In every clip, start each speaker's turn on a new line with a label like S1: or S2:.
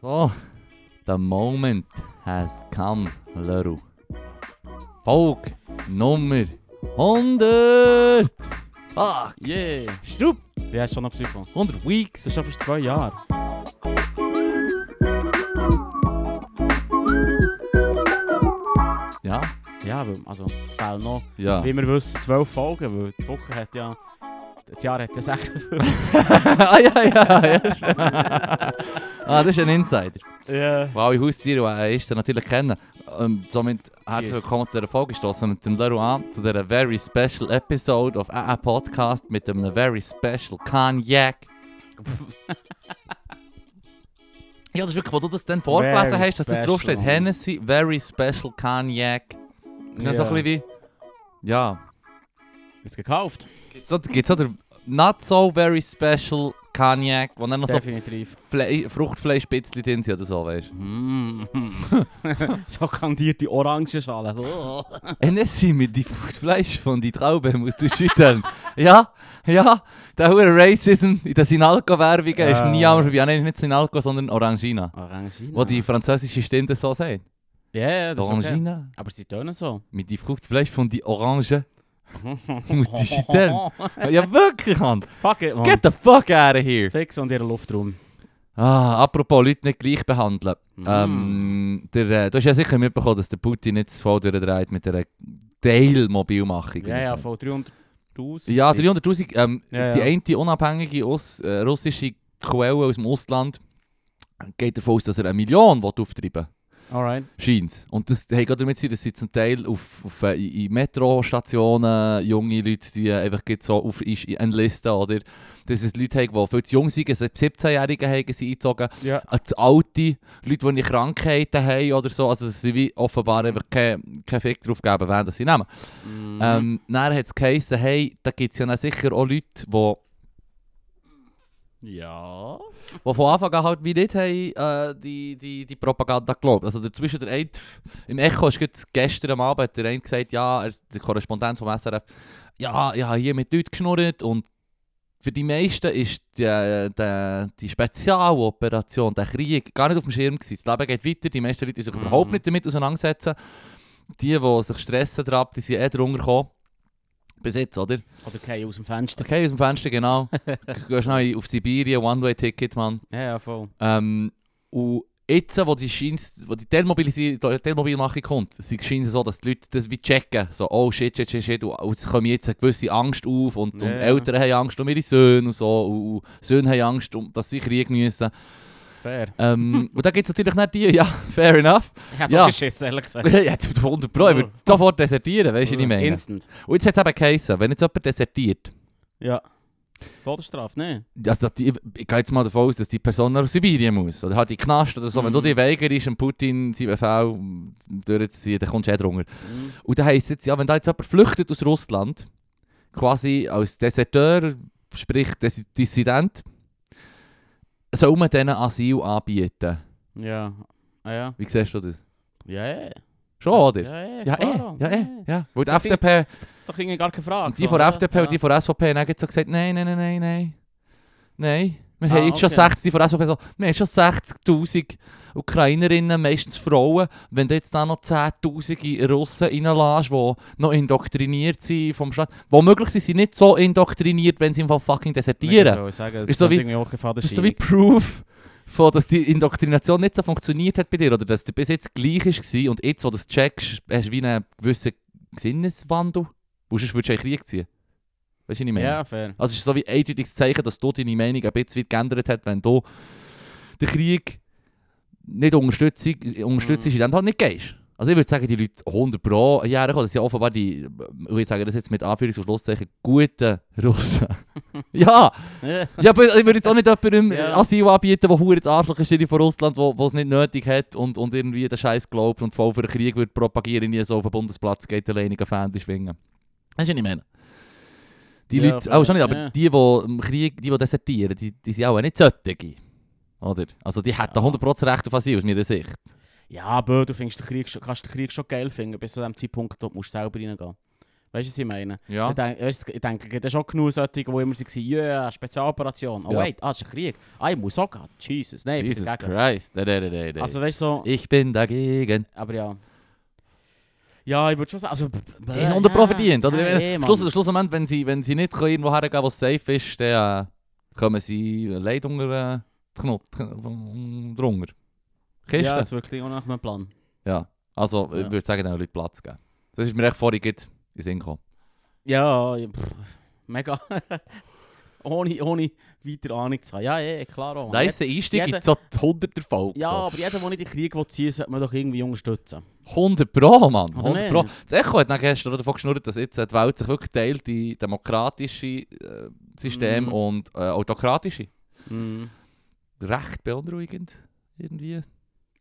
S1: So, the moment has come, Leru. Folge Nummer 100! Fuck!
S2: Yeah!
S1: Strupp!
S2: Ja, ist schon ein Psycho.
S1: 100
S2: Das ist
S1: Weeks!
S2: schon fast zwei Jahre.
S1: Ja,
S2: Ja, weil, also es fehlen noch,
S1: ja.
S2: wie wir wissen, zwölf Folgen, weil die Woche hat ja... Das Jahr hat ja 56.
S1: ah, ja, ja, ja. ah, das ist ein Insider.
S2: Ja.
S1: Wow, ich Haustiere, die einen Eisten natürlich kennen. Ähm, somit herzlich
S2: Cheers.
S1: willkommen zu dieser Folge gestoßen mit dem Leru an, zu dieser very special episode of AA Podcast mit dem very special Kanye. ja, das ist wirklich, wo du das dann vorgelesen
S2: Very
S1: hast, was das
S2: special,
S1: draufsteht.
S2: Mann.
S1: Hennessy, very special Kanye. Das ist yeah. so ein bisschen wie, ja,
S2: Ist gekauft.
S1: gibt's so, gibt's so der not so very special Kanye, wo dann noch so
S2: Definitiv.
S1: Fle Fruchtfleischspitzchen drin sind oder so, weißt du.
S2: Mm. so kandierte Orangenschale. Oh.
S1: Hennessy mit dem Fruchtfleisch von die Traube musst du schütteln. ja, ja, der hohe Racism in der Sinalco-Werbung ist
S2: Ja.
S1: nie einmal vorbei. Ah, nein, nicht Sinalco, sondern Orangina.
S2: Orangina.
S1: Wo die französische Stimme das so sagt.
S2: Ja, ja, das ist okay.
S1: Orangina
S2: Aber sie tönen so.
S1: mit dem Fruchtfleisch von die Orange. Musst du schütteln. ja, wirklich, Mann.
S2: Fuck it, man.
S1: Get the fuck out of here.
S2: Fix und ihren Luftraum.
S1: Ah, apropos Leute nicht gleich behandeln.
S2: Mm.
S1: Ähm, der, äh, du hast ja sicher mitbekommen, dass der Putin jetzt voll durchdreht mit einer Teilmobilmachung.
S2: Ja, ja, voll 300'000.
S1: Ja, 300'000. Ähm,
S2: Ja, ja.
S1: Die eine unabhängige Aus, äh, russische Quelle aus dem Ausland geht davon aus, dass er eine Million will auftreiben
S2: Alright.
S1: scheint Und das hat gerade damit zu tun, dass sie zum Teil auf, auf äh, in- in Metrostationen junge Leute, die äh, einfach gleich so auf ist, entlisten, oder? Dass es Leute haben, die viel zu jung sind, also 17-Jährige haben sie eingezogen,
S2: Ja.
S1: äh, zu alte, Leute, die Krankheiten haben oder so. Also dass sie wie offenbar einfach keinen keinen Fick drauf geben, wen das sie nehmen.
S2: Mhm.
S1: Ähm, dann hat es geheißen, hey, da gibt es ja dann sicher auch Leute, die
S2: Ja.
S1: die von Anfang an halt wie nicht haben, äh, die, die, die Propaganda geglaubt. Also dazwischen der eine, im Echo ist gerade gestern am Abend hat der eine gesagt, ja, er, der Korrespondent vom SRF, ja, ich habe hier mit Leuten geschnurrt und für die meisten ist die, die, die Spezialoperation, der Krieg, gar nicht auf dem Schirm gewesen. Das Leben geht weiter, die meisten Leute die sich
S2: Mhm.
S1: überhaupt nicht damit auseinandersetzen. Die, die sich stressen drauf, die sind eh drunter gekommen. Bis jetzt, oder?
S2: Oder gehen aus dem Fenster.
S1: Okay, aus dem Fenster, genau. Gehst schnell auf Sibirien, One-Way-Ticket, Mann.
S2: Ja, ja, voll.
S1: Ähm, und jetzt, wo die, Scheins, wo die Teilmobilisi- Teilmobilmachung kommt, sind es scheint so, dass die Leute das wie checken. So, oh shit, shit, shit, shit. Und und es kommt jetzt eine gewisse Angst auf und, und
S2: Ja.
S1: Eltern haben Angst um ihre Söhne und so. Und, und Söhne haben Angst, um, dass sie Krieg müssen.
S2: Fair.
S1: Ähm, und da gibt es natürlich nicht die, ja, fair enough.
S2: Ich hätte
S1: Ja.
S2: ja. auch geschissen, ehrlich gesagt.
S1: ja, 100 Pro, ich würde sofort desertieren, weißt du, was ich meine?
S2: Instant.
S1: Und jetzt hat es eben geheißen, wenn jetzt jemand desertiert,
S2: Ja. Todesstrafe, ne?
S1: Also die, ich gehe jetzt mal davon aus, dass die Person nach Sibirien muss. Oder hat die Knast oder so. Wenn
S2: Mhm.
S1: du dich weigerst, und Putin seinen Befehl durchzuziehen, dann kommst du eh drunter.
S2: Mhm.
S1: Und dann heisst es jetzt, ja, wenn da jetzt jemand flüchtet aus Russland, quasi als Deserteur, sprich Des Dissident, soll man denen Asyl anbieten.
S2: Ja. Ah ja.
S1: Wie siehst du das?
S2: Ja, ja.
S1: Schon, Oh, oder?
S2: Ja, ja.
S1: Ja,
S2: klar. Also,
S1: eh, ja, eh, ja. Weil die
S2: So die-
S1: FDP,
S2: Doch irgendwie gar keine Frage.
S1: und die
S2: so,
S1: von
S2: oder?
S1: FDP
S2: ja.
S1: und die von SVP haben dann so gesagt, nein, nein, nein, nein, nein. Nein. Wir
S2: Ah,
S1: haben jetzt schon
S2: okay.
S1: 60, die von SVP so, wir haben schon 60'000 Ukrainerinnen, meistens Frauen. Wenn du jetzt da noch 10'000 Russen reinlässt, die noch indoktriniert sind vom Staat, womöglich sind sie nicht so indoktriniert, wenn sie im Fall fucking
S2: Ich
S1: desertieren.
S2: wollte sagen, es
S1: Ist so
S2: könnte
S1: wie-
S2: irgendwie auch keine
S1: Das ist eh so wie Proof, von, dass die Indoktrination nicht so funktioniert hat bei dir oder dass du bis jetzt gleich war und jetzt, wo du das checkst, hast du wie einen gewissen Sinneswandel. Und sonst würdest du in den Krieg ziehen. Weißt du, was ich meine?
S2: Ja, fair.
S1: Also es ist so wie ein eindeutiges Zeichen, dass du deine Meinung ein bisschen weit geändert hast, wenn du den Krieg nicht unterstützt, unterstützt in dem du halt nicht gehst. Also ich würde sagen, die Leute 100 pro Jahre kommen, das sind ja offenbar die, äh, ich würde sagen das jetzt mit Anführungs- und Schlusszeichen, guten Russen. ja,
S2: Ja.
S1: ja, aber ich würde jetzt auch nicht jemandem
S2: Ja.
S1: Asyl anbieten, der verdammt Arschloch ist irgendwie von Russland, wo wo es nicht nötig hat und, und irgendwie den Scheiß glaubt und voll für den Krieg würde propagieren, nie so auf den Bundesplatz geht, alleine einen Fan schwingen. Weißt du, was ich meine? Die
S2: Ja,
S1: Leute,
S2: fair.
S1: auch schon nicht, aber
S2: Ja.
S1: die, die im Krieg, die, die desertieren, die, die sind auch nicht solche. Oder? Also die hätten
S2: Ja.
S1: 100% Recht auf Asyl aus meiner Sicht.
S2: ja, aber du findest den Krieg schon, kannst den Krieg schon geil finden, bis zu dem Zeitpunkt, wo du musst selber reingehen. Weißt du, was ich meine?
S1: Ja.
S2: Ich denke, weisst du, ich denke, es gibt ja schon genug solche, die immer so waren, ja, Spezialoperation. Oh
S1: Ja.
S2: wait, ah, es ist ein Krieg. Ah, ich muss auch gehen. Jesus, nein, ich bin
S1: Jesus
S2: dagegen.
S1: Christ. Nee, nee, nee, nee, nee.
S2: Also weißt du, so,
S1: ich bin dagegen.
S2: aber ja. Ja, ich würde schon sagen, also...
S1: Die sind unter Pro verdient. Oder?
S2: Ja,
S1: Wenn-
S2: eh, Mann.
S1: Schluss, schlussendlich, wenn sie, wenn sie nicht können irgendwo hergehen, wo es safe ist, dann äh, kommen sie leid unter äh, die Knopf, um- drunter. Kiste.
S2: Ja,
S1: Ja,
S2: das ist wirklich auch nach meinem Plan.
S1: Also, ich
S2: Ja.
S1: würde sagen, den Leuten Platz geben. Das ist mir echt vorhin gut in den Sinn gekommen.
S2: Ja, ja, pff, mega. ohne, ohne weiter Ahnung zu haben. Ja, ja, klar auch. Mann.
S1: Da ist ein Einstieg
S2: jeder-
S1: in so die 100er Folge.
S2: Ja,
S1: so.
S2: aber jeder, der nicht in den Krieg will ziehen sollte man doch irgendwie unterstützen.
S1: 100 Pro, Mann.
S2: Oder
S1: 100 Pro.
S2: nicht?
S1: Das Echo hat dann gestern davon geschnurrt, dass jetzt äh, die Welt sich wirklich teilt in demokratische äh, Systeme
S2: Mhm.
S1: und äh, autokratische.
S2: Mhm.
S1: Recht beunruhigend, irgendwie.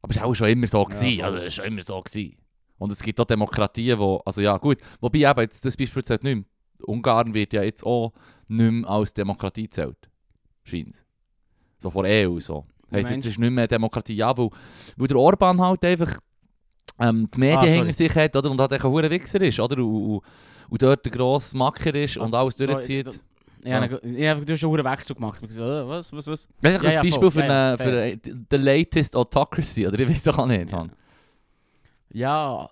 S1: Aber es war auch schon immer so.
S2: Ja,
S1: Gewesen.
S2: voll.
S1: also, es ist schon immer so. Gewesen. Und es gibt auch Demokratien, wo... Also ja, gut. Wobei eben, jetzt, das Beispiel zählt nicht mehr. Ungarn wird ja jetzt auch nicht mehr als Demokratie gezählt. Scheint. So vor EU so. Heißt,
S2: Meinst-
S1: jetzt ist nicht mehr Demokratie. Ja, weil, weil der Orban halt einfach ähm, die Medien
S2: Ah, sorry.
S1: hinter sich hat, oder? Und halt einfach ein verdammter Wichser ist, oder? Und, und, und dort der grosse Macker ist und
S2: Ah,
S1: alles
S2: sorry,
S1: durchzieht.
S2: da- Ich habe
S1: Also-
S2: einfach du hast schon einen Wechsel gemacht. Ich hab gesagt, äh, was, was, was?
S1: Weet je, als
S2: Ja, ja,
S1: Beispiel
S2: voll.
S1: für,
S2: Ja, ja,
S1: een- für een- the latest autocracy, oder? Ich weiß doch auch nicht, Mann.
S2: Ja,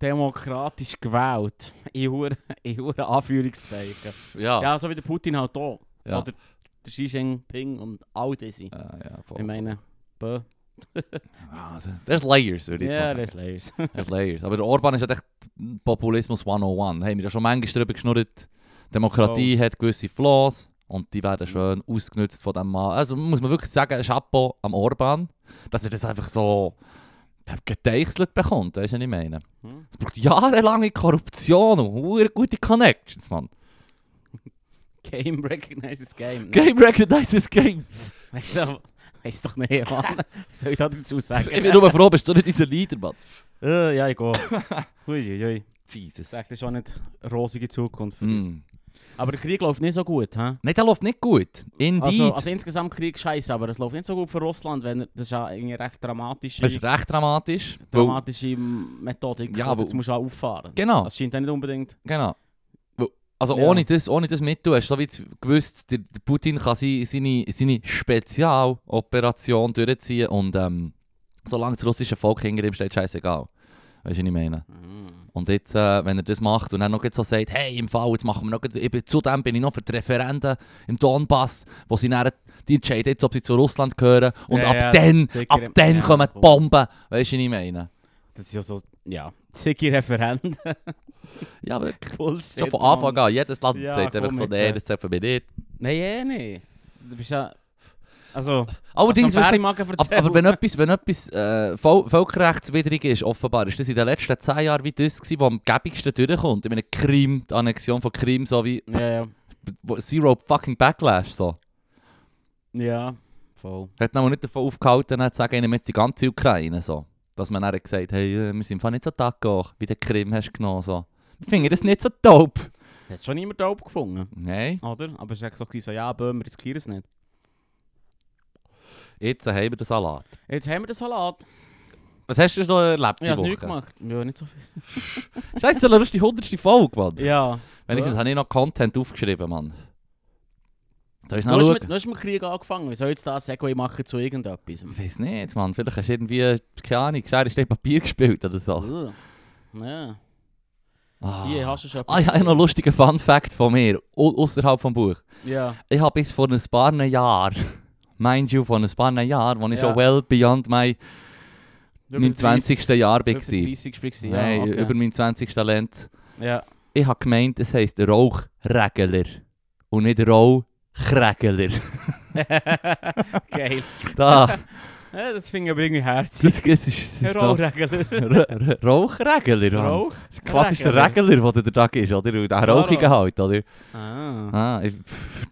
S2: demokratisch gewählt. In Hure- in Hure Anführungszeichen.
S1: Ja. Ja,
S2: Ja, so wie der Putin halt auch.
S1: ja.
S2: Oder der Xi Jinping und all diese.
S1: ja, Ah, voll.
S2: Ich meine, bö.
S1: Ja, also, there's layers, würde ich jetzt
S2: Ja,
S1: mal
S2: das
S1: sagen.
S2: ist
S1: There's layers. Aber der Orban ist halt echt Populismus 101. Haben wir ja schon manchmal darüber geschnurrt. Demokratie hat gewisse Flaws und die
S2: Mm.
S1: werden schön ausgenutzt von dem Mann. Also muss man wirklich sagen, Chapeau am Orban, dass er das einfach so gedeichselt bekommt, weißt du, was ich meine?
S2: Hm?
S1: Es braucht jahrelange Korruption und hure gute Connections, Mann.
S2: Game recognizes game.
S1: Game recognizes Game.
S2: Weißt du, weiss doch nicht, Mann. Was soll ich da dazu sagen?
S1: Ich bin nur froh, bist du nicht unser Leader, Mann.
S2: Äh, ja, ich gehe. Huiuiui.
S1: Jesus.
S2: Das ist auch nicht eine rosige Zukunft für uns.
S1: Mm.
S2: Aber der Krieg läuft nicht so gut, hä?
S1: Nein, der läuft nicht gut. Indeed.
S2: Also, also insgesamt Krieg scheiße, aber es läuft nicht so gut für Russland, wenn er, das ist ja eine recht dramatische,
S1: das ist recht dramatisch. weil-
S2: dramatische Methodik.
S1: Ja,
S2: Ja, aber
S1: aber-
S2: jetzt musst du auch auffahren.
S1: Genau,
S2: Das scheint ja nicht unbedingt.
S1: genau. Weil- Also
S2: Also- Ja.
S1: ohne das, ohne das mitzutun, hast du so wie z- gewusst, der, der Putin kann sie, seine, seine Spezialoperation durchziehen und ähm, solange das russische Volk hinter ihm steht, scheißegal. Weißt du, was ich meine? Und jetzt, äh, wenn er das macht und dann noch gleich so sagt, hey, im Fall, jetzt machen wir noch, gleich- ich bin, zudem bin ich noch für die Referenden im Donbass, wo sie dann, die entscheiden jetzt, ob sie zu Russland gehören und
S2: Ja,
S1: ab
S2: ja,
S1: dann,
S2: das sicher-
S1: ab dann
S2: ja,
S1: kommen die
S2: voll.
S1: Bomben. Weißt du, was ich meine?
S2: Das ist ja so, ja, zicke Referenten.
S1: Ja, wirklich.
S2: Bullshit.
S1: Schon von Anfang
S2: Mann.
S1: an, jedes Land
S2: Ja,
S1: sagt einfach
S2: komm
S1: so,
S2: jetzt,
S1: nee,
S2: äh.
S1: das sagt für mich nicht.
S2: Nein, eh nicht. Du bist ja. Also,
S1: Allerdings,
S2: also
S1: weißt du,
S2: Magen
S1: aber, aber wenn etwas, wenn etwas äh, voll, völkerrechtswidrig ist, offenbar, ist das in den letzten zehn Jahren wie das gewesen, was am gäbigsten durchkommt. Ich meine, Krim, die Annexion von Krim, so wie
S2: Ja, ja.
S1: wo- Zero fucking Backlash, so.
S2: Ja, voll.
S1: hat man nicht davon aufgehalten, dann zu sagen, ihnen jetzt die ganze Ukraine so. Dass man dann gesagt hat, hey, äh, wir sind im Fall nicht so taco, wie der Krim hast du genommen. So. Ich finde das nicht so dope.
S2: Hat schon niemand da gefunden.
S1: Nein,
S2: Oder? Aber es war so, so, ja, aber wir riskieren es nicht.
S1: jetzt haben wir den Salat.
S2: Jetzt haben wir den Salat.
S1: Was hast du noch erlebt
S2: Ich
S1: die
S2: habe es nicht
S1: Woche?
S2: gemacht. Ja, nicht so viel.
S1: Scheisse, das ist die 100. Folge, Mann.
S2: Ja.
S1: Wenigstens habe ich noch Content aufgeschrieben, Mann. Soll ich
S2: Du
S1: noch
S2: hast,
S1: schauen?
S2: mit, du hast mit dem Krieg angefangen. Wie soll ich jetzt das Segway machen zu irgendetwas?
S1: Ich weiß nicht, Mann. Vielleicht hast du irgendwie, keine Ahnung, Schere Stein Papier gespielt oder so.
S2: Ugh. Ja.
S1: Oh. Ah,
S2: Hier hast du schon
S1: ah ich habe noch einen lustigen Fun-Fact von mir, außerhalb vom Buch.
S2: Ja.
S1: Ich habe bis vor ein paar Jahren, mind you, vor ein paar Jahren, als ich
S2: Ja.
S1: schon well beyond my,
S2: Über
S1: meinem
S2: 30
S1: 20. Jahr war.
S2: Über 30 spielst du, ja.
S1: Nein,
S2: okay.
S1: über meinen 20. Talent.
S2: Ja.
S1: Ich habe gemeint, es heisst Rauchregler und nicht Rauchregler.
S2: Geil.
S1: Da,
S2: Ja, das finde ich aber irgendwie herzig.
S1: das, das ist, das ist doch...
S2: Rollregler.
S1: R- R- Rauchregler, Mann.
S2: Rauch?
S1: Das ist ein klassischer
S2: Regler.
S1: Regler, der der Tag ist, oder? Und der Rauchige halt, oder?
S2: Ah.
S1: Ah, ich,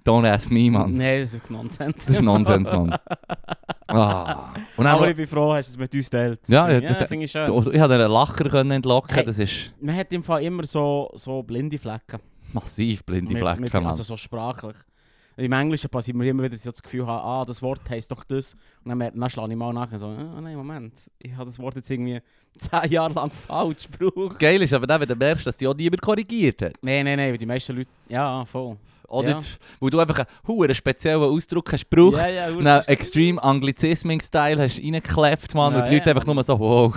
S1: don't ask me, Mann.
S2: Nein, das ist wirklich Nonsens.
S1: Das ist Nonsens, Mann. Ah. Und dann,
S2: Aber ich bin froh, hast du es mit uns geteilt.
S1: Ja,
S2: Das finde
S1: ja,
S2: ich-
S1: da-
S2: finde ich schön.
S1: ich konnte einen Lacher können entlocken,
S2: Hey.
S1: das ist
S2: Man hat im Fall immer so, so blinde Flecken.
S1: massiv blinde
S2: Mit-
S1: Flecken,
S2: mit-
S1: Mann.
S2: Also so sprachlich. Im Englischen passiert mir immer wieder, dass ich so das Gefühl habe, ah, das Wort heisst doch das. Und dann, mer- dann schlage ich mal nach und so, ah nein, Moment, ich habe das Wort jetzt irgendwie zehn Jahre lang falsch gebraucht.
S1: Geil ist aber dann, wenn du merkst, dass die auch niemand korrigiert hat.
S2: Nein, nein, nein, weil die meisten Leute, ja, ah, voll.
S1: Auch
S2: Ja.
S1: nicht, weil du einfach einen huere speziellen Ausdruck hast gebraucht.
S2: Ja, ja,
S1: Einen extreme Anglizismen-Style hast du reingeklebt, Mann.
S2: Ja,
S1: und die Leute
S2: ja.
S1: einfach nur so, wow.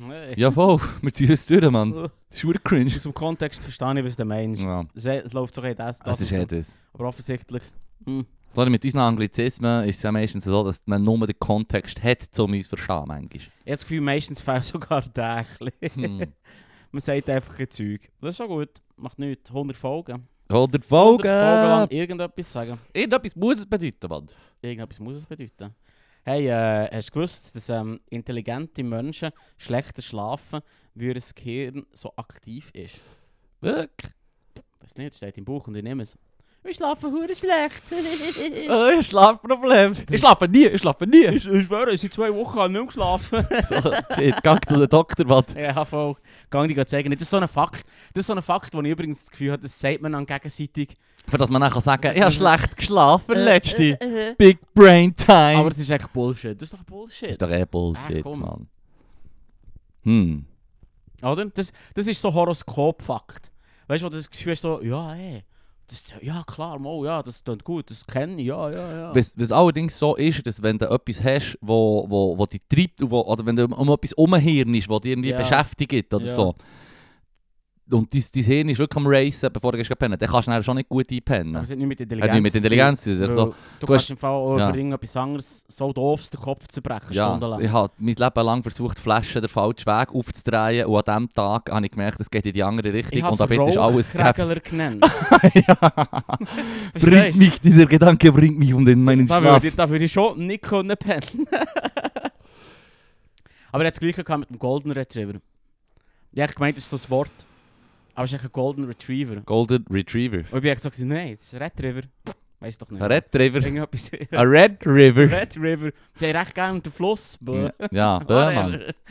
S2: Nee.
S1: Ja voll, wir ziehen es durch, Mann. Das ist verdammt cringe.
S2: Aus dem Kontext verstehe ich, was du meinst.
S1: Ja,
S2: Es es läuft so, hey, das, das,
S1: das ist
S2: und so.
S1: eh das.
S2: Aber offensichtlich, hm,
S1: Sorry, mit unseren Anglizismen ist es ja meistens so, dass man nur den Kontext hat, um uns zu verstehen, manchmal.
S2: ich habe das Gefühl, meistens fehlt sogar der Dächli.
S1: Hm.
S2: Man sagt einfach ein Zeug. Das ist schon gut, macht nichts. 100 Folgen.
S1: 100
S2: 100 Folgen lang
S1: Folgen!
S2: irgendetwas sagen.
S1: Irgendetwas muss es bedeuten, Mann.
S2: Irgendetwas muss es bedeuten. Hey, äh, hast du gewusst, dass ähm, intelligente Menschen schlechter schlafen, weil das Gehirn so aktiv ist?
S1: Wirklich?
S2: Weiß nicht, steht im Buch und ich nehme es. Wir schlafen hure schlecht.
S1: Oh, ich Schlafproblem. Ich schlafe nie, ich schlafe nie.
S2: ich schwöre, seit zwei Wochen habe ich nicht geschlafen.
S1: so, shit, gang zu dem Doktor, Mann.
S2: Ja, voll. Gang die zeigen. Das ist so ein Fakt. Das ist so ein Fakt, wo ich übrigens das Gefühl habe, das sagt man dann gegenseitig.
S1: Für das man nachher sagen kann, ich habe
S2: Das muss-
S1: schlecht geschlafen,
S2: Äh,
S1: letzte.
S2: äh, äh.
S1: Big Brain Time.
S2: Aber
S1: Aber
S2: das ist echt Bullshit. Das ist doch Bullshit.
S1: ist doch eh
S2: Ah,
S1: Bullshit,
S2: komm.
S1: Mann. Hm.
S2: Oder? Das, das ist so Horoskop-Fakt. Weißt du, wo du das Gefühl hast, so, ja, ey. Das, ja, klar, mal, ja, das klingt gut, das kenne ich, ja, ja, ja.
S1: Was, was allerdings so ist, dass wenn du etwas hast, wo, wo, wo dich treibt und wo, oder wenn du um, um etwas umhirn ist, wo dich irgendwie
S2: Ja.
S1: beschäftigt oder
S2: Ja.
S1: so. Und dein, dein Hirn ist wirklich am Racen, bevor du gehst pennen. Dann kannst du nachher schon nicht gut einpennen.
S2: Aber es
S1: Also,
S2: hat nicht mit Intelligenz.
S1: nicht mit Intelligenz. zu tun,
S2: zu tun,
S1: oder so.
S2: weil Du,
S1: du
S2: kannst
S1: hast-
S2: im Fall auch
S1: ja.
S2: über irgendetwas anderes so doof den Kopf zerbrechen,
S1: Ja,
S2: stundenlang.
S1: ich habe mein Leben lang versucht, Flaschen den falschen Weg aufzudrehen. Und an diesem Tag habe ich gemerkt, es geht in die andere Richtung.
S2: habe
S1: Und ab jetzt ist alles gehabt.
S2: Rauchregler genannt.
S1: dus ja. Bringt
S2: Verstehst
S1: mich, dieser Gedanke bringt mich um den meinen
S2: Da
S1: Schlaf.
S2: würde, ich- da würde ich schon nicht können pendeln. Ah, Aber er hat das gleiche gehabt mit dem Golden Retriever. Ja, ich gemeint, das ist so ein Wort. Aber es ist echt ein Ah, Golden Retriever.
S1: Golden Retriever.
S2: Und ich habe gesagt, nein, das ist ein Red River. Weiß doch nicht.
S1: Ein Red River.
S2: Irgendetwas.
S1: Ein Red River.
S2: Red River. Sie haben recht gerne den Fluss. Bäh.
S1: Ja, ja Mann.
S2: Whatever.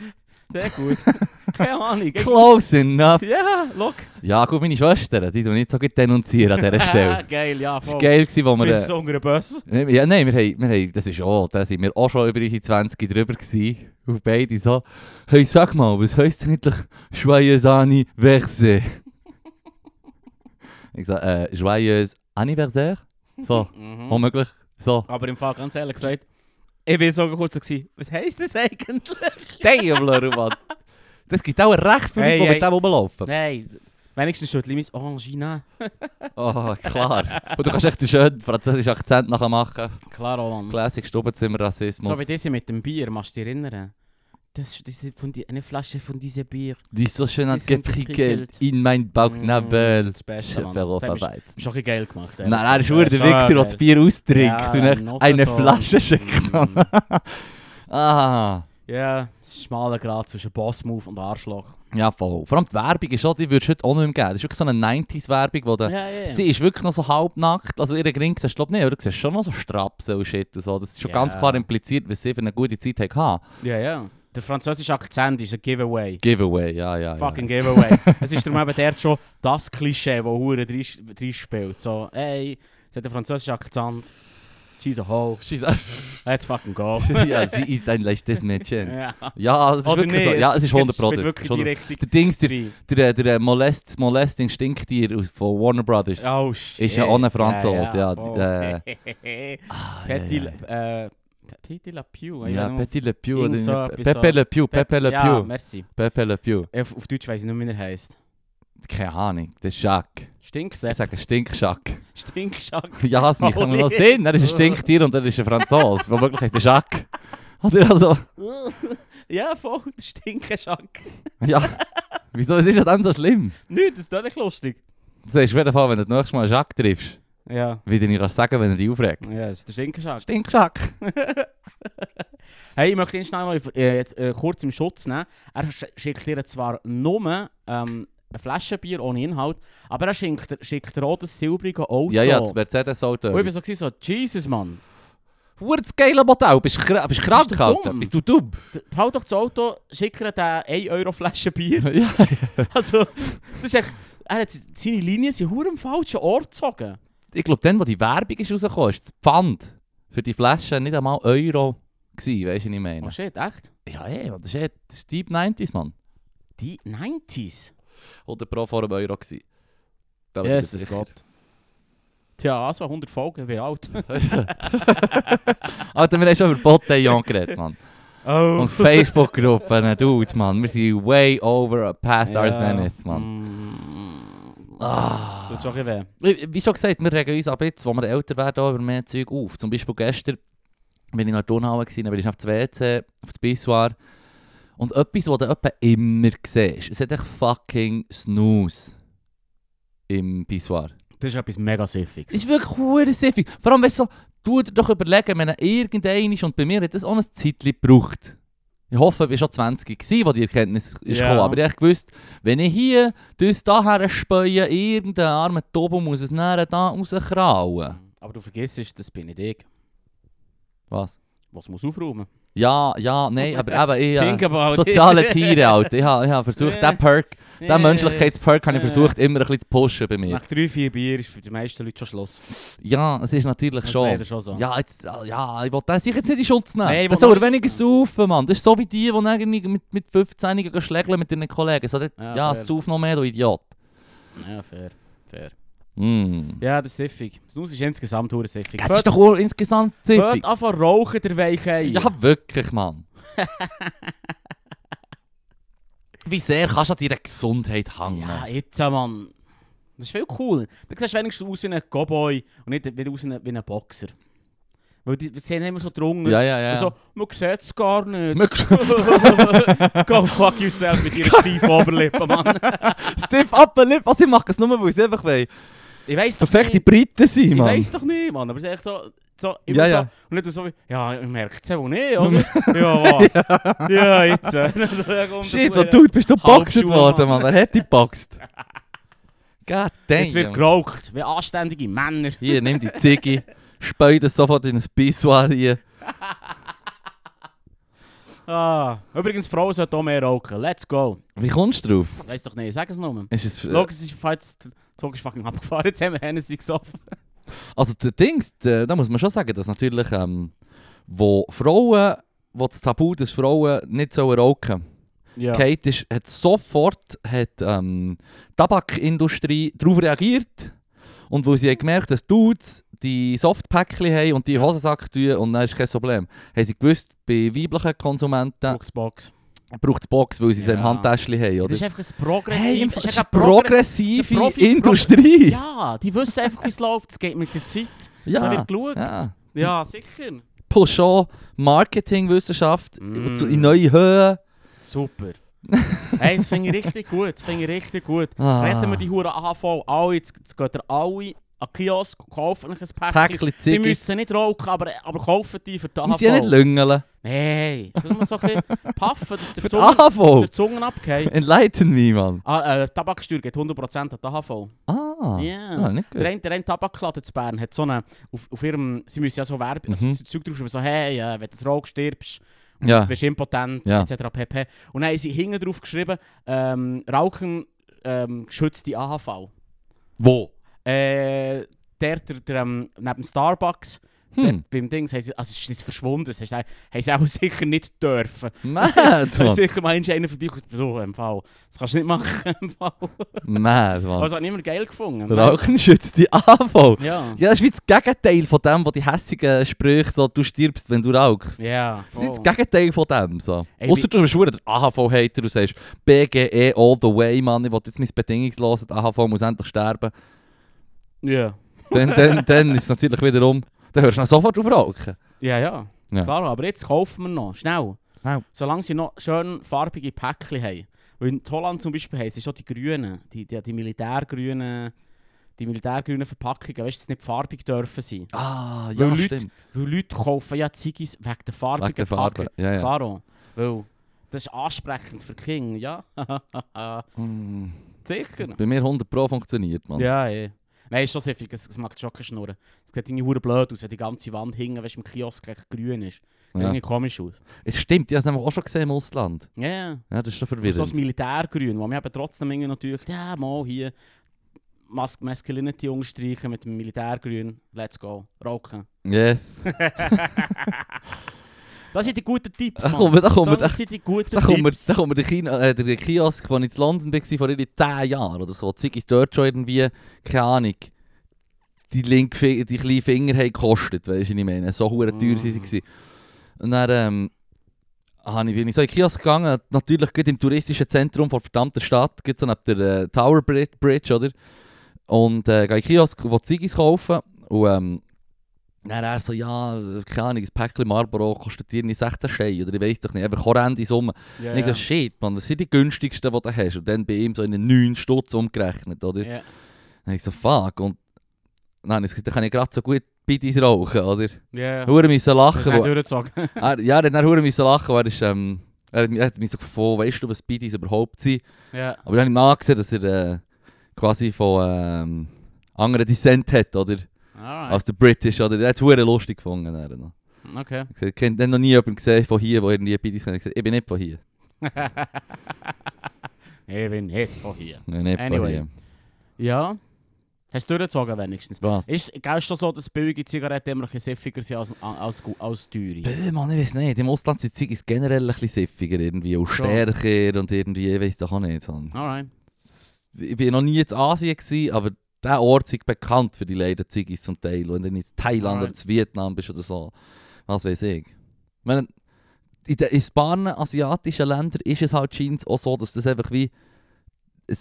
S2: Sehr gut. Keine Ahnung.
S1: Close enough.
S2: Ja, look.
S1: Ja, gut, meine Schwester, die du nicht so gut denunzieren an dieser Stelle.
S2: Geil, ja,
S1: Es war
S2: voll.
S1: geil, gewesen, wo wir...
S2: Fünf
S1: äh,
S2: so unter den Bus.
S1: Ja, nein, wir haben, wir haben, das ist auch, da sind wir auch schon über unsere 20 drüber gewesen. Und beide so, hey, sag mal, was heisst eigentlich Joyeuse Anniversaire? ich sag, äh, Joyeuse Anniversaire? So,
S2: Mhm.
S1: womöglich, so.
S2: Aber im Fall, ganz ehrlich gesagt, ich bin sogar kurz so gewesen. Was heisst das eigentlich?
S1: Damn, Mann. Das gibt auch recht für
S2: Hey,
S1: Leute, die mit
S2: hey.
S1: dem rumlaufen.
S2: Nein, wenigstens schüttle ich mein Orangina.
S1: Oh, klar. Und du kannst echt einen schönen französischen Akzent nachher machen.
S2: Klar, Roland.
S1: Classic Stubenzimmer Rassismus.
S2: So wie diese mit dem Bier, machst du dich erinnern? Das ist diese, von die, eine Flasche von diesem Bier.
S1: Die ist so schön hat
S2: Die sind
S1: geprickelt
S2: geprickelt.
S1: in mein Bauchnabel.
S2: Mm, das Beste,
S1: Schöpfer
S2: Mann.
S1: auf
S2: Das hat mich-
S1: Arbeit.
S2: Ist schon geil gemacht.
S1: Nein, er ist nur der Wichser, der das Bier austrinkt und dann eine Flasche
S2: Mhm.
S1: schickt. ah,
S2: Ja, es ist ein schmaler Grad zwischen Boss-Move und Arschloch.
S1: ja voll. Vor allem die Werbung ist auch, die würdest du heute auch nicht mehr geben. Das ist wirklich so eine 90s-Werbung, wo der...
S2: Ja, ja.
S1: Sie ist wirklich noch so halbnackt, also ihre Gring siehst du glaub nicht, aber du siehst schon noch so Strapsen und shit und so. Das ist schon ganz
S2: Ja.
S1: klar impliziert, was sie für eine gute Zeit hatte.
S2: ja, ja. Der französische Akzent ist ein Giveaway.
S1: Giveaway, ja, ja, ja.
S2: Fucking Giveaway. es ist darum eben der schon das Klischee, das Hure drin spielt. So, ey, sie hat einen französischen Akzent. She's a hoe.
S1: Scheiße.
S2: Let's fucking go.
S1: ja, sie ist ein leichtes Mädchen.
S2: ja.
S1: Ja, das ist
S2: Oder
S1: wirklich
S2: nee,
S1: so. Ja, es ist 100 Pro.
S2: spielt wirklich die richtige
S1: Der Dings, der,
S2: Drei.
S1: der, der äh, Molest, das Molesting Stinktier aus- von Warner Brothers.
S2: Oh, shit.
S1: Ist ja auch ein Franzose, ja,
S2: voll.
S1: Ah,
S2: Petit,
S1: ja,
S2: äh, Petit La Pew.
S1: ja. ja, Petit Le Pew.
S2: Irgend
S1: oder
S2: so
S1: irgendwie-
S2: etwas
S1: Pepe
S2: so.
S1: Le Pew, Pepe Le
S2: Ja,
S1: Pew.
S2: merci.
S1: Pepe Le Pew.
S2: Auf, auf Deutsch weiss ich nicht, wie er heisst.
S1: Keine Ahnung, das ist Schack. Ich
S2: Stinksepp.
S1: sage Stinkschack.
S2: Stinkschack.
S1: Ja, es macht
S2: Oh,
S1: mir noch
S2: nee.
S1: Sinn. Er ist ein Stinktier und er ist ein Franzose. Womöglich heißt er Schack. Oder also,
S2: ja, voll. der Stinkenschack.
S1: ja. Wieso es ist das dann so schlimm?
S2: Nö, das ist doch nicht lustig.
S1: Du sagst, jeden Fall, wenn du das nächste Mal einen Schack triffst,
S2: Ja.
S1: wie du ihn kannst sagen, wenn er dich aufregt.
S2: Ja, das ist der Stinkenschack.
S1: Stinkschack.
S2: Hey, ich möchte ihn schnell mal äh, jetzt, äh, kurz im Schutz nehmen. Er sch schickt dir zwar nur ähm, eine Flasche Bier ohne Inhalt, aber er schickt, schickt dir auch das silbrige Auto.
S1: Ja, ja, das Mercedes-Auto.
S2: Und ich bin so, gewesen, so, Jesus, Mann.
S1: Hure das geile Modell, bist, kra bist krank
S2: Bist du
S1: gehalten,
S2: dumm?
S1: bist du dumm?
S2: D- Halt doch das Auto, schick dir den 1 Euro Flasche Bier.
S1: ja,
S2: Also, das ist echt, er hat seine Linien sind hure am falschen Ort gezogen.
S1: ich glaube, dann, wo die Werbung ist rausgekommen ist, das Pfand für die Flasche nicht einmal Euro gewesen, weißt du, was ich meine?
S2: Oh shit, echt?
S1: Ja, ey, das ist, eh- das ist Deep 90s, Mann.
S2: Die 90s?
S1: Oder pro vor einem Euro gewesen. Da bin ich mir
S2: Jesus
S1: sicher.
S2: Gott. Tja, also 100 Folgen, wie alt?
S1: Alter, wir haben schon über Botellon geredet, Mann.
S2: Oh.
S1: Und Facebook-Gruppen, Dude, Mann. Wir sind way over past our zenith, Mann.
S2: Mm.
S1: Ah.
S2: Tut schon ein bisschen weh.
S1: Wie wie schon gesagt, wir regen uns ab jetzt, wo wir älter werden, auch über mehr Zeug auf. Zum Beispiel gestern bin ich in der Turnhalle, gewesen, dann bin ich auf das WC, auf das Bissoir. Und etwas, was du etwa immer siehst, es hat echt fucking Snooze im Pissoir.
S2: Das ist etwas mega
S1: Es
S2: Siffiges.
S1: ist wirklich hure siffig. Vor allem, weißt du, so, tu dir doch überlegen, wenn irgendein ist, und bei mir hat das auch ein Zeitchen gebraucht. Ich hoffe, ich war schon 20 gewesen, wo die Erkenntnis ist
S2: Ja.
S1: gekommen. Aber ich hab gewusst, wenn ich hier das daher speue, irgendein armer Tobo muss es näher da rauskrauen.
S2: Aber du vergisst, das bin nicht ich.
S1: Was?
S2: Was muss aufräumen?
S1: Ja, ja, nein, aber eben, ich,
S2: Think
S1: äh,
S2: about
S1: soziale
S2: it.
S1: Tiere, Alter. Ich habe ich hab versucht,
S2: Ja.
S1: diesen Perk,
S2: Ja.
S1: diesen Menschlichkeitsperk habe ich
S2: Ja.
S1: versucht, immer ein bisschen zu pushen bei mir.
S2: Nach drei, vier Bier ist für die meisten Leute schon Schluss.
S1: Ja, es ist natürlich
S2: Das ist
S1: schon.
S2: leider schon so.
S1: Ja, jetzt, ah, ja, ich will das sicher jetzt nicht in Schutz nehmen.
S2: Nein, ich
S1: Nein,
S2: will
S1: das soll er
S2: nur in
S1: weniger
S2: Schutz
S1: saufen, Mann. Das ist so wie die, die dann irgendwie mit, mit 15 gehen schlägeln mit ihren Kollegen. So, dort,
S2: Ja,
S1: ja,
S2: fair.
S1: sauf noch mehr, du Idiot.
S2: Ja, fair. fair.
S1: Mm.
S2: Ja, das ist siffig. Snus ist insgesamt hure siffig.
S1: Das ist doch wohl insgesamt ziffig.
S2: Hört an von rauchen, der Weichei.
S1: Ja, wirklich, Mann. wie sehr kannst du an deiner Gesundheit hängen?
S2: Ja, jetzt, äh, Mann. Das ist viel cooler. Da siehst du wenigstens aus wie ein Cowboy und nicht, nicht aus wie ein- wie ein Boxer. Weil die, die sehen immer so drunter.
S1: ja, ja. ja.
S2: Also, man sieht es gar nicht.
S1: Möchtest-
S2: Go fuck yourself mit ihrer steifen Oberlippe, Mann.
S1: Stiff upper lip, was ich mache es nur, weil ich es einfach will.
S2: Ich weiss doch
S1: Perfekte
S2: nicht.
S1: Briten sein,
S2: Ich
S1: Mann.
S2: weiss doch nicht, Mann. Aber es ist echt so... so immer
S1: Ja,
S2: so
S1: ja.
S2: Und nicht so wie... Ja, ich merke es ja wohl nicht, oder? ja, was? ja, jetzt. äh. Also, da kommt
S1: Shit,
S2: der
S1: was du bist du geboxt
S2: Halbschuhe,
S1: worden, Mann. Wer hat dich geboxt? God damn.
S2: Jetzt wird geraucht. Wie anständige Männer.
S1: Hier, nimm die Ziggy. Speu das sofort in ein Pissoir hier.
S2: Ah. Übrigens, Frauen sollten auch mehr rauchen. Let's go.
S1: Wie kommst du drauf?
S2: Weiss doch nicht, sag es nochmal.
S1: Ist es, äh,
S2: Logisch, es ist jetzt, der Zug ist fucking abgefahren, jetzt haben wir Hennessy gesoffen.
S1: also der Dings, der, da muss man schon sagen, dass natürlich, ähm, wo Frauen, wo das Tabu, dass Frauen nicht sollen rauchen, ja.
S2: Ja.
S1: Kate ist, hat sofort hat, ähm, die Tabakindustrie darauf reagiert. Und wo sie haben gemerkt dass Dudes die Softpäckchen haben und die in den Hosensack tun und dann ist kein Problem. Haben sie gewusst, bei weiblichen Konsumenten
S2: Box.
S1: braucht es Box, weil sie es
S2: Ja.
S1: im Handtäschchen haben,
S2: Das
S1: oder?
S2: ist einfach ein
S1: Hey,
S2: progressiv.
S1: das
S2: das
S1: ist
S2: einfach
S1: eine
S2: progressiv.
S1: progressive
S2: das ist eine Profi-
S1: Industrie.
S2: Ja, die wissen einfach, wie es läuft. Das geht mit der Zeit. Da
S1: Ja,
S2: wird geschaut.
S1: ja.
S2: Ja, sicher.
S1: Push on Marketingwissenschaft
S2: Mm.
S1: zu- in neue Höhen.
S2: Super. hey, das finde ich richtig gut. Das finde ich richtig gut.
S1: Ah.
S2: Retten wir die Huren AHV alle. Jetzt, jetzt geht ihr alle an den Kiosk, kaufen euch ein Päckchen.
S1: Ah. Päckchen
S2: Die
S1: Ziggis.
S2: müssen nicht rauchen, aber, aber kaufen die für die AHV.
S1: Wir sind ja nicht lüngeln.
S2: Nein, das muss man so ein bisschen puffen, dass
S1: Für
S2: der
S1: die
S2: Zunge, dass
S1: AHV.
S2: der Zunge abgeht.
S1: Enlighten me, Mann.
S2: Ah, äh, Tabaksteuer geht 100% an die AHV.
S1: Ah,
S2: Ja.
S1: ah, nicht
S2: Der
S1: gut.
S2: eine, der eine Tabakladen zu Bern hat so eine, auf, auf ihrem, sie müssen ja so Werbung, also
S1: Mhm.
S2: so Zeug draufschreiben, so hey, äh, wenn du Rauch stirbst,
S1: Ja.
S2: bist impotent,
S1: Ja.
S2: etc. pp. Und dann haben sie hinten drauf geschrieben, ähm, Rauchen ähm, schützt die AHV.
S1: Wo?
S2: Äh, der, der, der ähm, neben Starbucks,
S1: Hm.
S2: dort beim Dings, haben sie, also es ist jetzt verschwunden, das haben sie- haben sie auch sicher nicht dürfen.
S1: Mad,
S2: Da ist
S1: Mann.
S2: sicher mal einer vorbeigekommen, du, im Fall, das kannst du nicht machen, im Fall.
S1: Mad, Mann.
S2: Also hat niemand geil gefunden.
S1: Rauchen schützt die AV.
S2: Ja.
S1: Ja, das ist wie das Gegenteil von dem, wo die hässigen Sprüche so, du stirbst, wenn du rauchst.
S2: Ja, Oh.
S1: Das ist
S2: voll.
S1: das Gegenteil von dem. So.
S2: Ey,
S1: Außer du bist verdammt der AHV-Hater und sagst, BGE E all the way, Mann, ich will jetzt mein bedingungsloses die AHV muss endlich sterben.
S2: Ja.
S1: Dann, dann, dann ist es natürlich wiederum, dann hörst du dann sofort auf Rauchen.
S2: Ja, ja.
S1: Ja.
S2: Klar, aber jetzt kaufen wir noch. Schnell.
S1: Schnell.
S2: Solange sie noch schön farbige Päckchen haben. Weil in Holland zum Beispiel haben sie schon die grünen, die, die, die militärgrünen, die militärgrünen Verpackungen, weißt du, dass nicht farbig dürfen sein.
S1: Ah,
S2: Weil Leute Weil Leute kaufen ja Ziggis wegen der farbigen
S1: Wegen der
S2: Packung.
S1: Farbe, ja, ja.
S2: Klaro. Weil das ist ansprechend für King, ja.
S1: Hm,
S2: Sicher.
S1: Bei mir 100 Pro funktioniert, Mann.
S2: Ja, ja. Nein, ist schon sehr viel, es, es macht schon keine Schnurren. Es sieht irgendwie hure blöd aus, wenn die ganze Wand hingen, weißt du, im Kiosk gleich grün ist. Sieht
S1: Ja.
S2: irgendwie komisch aus.
S1: Es stimmt, ich habe es nämlich auch schon gesehen im Ausland.
S2: Ja, ja.
S1: Ja, das ist schon
S2: So das
S1: verwirrend.
S2: Militärgrün, wo wir eben trotzdem irgendwie natürlich, ja, mal hier Mas Masculinity unterstreichen mit dem Militärgrün. Let's go. Rocken.
S1: Yes.
S2: Das sind die guten Tipps,
S1: Da
S2: Mann.
S1: kommen, da kommen, da,
S2: Das sind die guten
S1: da kommen,
S2: Tipps.
S1: da kommen der, China, äh, der Kiosk, wo ich in London war, vor irgendwie 10 Jahren oder so. Ziggy dort schon irgendwie, keine Ahnung, die, link, die kleinen Finger haben gekostet, weißt du, was ich meine. So hure teuer
S2: Mm.
S1: waren sie. gewesen. Und dann ähm, habe ich, bin ich so in den Kiosk gegangen, natürlich gerade im touristischen Zentrum von verdammter Stadt, gibt es neben der äh, Tower Bri- Bridge, oder? Und äh, gehe in den Kiosk, wo Ziggis kaufen. Und ähm, dann er so, ja, keine Ahnung, ein Päckchen Marlboro kostet irgendwie 16 Scheine oder ich weiß doch nicht, um, einfach horrende Summe.
S2: Ja,
S1: Und ich
S2: ja.
S1: so, shit, man, das sind die günstigsten, die du hast. Und dann bei ihm so in den 9 Stutz umgerechnet, oder?
S2: Ja.
S1: Und ich so, fuck. nou, Und dann, ich, dann kann ich gerade so gut Biddies rauchen, oder?
S2: Ja.
S1: Hure müssen
S2: Das
S1: lachen.
S2: ist nicht
S1: wo-
S2: durchgezogen.
S1: er, ja, er hat dann hure müssen lachen, weil er ist, ähm, er hat, mich- er hat mich so gefragt, weißt du, was Biddies überhaupt sind?
S2: Ja.
S1: Aber dann habe ich nachgesehen, dass er äh, quasi von ähm, anderen Descent hat, oder?
S2: Alright.
S1: Als der British, oder? Er hat es hure lustig gefunden. Er, noch.
S2: Okay.
S1: Ich habe kennt- dann noch nie jemanden gesehen von hier, der irgendwie Biddies kennt. Ich habe gesagt, Ich bin nicht von hier.
S2: ich bin nicht von hier.
S1: Ich bin nicht von
S2: Anyway.
S1: hier.
S2: Ja. Hast du durchgezogen wenigstens?
S1: Was?
S2: Ist, gell, ist schon so, dass billige Zigaretten immer ein bisschen siffiger sind als, als, als, als teure?
S1: Bö, Mann, ich weiß nicht. Im Ausland sind Zeug generell ein bisschen siffiger irgendwie und
S2: Schon.
S1: stärker und irgendwie, ich weiß doch auch nicht. Mann.
S2: Alright.
S1: Ich war noch nie in Asien, gewesen, aber der Ort ist bekannt für die Läden Ziggis zum Teil. Wenn du in Thailand
S2: Alright.
S1: oder in Vietnam bist oder so, was weiß ich. ich meine, in den in Spanien, asiatischen Ländern ist es halt scheint auch so, dass das einfach wie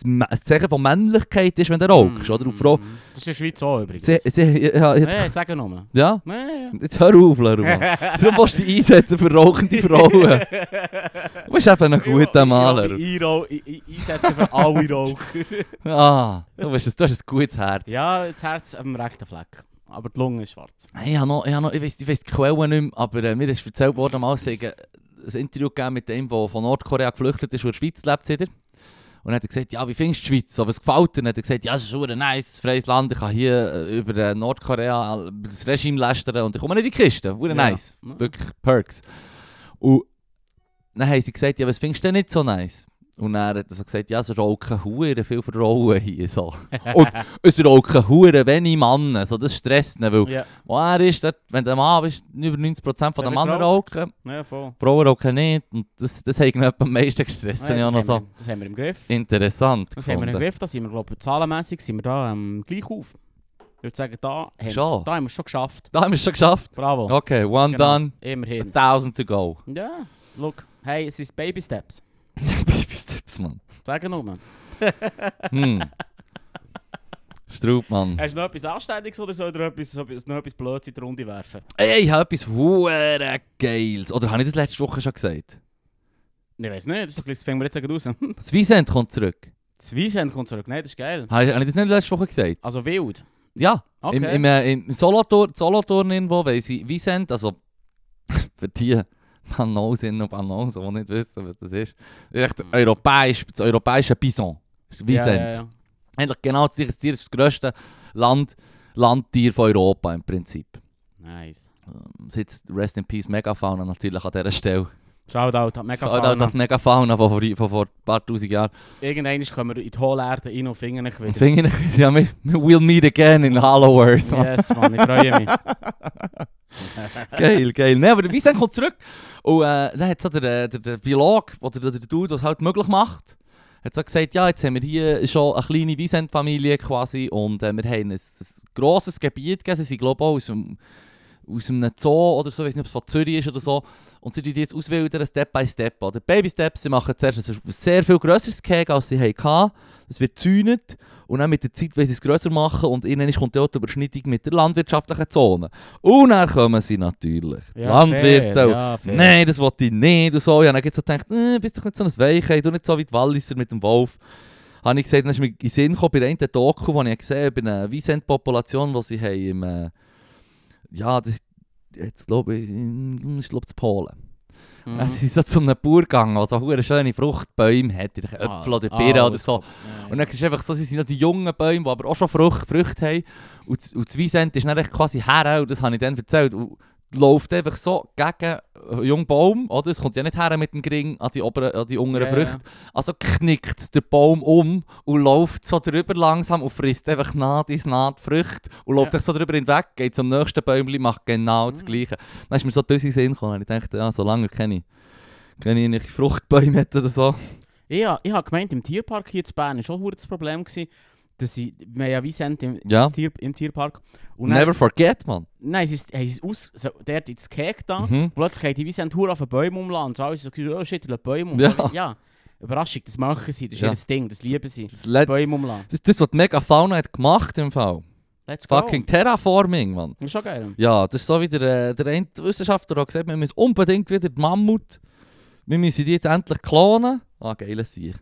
S1: ein, ein Zeichen von Männlichkeit ist, wenn du rauchst, oder? Und Frau,
S2: Mhm. Das ist in der Schweiz auch übrigens.
S1: sie, sie, ja, ja,
S2: Nein, sag nur.
S1: ja,
S2: Nein.
S1: jetzt hör auf, Leroy. Darum musst du dich einsetzen für rauchende Frauen. Du bist eben ein guter Maler.
S2: Ich einsetzen für alle Raucher.
S1: Ah, du, bist ein, du hast ein gutes Herz.
S2: ja, das Herz auf dem rechten Fleck. Aber die Lunge ist schwarz.
S1: Hey, ich, hab noch, ich, hab noch, ich, weiss, ich weiss die Quelle nicht mehr, aber äh, mir ist erzählt worden, mal sagen, ein Interview gegeben mit dem, der von Nordkorea geflüchtet ist und in der Schweiz lebt. Wieder. Und dann hat er gesagt, ja, wie findest du die Schweiz? So, was gefällt dir? Und dann hat er gesagt, ja, es ist ein nice, freies Land. Ich kann hier äh, über äh, Nordkorea äh, über das Regime lästern und ich komme nicht in die Kiste. Hure
S2: Ja.
S1: nice.
S2: Ja.
S1: Wirklich Perks. Und dann haben sie gesagt, ja, was findest du denn nicht so nice? Und dann hat er so gesagt, ja, es rauchen Huren, viel Frauen hier. So. Und es rauchen Huren, wenig Männer. So, das stresst ihn, weil
S2: Ja,
S1: wo er ist, dort, wenn du ein Mann bist, über 90% von
S2: Ja,
S1: den
S2: wird
S1: Männern
S2: geraucht.
S1: rauchen.
S2: ja voll.
S1: Die Frauen rauchen nicht. Und das, das hat mich am meisten gestresst. Das
S2: Nein,
S1: habe ich auch noch
S2: das,
S1: so
S2: haben wir, das haben wir im Griff.
S1: interessant
S2: Das haben wir im
S1: gefunden.
S2: Griff. Da sind wir, glaube ich, zahlenmässig sind wir da ähm, gleich auf. Ich würde sagen, da haben, wir's-
S1: Schon.
S2: da haben wir es schon geschafft.
S1: Da haben wir es schon geschafft.
S2: Bravo.
S1: Okay, one
S2: Genau.
S1: done, a
S2: Immerhin.
S1: thousand to go.
S2: Ja, look. Hey, es ist Baby Steps.
S1: Baby Steps, Mann.
S2: Sag nur.
S1: Hm. Straub, Mann.
S2: Hast du noch etwas Anständiges oder soll dir etwas, noch etwas Blödes in die Runde werfen?
S1: Ey, ich habe etwas hure Geiles. Oder habe ich das letzte Woche schon gesagt?
S2: Ich weiß nicht, das, ist doch- das fangen wir jetzt gerade raus.
S1: Das Wiesent kommt zurück.
S2: Das Wiesent kommt zurück. Nein, das ist geil.
S1: Habe ich, habe ich das nicht letzte Woche gesagt?
S2: Also wild.
S1: Ja.
S2: Okay.
S1: Im, im, äh, im Solothurn, Solothurn irgendwo, weil sie Vicent, also für die Banausen und Banausen, die nicht wissen, was das ist, ist echt europäisch, das europäische Bison. Das ist Vicent.
S2: Mhm. Ja, ja, ja.
S1: Eigentlich genau das gleiche Tier, das ist das grösste Land, Landtier von Europa im Prinzip.
S2: Nice.
S1: Ähm, Sitzt Rest in Peace Megafauna natürlich an dieser Stelle.
S2: Shoutout an Megafauna.
S1: Shoutout an die Megafauna von, vor- von vor ein paar tausend Jahren.
S2: Irgendwann kommen wir in die Hohlerde rein und finden euch wieder.
S1: Finde ich, ja, wir, wir will meet again in Hollow Earth. Mann.
S2: Yes, Mann, ich freue mich.
S1: geil, geil. Nee, aber der Wiesent kommt zurück. Und äh, dann hat so der, äh, der, der Biolog, oder der, der Dude, der es halt möglich macht, hat so gesagt, ja, jetzt haben wir hier schon eine kleine Wiesent-Familie quasi und äh, wir haben ein, ein grosses Gebiet gegeben. Sie sind, glaube ich, auch aus, dem, aus einem Zoo oder so, ich weiß nicht, ob es von Zürich ist oder so. Und sie tun die jetzt auswildern, Step by Step. Oder Baby Steps, sie machen zuerst ein sehr viel grösseres Cake, als sie hatten. Es wird gezäunet und dann mit der Zeit, wenn sie es grösser machen und irgendwann kommt dort die Überschneidung mit der landwirtschaftlichen Zone. Und dann kommen sie natürlich. Die
S2: Ja,
S1: Landwirte.
S2: fair,
S1: und-
S2: ja, fair.
S1: Nein, das wollte ich nicht. Und so. Ich habe dann so gedacht, äh, bist doch nicht so ein Weichheit, du nicht so wie die Walliser mit dem Wolf. Habe ich gesagt, dann ist mir in den Sinn gekommen, bei einem Doku, den ich gesehen habe, über eine Wiesent-Population, die sie haben im... Äh, ja, das, jetzt glaube ich, in- ich glaube in Polen.
S2: Mhm.
S1: Also, sie sind so zu einem Bauer gegangen, der so hure schöne Fruchtbäume hat, oder Äpfel oder
S2: Ah,
S1: Birnen
S2: ah,
S1: oder so.
S2: Ja, ja.
S1: Und dann ist es einfach so, sie sind noch die jungen Bäume, die aber auch schon Frucht, Früchte haben. Und, das- und das Wiesent ist dann echt quasi her, und das habe ich dann erzählt. Und läuft einfach so gegen jungen Baum, oder? Es kommt ja nicht her mit dem Gring an die, oberen, an die unteren
S2: Ja, ja, ja.
S1: Früchte. Also knickt der Baum um und läuft so drüber langsam und frisst einfach Naht ins Naht Früchte und läuft
S2: Ja.
S1: sich so drüber hinweg, geht zum nächsten Bäumchen, macht genau das
S2: Mhm.
S1: Gleiche. Dann ist mir so durch den Sinn gekommen. Ich dachte, ja, so lange kenne ich. Kenne ich nicht Fruchtbäume hat oder so.
S2: Ich, ha- ich habe gemeint, im Tierpark hier in Bern war schon ein das Problem, gewesen, dass ich, wir haben ja Vicent im,
S1: Ja.
S2: im Tier, im Tierpark. Und
S1: Never forget, man.
S2: Dann, nein, sie ist, haben sie es aus, so, der hat ins Cake da.
S1: Mhm.
S2: Plötzlich haben die Vicent Hure auf den Bäumen umladen. So alles so, gesagt, oh shit, die lassen Bäume um.
S1: Ja.
S2: ja. Überraschung, das machen sie, das ist
S1: Ja.
S2: ihr Ding, das lieben sie.
S1: Das, Let-
S2: Bäume umladen.
S1: das, das, was die Megafauna hat gemacht im Fall.
S2: Let's go.
S1: Fucking Terraforming, man.
S2: Das ist schon geil.
S1: Ja, das ist so wie der, äh, der eine Wissenschaftler der hat gesagt, wir müssen unbedingt wieder die Mammut, wir müssen die jetzt endlich klonen. Ah, geile Sieg.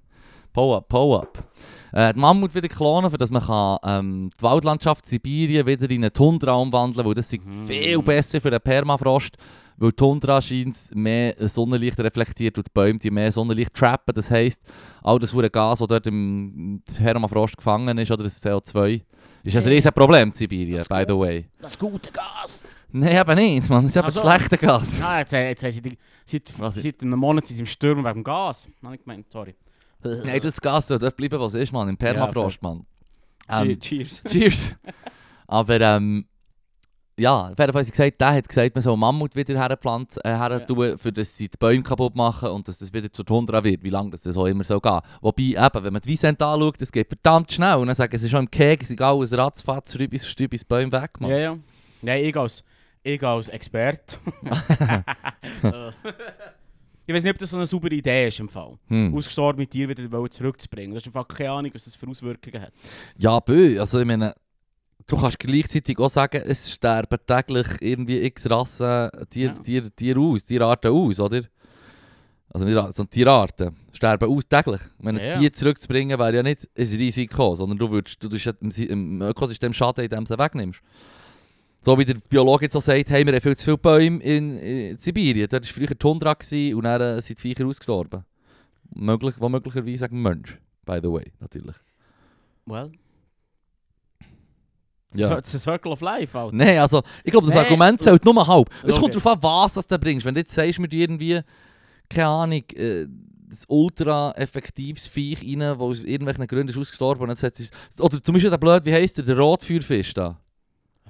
S1: Pow-up, pow-up. Äh, die Mammut wieder klonen, damit man kann, ähm, die Waldlandschaft Sibirien wieder in einen Tundra umwandeln weil das ist
S2: Mhm.
S1: viel besser für den Permafrost, weil die Tundra scheint mehr Sonnenlicht reflektiert und die Bäume die mehr Sonnenlicht trappen. Das heisst, all das verdammte Gas, das dort im Permafrost gefangen ist, oder das CO2, ist ein
S2: Hey.
S1: riesen Problem in Sibirien,
S2: Das
S1: by the way.
S2: Das gute Gas.
S1: Nein, eben nicht, Mann. Das ist eben
S2: Also-
S1: schlechter Gas.
S2: Ah, jetzt, jetzt haben sie die, seit,
S1: Was ist-
S2: seit einem Monat sind sie im Sturm wegen dem Gas. Hab ich gemeint, sorry.
S1: Nein, das Gas soll dort bleiben, was ist, Mann. Im Permafrost, Mann. Ähm,
S2: Cheers.
S1: cheers. Aber, ähm, ja, auf jeden Fall, sie gesagt, der hat gesagt, man soll Mammut wieder herpflanzen, äh, her tun, für dass sie die Bäume kaputt machen und dass das wieder zur Tundra wird, wie lange das, das auch immer so geht. Wobei, eben, wenn man die Wiesent anschaut, das geht verdammt schnell. Und dann sagen sie schon im Keg, sie gehen alles ratzfatz, rübis, stübis, Bäume weg, Mann.
S2: Ja, ja. Nein, ich als, ich als Experte. ich weiß nicht, ob das so eine saubere Idee ist im Fall.
S1: Hm.
S2: Ausgestorbene Tiere wieder wollen zurückzubringen. Das ist einfach keine Ahnung, was das für Auswirkungen hat.
S1: Ja, bö, also ich meine, du kannst gleichzeitig auch sagen, es sterben täglich irgendwie x Rassen Tier,
S2: Ja.
S1: Tier, Tier aus, Tierarten aus, oder? Also nicht Ra- sondern Tierarten sterben aus täglich. Ich meine,
S2: Ja, ja.
S1: die zurückzubringen wäre ja nicht ein Risiko, sondern du würdest, du tust ja dem Si- dem Ökosystem Schaden, indem du sie wegnimmst. So wie der Biologe jetzt auch sagt, hey, wir haben viel zu viele Bäume in, in Sibirien. Dort war früher Tundra gewesen und dann äh, sind die Viecher ausgestorben. Möglich, wo möglicherweise ein Mensch, by the way, natürlich.
S2: Well.
S1: Ja.
S2: Ja. It's a circle of life, Alter.
S1: Nein, also ich glaube, das
S2: Nee,
S1: Argument zählt nur halb. Es
S2: schau
S1: kommt
S2: jetzt.
S1: darauf an, was das du bringst. Wenn du jetzt sagst, wir tun irgendwie, keine Ahnung, äh, ein ultra effektives Viech rein, das aus irgendwelchen Gründen ist ausgestorben und dann setzt es- Oder zum Beispiel der blöd, wie heisst der, der Rotfeuerfisch da?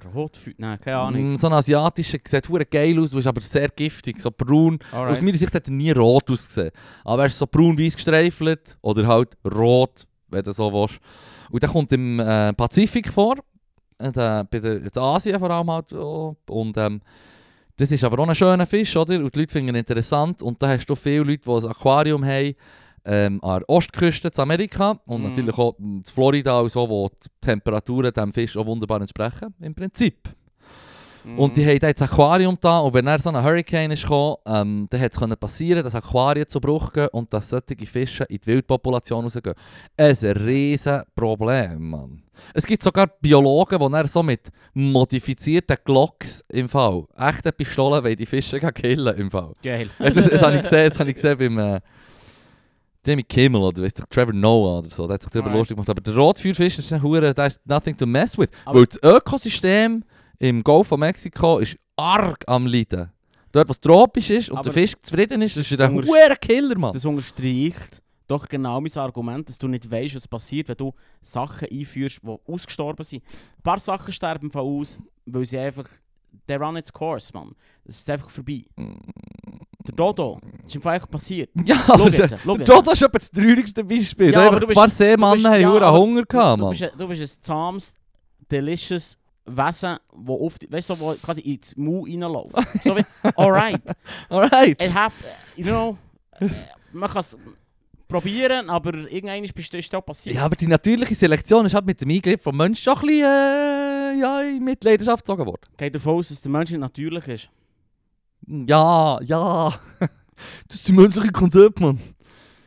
S1: Hm.
S2: Rotfeuer? Nein, keine nou, Ahnung.
S1: Mm, So ein asiatischer, sieht hure geil aus, ist aber sehr giftig, so braun. Aus
S2: Alright.
S1: meiner Sicht hat er nie rot ausgesehen. Aber er ist so braun-weiß gestreifelt oder halt rot, wenn du so willst. Und der kommt im äh, Pazifik vor, und, äh, bei der, in Asien vor allem halt. oh, Und ähm, das ist aber auch ein schöner Fisch, oder? Und die Leute finden ihn interessant. Und da hast du viele Leute, die ein Aquarium haben ähm, an der Ostküste zu Amerika und
S2: Mhm.
S1: natürlich auch in Florida und so, wo die Temperaturen dem Fisch auch wunderbar entsprechen, im Prinzip. Und
S2: Hm.
S1: die haben da jetzt ein Aquarium da und wenn dann so ein Hurricane ist gekommen, ähm, dann hätte es passieren dass Aquarien zu Bruch gehen und dass solche Fische in die Wildpopulation rausgehen. Ein riesen Problem, Mann. Es gibt sogar Biologen, die dann so mit modifizierten Glocks im Fall, echten Pistolen, wollen die Fische gehen killen im Fall.
S2: Geil.
S1: Weißt du, das, das habe ich gesehen, das habe ich gesehen beim äh, Jimmy Kimmel oder weißt du, Trevor Noah oder so, der hat sich darüber
S2: Alright.
S1: lustig gemacht. Aber der Rotfeuerfisch ist ein Hure, der ist nothing to mess with.
S2: Aber-
S1: weil das Ökosystem im Golf von Mexiko ist arg am Leiden. Dort, was tropisch ist und
S2: Aber
S1: der Fisch zufrieden ist, das ist ein
S2: unter-
S1: hoher Killer, Mann.
S2: Das unterstreicht doch genau mein Argument, dass du nicht weißt, was passiert, wenn du Sachen einführst, die ausgestorben sind. Ein paar Sachen sterben von aus, weil sie einfach. They run its course, Mann. Es ist einfach vorbei.
S1: Mm.
S2: Der Dodo, das ist einfach echt passiert.
S1: Ja, dus, eh, aber
S2: Schau jetzt,
S1: der
S2: schau jetzt.
S1: Dodo ist etwa das traurigste Beispiel.
S2: Ja,
S1: Ja,
S2: aber
S1: einfach
S2: du
S1: ein paar
S2: bist-
S1: Seemannen
S2: bist-
S1: haben
S2: ja,
S1: hohen
S2: aber
S1: Hunger gehabt,
S2: du,
S1: Mann.
S2: bist ein, du bist ein zahmes, delicious Wesen, das oft, weißt du, so, wo quasi ins Mau reinläuft. so wie, alright,
S1: Alright.
S2: it hap, you know, äh, man kann es probieren, aber irgendwann bist du- ist das passiert.
S1: Ja, aber die natürliche Selektion ist halt mit dem Eingriff vom Menschen schon ein bisschen äh, ja, in Mitleidenschaft gezogen worden.
S2: Geht davon aus, dass der Mensch nicht natürlich ist.
S1: Ja, ja. Das ist die mündliche Konzept, Mann.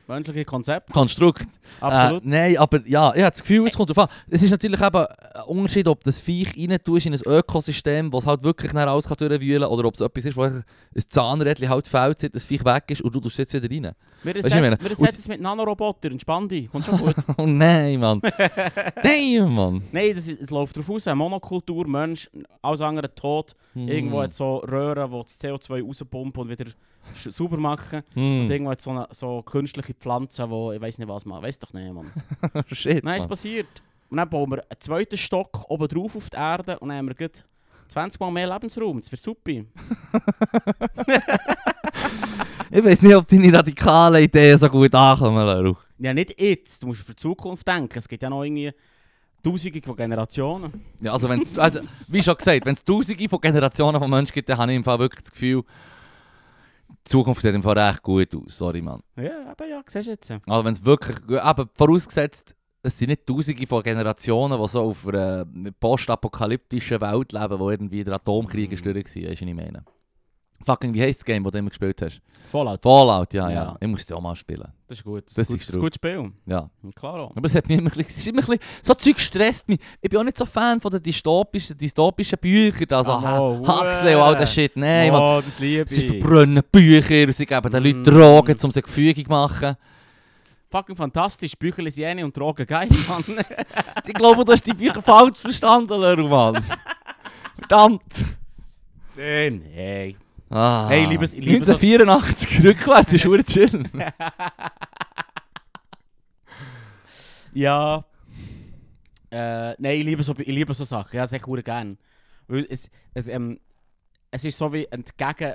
S2: Menschliche Konzept.
S1: Konstrukt.
S2: Absolut.
S1: Äh, nein, aber ja, ich habe das Gefühl, es kommt drauf an. Es ist natürlich eben ein Unterschied, ob das Viech rein tust in ein Ökosystem, wo es halt wirklich nachher alles kann durchwühlen kann, oder ob es etwas ist, wo ein Zahnrädchen halt fällt, seit das Viech weg ist und du tust es jetzt wieder rein.
S2: wir
S1: was ich meine?
S2: ersetzen wir ersetzen es mit Nanorobotern. Entspann dich. Kommt schon gut.
S1: Oh nein, Mann. Damn, Mann.
S2: Nein, das, es läuft drauf aus. Monokultur, Mensch, alles andere tot.
S1: Mm.
S2: Irgendwo hat so Röhren, die das CO2 rauspumpen und wieder sch- sauber machen. Und
S1: Hm.
S2: irgendwo hat so, eine, so künstliche Pflanzen, die ich weiß nicht was machen. Weiß doch nicht, Mann.
S1: Shit,
S2: Nein, es
S1: Mann.
S2: passiert. Und dann bauen wir einen zweiten Stock oben drauf auf die Erde und dann haben wir gleich 20 Mal mehr Lebensraum. Das wäre super.
S1: Ich weiß nicht, ob deine radikalen Ideen so gut ankommen, Leru.
S2: Ja, nicht jetzt. Du musst für die Zukunft denken. Es gibt ja noch irgendwie tausende von Generationen.
S1: Ja, also, wenn's, also wie schon gesagt, wenn es tausende von Generationen von Menschen gibt, dann habe ich im Fall wirklich das Gefühl, die Zukunft sieht im Fall recht gut aus. Sorry, Mann.
S2: Ja, aber ja, siehst du jetzt.
S1: Also wenn es wirklich, aber vorausgesetzt, es sind nicht tausende von Generationen, die so auf einer postapokalyptischen Welt leben, wo irgendwie der Atomkrieg
S2: Mhm.
S1: gestört war, weisst du, was ich meine. Fucking, wie heisst das Game, das du immer gespielt hast?
S2: Fallout.
S1: Fallout, ja, ja.
S2: Ja.
S1: Ich muss es auch mal spielen.
S2: Das ist gut. halt, Das,
S1: Das
S2: ist, gut,
S1: ist
S2: das ist ein gutes Spiel.
S1: Ja.
S2: Klar. auch.
S1: Aber es hat mich immer ein bisschen, es ist immer ein bisschen, so Zeug stresst mich. Ich bin auch nicht so Fan von den dystopischen, dystopischen Büchern, da so
S2: Ah,
S1: Ha-
S2: Mann,
S1: Huxley und all das Shit. Nein, Mann.
S2: oh, das liebe
S1: Sie
S2: ich.
S1: verbrennen Bücher und sie geben den Leuten
S2: Mhm.
S1: Drogen, um sie gefügig zu machen.
S2: Fucking fantastisch. Bücher sind eine und tragen geil, Mann.
S1: Ich glaube, du hast die Bücher falsch verstanden, Roman. Verdammt.
S2: nein, nein.
S1: Ah.
S2: Hey, liebes- ich liebe so-
S1: 1984, rückwärts ist hure chill.
S2: Ja. Äh, nein, ich liebe so, ich liebe so Sachen. Ja, das echt hure gern. Weil es, es, ähm, es ist so wie entgegen.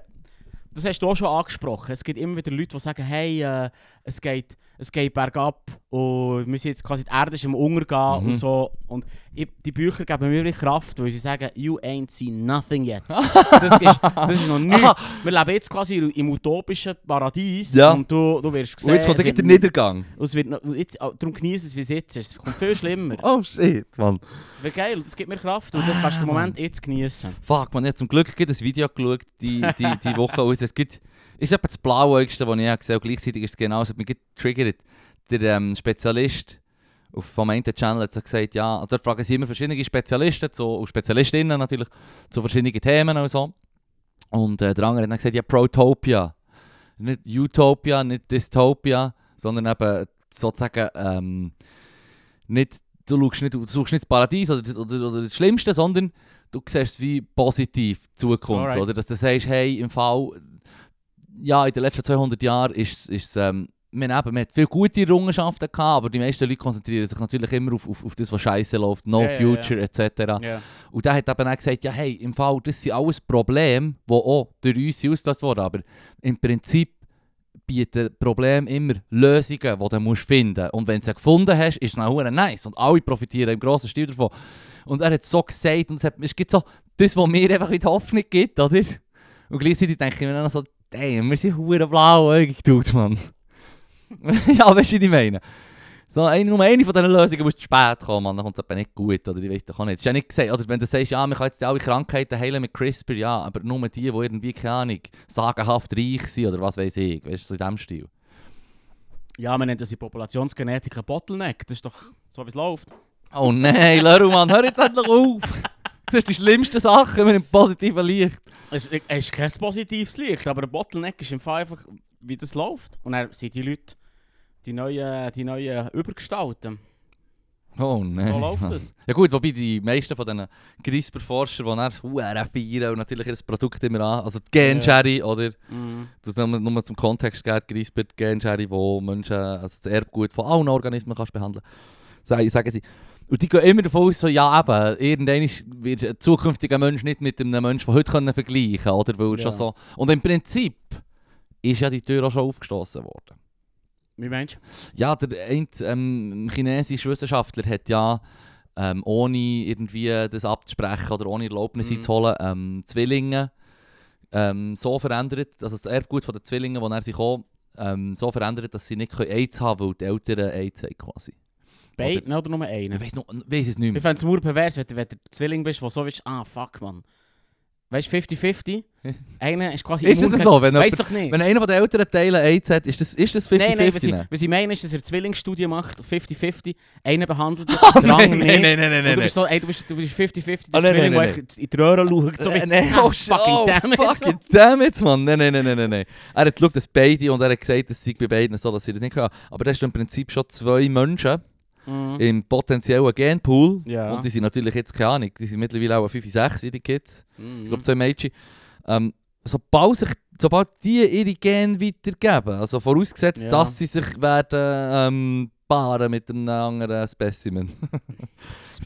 S2: Das hast du auch schon angesprochen. Es gibt immer wieder Leute, die sagen, hey, äh, es, geht, es geht bergab und wir sind jetzt quasi die Erde ist im Untergehen
S1: Mhm.
S2: und so. Und ich, die Bücher geben mir wirklich Kraft, weil sie sagen, you ain't seen nothing yet. das, ist, das ist noch nichts.
S1: Aha.
S2: Wir leben jetzt quasi im utopischen Paradies
S1: Ja.
S2: und du, du wirst
S1: Und
S2: sehen,
S1: jetzt
S2: es
S1: kommt
S2: wird
S1: gleich der Niedergang.
S2: und es wird noch, und jetzt, auch- darum genieße es, wie es jetzt ist. Es kommt viel schlimmer.
S1: Oh shit, Mann.
S2: Es wird geil und es gibt mir Kraft.
S1: Ah,
S2: Und du kannst den Moment jetzt genießen.
S1: Fuck, man, ich habe zum Glück gerade ein Video geschaut, die, die, die Woche aus. Es gibt, ist etwa das Blauäugste, das ich habe gesehen habe. Gleichzeitig ist es genau, es hat mich gerade getriggert. Der ähm, Spezialist auf, vom einen Channel hat sich gesagt, ja, also dort fragen sie immer verschiedene Spezialisten zu, und Spezialistinnen natürlich zu verschiedenen Themen und so. Und äh, der andere hat dann gesagt, ja, Protopia. Nicht Utopia, nicht Dystopia, sondern eben sozusagen ähm, nicht, du, schaust nicht, du suchst nicht das Paradies oder, oder, oder das Schlimmste, sondern du siehst es wie positiv die Zukunft,
S2: Alright.
S1: oder? Dass du sagst, hey, im Fall, ja, in den letzten 200 Jahren ist es, ähm, man, eben, man hat viele gute Errungenschaften gehabt, aber die meisten Leute konzentrieren sich natürlich immer auf, auf, auf das, was scheiße läuft, No
S2: Ja, ja,
S1: Future etc.
S2: Ja.
S1: Und der hat eben auch gesagt, ja hey, im Fall, das sind alles Probleme, die auch durch uns sind ausgelöst wurden. Aber im Prinzip bieten Probleme immer Lösungen, die du musst finden musst. Und wenn du sie gefunden hast, ist es dann verdammt nice. Und alle profitieren im grossen Stil davon. Und er hat es so gesagt, und es, hat, es gibt so das, was mir einfach die Hoffnung gibt, oder? Und gleichzeitig denke ich mir dann so, damn, wir sind verdammt blauäugig, Dude, Mann. ja, weißt du, was ich meine? So, ein, nur eine von diesen Lösungen muss zu spät kommen, Mann. dann kommt es eben nicht gut. Oder ich weiß doch auch nicht. Das ist ja nicht gesagt. Oder wenn du sagst, ja, man kann jetzt alle Krankheiten heilen mit CRISPR, ja, aber nur die, die irgendwie, keine Ahnung, sagenhaft reich sind oder was weiß ich. Weißt du, so in diesem Stil.
S2: ja, man nennt das in Populationsgenetik ein Bottleneck. Das ist doch so, wie es läuft.
S1: Oh nein, Leru, Mann, hör jetzt endlich auf! Das ist die schlimmste Sache mit dem positiven Licht.
S2: Es, es ist kein positives Licht, aber ein Bottleneck ist im Fall einfach, wie das läuft. Und dann sind die Leute die neuen, die neuen Übergestalten.
S1: Oh nein.
S2: So läuft
S1: Mann.
S2: es.
S1: Ja gut, wobei die meisten von diesen CRISPR-Forscher, die dann verdammt feiern und natürlich ihr Produkt immer an, also die Gen-Sherry oder
S2: Mhm.
S1: Das nur, nur zum Kontext geht, CRISPR, Genschere, wo Menschen also das Erbgut von allen Organismen kannst behandeln kannst, sagen sie. Und die gehen immer davon aus, so, ja eben, irgendwann wird ein zukünftiger Mensch nicht mit einem Menschen von heute können vergleichen oder? Weil er
S2: Ja.
S1: schon so... Und im Prinzip ist ja die Tür auch schon aufgestoßen worden.
S2: Wie meinst du?
S1: Ja, der ein ähm, chinesische Wissenschaftler hat ja, ähm, ohne irgendwie das abzusprechen oder ohne Erlaubnis
S2: Mhm.
S1: zu holen, ähm, Zwillinge ähm, so verändert, also das Erbgut von den Zwillingen, wo er sie kam, ähm, so verändert, dass sie nicht können AIDS haben können, weil die Eltern AIDS haben quasi.
S2: Beiden oder nur einen?
S1: Ich weiß es nicht
S2: Ich
S1: mehr.
S2: fände es nur pervers, wenn du, wenn du Zwilling bist, wo so bist, ah fuck man. Weißt du, 50-50? Einer ist quasi
S1: Ist das
S2: immun-
S1: so, wenn
S2: Weiss
S1: jemand-
S2: doch nicht.
S1: Wenn einer von den älteren Teilen AIDS hat, ist das, ist das 50-50?
S2: Nein, nein, was ich,
S1: ne?
S2: was ich meine ist, dass er Zwillingsstudie macht, 50-50, einen behandelt, den
S1: Ah,
S2: anderen
S1: nein, nein,
S2: nicht.
S1: nein, nein,
S2: Und
S1: nein,
S2: du
S1: nein.
S2: bist so, ey, du bist du bist 50-50,
S1: Ah, nein,
S2: der Zwilling,
S1: nein,
S2: der in die Röhre schaut, so
S1: Äh,
S2: wie,
S1: nein,
S2: ah,
S1: oh,
S2: fucking
S1: oh,
S2: damn it.
S1: Fucking damn it, Mann. Nein, nein, nein, nein, nein, nein. Er hat geschaut, dass beide und er hat gesagt, es sei bei beiden so, dass sie das nicht können. Aber das ist im Prinzip schon zwei Menschen
S2: Mhm.
S1: im potenziellen Genpool.
S2: Ja.
S1: Und die sind natürlich jetzt, keine Ahnung, die sind mittlerweile auch 5, 6, die Kids.
S2: Mm.
S1: Ich glaube, zwei Mädchen. Ähm, sobald, sich, sobald die ihre Gene weitergeben, also vorausgesetzt,
S2: Ja.
S1: dass sie sich werden ähm, paaren mit einem anderen Specimen.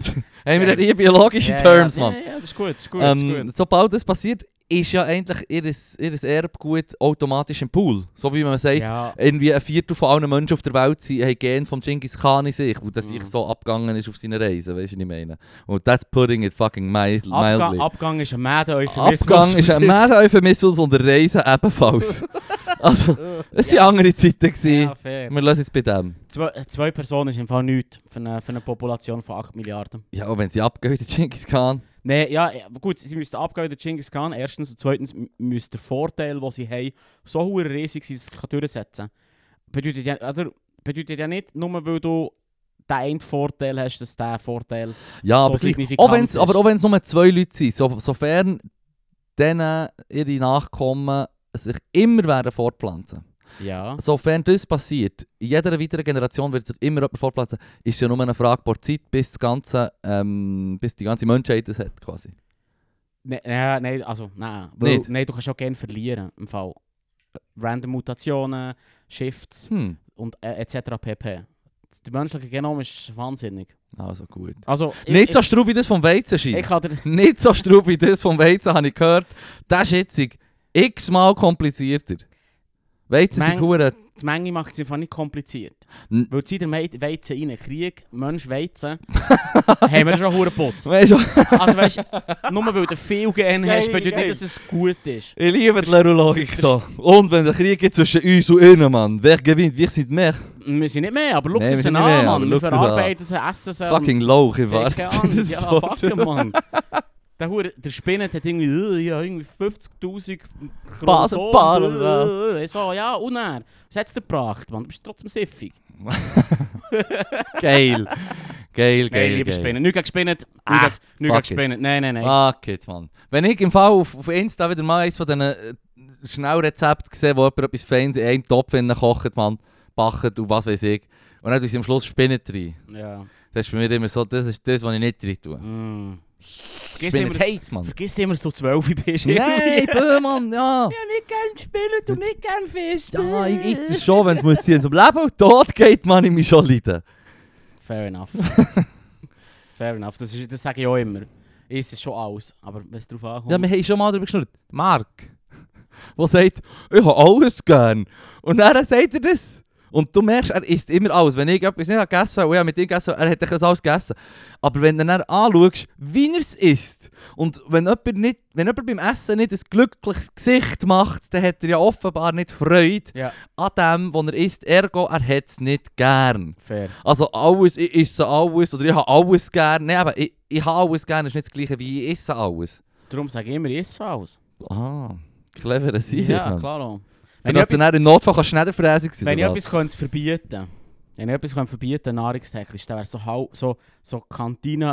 S1: hey, wir haben hier biologische
S2: Ja,
S1: Terms,
S2: ja,
S1: Mann.
S2: Ja, ja, das ist gut, das ist gut, das ist
S1: Ähm,
S2: gut.
S1: sobald das passiert, ist ja eigentlich ihr ihres Erbgut automatisch im Pool. So wie man sagt,
S2: Ja,
S1: irgendwie ein Viertel von allen Menschen auf der Welt sind, haben Gen vom Genghis Khan in sich, und das
S2: Mhm.
S1: ich so abgegangen ist auf seiner Reise, weißt du, was ich meine? Und that's putting it fucking mild,
S2: Abgang,
S1: mildly.
S2: Abgang ist ein mad Euphemismus.
S1: Abgang ist ein
S2: für das.
S1: mehr Euphemismus und Reise ebenfalls. also, es waren andere Zeiten. gewesen.
S2: Ja, fair.
S1: Wir lassen es bei dem.
S2: Zwei, zwei Personen ist im Fall nichts für eine, für eine Population von 8 Milliarden.
S1: Ja, und wenn sie abgehen wie der Genghis Khan.
S2: Nein, ja, ja, aber gut, sie müssten abgehen wie der Genghis Khan. Erstens und zweitens m- müsste der Vorteil, den sie haben, so hoher riesig sein, dass sie es kann durchsetzen kann. Bedeutet, ja, also, bedeutet ja nicht, nur weil du den einen Vorteil hast, dass der Vorteil.
S1: Ja,
S2: so
S1: aber, gleich,
S2: signifikant
S1: auch wenn's,
S2: ist.
S1: aber auch wenn es nur zwei Leute sind, so, sofern denen ihre Nachkommen sich immer werden fortpflanzen.
S2: Ja.
S1: Sofern das passiert, in jeder weiteren Generation wird sich immer jemand fortpflanzen, ist ja nur eine Frage der Zeit, bis, das ganze, ähm, bis die ganze Menschheit das hat, quasi.
S2: Nein, nein, nein, also, nein. Weil,
S1: Nicht?
S2: nein, du kannst auch gerne verlieren. Im Fall. Random Mutationen, Shifts
S1: Hm,
S2: und äh, etc. pp. Der menschliche Genom ist wahnsinnig.
S1: also gut.
S2: Also, ich-
S1: Nicht so
S2: ich,
S1: strub wie das vom Weizen
S2: ich,
S1: scheint.
S2: kann dir,
S1: Nicht so strub wie das vom Weizen, habe ich gehört. Das ist jetzt x-mal komplizierter. Weizen sind
S2: Meng-
S1: verdammt-
S2: die Menge macht es einfach nicht kompliziert.
S1: N-
S2: Weil sie der Mei- Weizen rein, Krieg, Mensch, Weizen, haben wir schon hure putzt.
S1: Weisst du,
S2: Also weißt du, nur weil du viel Gen hast,
S1: Geil,
S2: bedeutet
S1: geil.
S2: nicht, dass es gut ist.
S1: Ich liebe die Lehrer-Logik so. Und wenn der Krieg gibt zwischen uns und ihnen, Mann, wer gewinnt, wir sind mehr.
S2: Wir sind nicht mehr, aber schau
S1: Nee, wir
S2: das
S1: sind
S2: an,
S1: nicht mehr, aber
S2: Mann. Wir
S1: schau das an.
S2: verarbeiten sie, essen sie.
S1: Fucking Lauch, ich
S2: Ja,
S1: weiß.
S2: keine Ahnung. Ja, fuck Mann. Der, Hure, der Spinnet hat irgendwie, äh, ja, irgendwie 50'000 Chromosomen.
S1: Paar oder was?
S2: äh, So, ja, und er. Was hat's dir gebracht, Mann? Du bist trotzdem siffig.
S1: Geil. Geil, geil,
S2: Nein, lieber
S1: geil.
S2: Spinnet. Nicht gegen Spinnet. Nicht
S1: Ah,
S2: gegen- Nicht gegen
S1: fuck it. Ah.
S2: Spinnet. Nein, nein, nein.
S1: Fuck it, Mann. Wenn ich im Fall auf, auf Insta wieder mal eins von diesen äh, Schnellrezepten sehe, wo jemand etwas Feines in einem Topf innen kocht, Mann, backt und was weiß ich, und dann tue ich am Schluss Spinnen rein.
S2: Ja.
S1: Das ist bei mir immer so, das ist das, was ich nicht rein tue.
S2: Mm. Vergiss
S1: Spinnen
S2: immer,
S1: hate, Mann.
S2: vergiss immer, dass du 12 bist.
S1: Nein, bö, Mann, ja.
S2: Ja, nicht gern spielen, du nicht gern Fisch.
S1: Ja, ich esse es schon, wenn es muss sein. Zum Leben und Tod geht, Mann, ich mich schon leiden.
S2: Fair enough. Fair enough. Dus Das, ist, das sage ich auch immer. Ich esse schon alles, aber wenn es drauf ankommt.
S1: Ja, wir haben schon mal darüber geschnurrt. Mark, der sagt, ich habe alles gern. Und dann sagt er das. Und du merkst, er isst immer alles. Wenn ich etwas nicht habe gegessen habe, und ich habe mit ihm gegessen, er hat das alles gegessen. Aber wenn du dann anschaust, wie er es isst, und wenn jemand, nicht, wenn jemand beim Essen nicht ein glückliches Gesicht macht, dann hat er ja offenbar nicht Freude
S2: Ja.
S1: an dem, was er isst. Ergo, er hat es nicht gern.
S2: fair.
S1: Also alles, ich esse alles oder ich habe alles gern. Nein, aber ich, ich habe alles gern ist nicht das gleiche wie ich esse alles.
S2: Darum sage ich immer, ich esse alles.
S1: Ah, cleverer Sieg.
S2: ja,
S1: Mann.
S2: klar. auch.
S1: Für
S2: Wenn ich
S1: das du
S2: etwas,
S1: dann im Notfall kannst schneller fräsen gewesen,
S2: wenn ich
S1: oder was?
S2: etwas könnte verbieten wenn ich etwas könnte verbieten nahrungstechnisch, dann wäre so, hau- so, so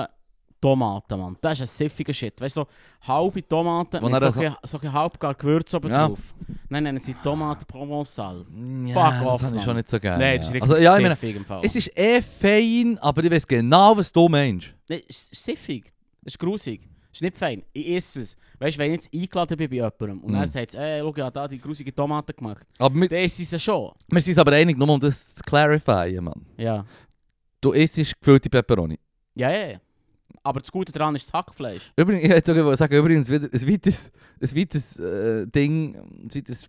S2: Kantine-Tomaten, Mann. Das ist ein siffiger Shit. Weißt du, so halbe Tomaten
S1: Wo
S2: mit so,
S1: dann
S2: so,
S1: so-
S2: so ein halbgar Gewürz oben
S1: Ja.
S2: drauf. Nein, nein, es sind Tomaten Provençal.
S1: Ja,
S2: Fuck
S1: das
S2: off,
S1: habe ich schon
S2: Mann.
S1: nicht so gerne.
S2: Nein, das ist
S1: ja.
S2: richtig
S1: Also ja, ich meine,
S2: siffig im Fall.
S1: es ist eh fein, aber ich weiß genau, was du meinst.
S2: Nee, es ist siffig. Es ist grusig. Es ist nicht fein. Ich esse es. Weißt du, wenn ich jetzt eingeladen bin bei jemandem und
S1: Mm.
S2: er sagt, ey, schau, ich habe da die grusige Tomaten gemacht.
S1: Aber wir,
S2: Dann esse ich sie schon.
S1: wir sind uns aber einig, nur um das zu clarifyen, Mann.
S2: Ja.
S1: Du isst gefüllte Pepperoni.
S2: Ja, ja, ja. Aber das Gute daran ist das Hackfleisch.
S1: Übrigens, ich hätte sogar sagen, übrigens, wieder ein weiteres, ein weiteres äh, Ding, ein weiteres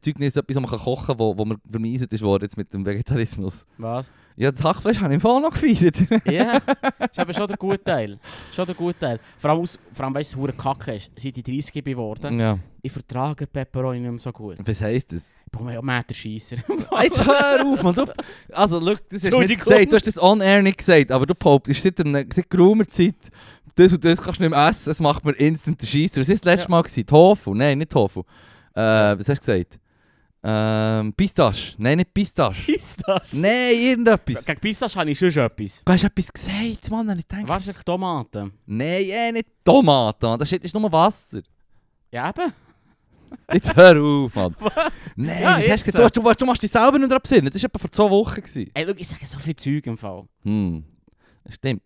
S1: Zeugnis, etwas, was man kann kochen kann, wo, wo man vermeiset ist worden jetzt mit dem Vegetarismus.
S2: Was?
S1: Ja, das Hackfleisch habe ich im Fall noch gefeiert.
S2: Ja. Das ist aber schon der gute Teil. Schon der gute Teil. Vor allem, aus, vor allem weißt du, dass es verdammt Kacke ist. Seit ich 30 geworden
S1: ja.
S2: ich vertrage Pepperoni nicht mehr so gut.
S1: Was heisst das? Ah,
S2: Boah, man hat Scheisser.
S1: Jetzt hör auf, man. Du, also, look, das hast du nicht
S2: Entschuldigung.
S1: gesagt. Du hast das on-air nicht gesagt, aber du behauptest seit, einer, seit geraumer Zeit, das und das kannst du nicht mehr essen, es macht mir instant den Scheisser. Was war das letzte
S2: Ja.
S1: Mal? Gewesen? Tofu? Nein, nicht Tofu. Äh, was hast du gesagt? Ähm, Pistache? Nein, nicht Pistache.
S2: Pistache.
S1: Nein, irgendetwas.
S2: Gegen Pistache habe ich schon etwas.
S1: Du hast etwas gesagt, Mann, und ich denke...
S2: Wahrscheinlich Tomaten.
S1: Nein, eh nicht Tomaten, Mann. das Shit ist nur Wasser.
S2: Ja, eben.
S1: Jetzt hör auf, Mann. Nein, was
S2: Ja,
S1: hast du
S2: jetzt.
S1: gesagt? Du, du, du machst dich selber nicht mehr besinnen. Das war etwa vor zwei Wochen. Gewesen.
S2: Ey, schau, ich sage so viel Zeug im Fall.
S1: Hm, stimmt.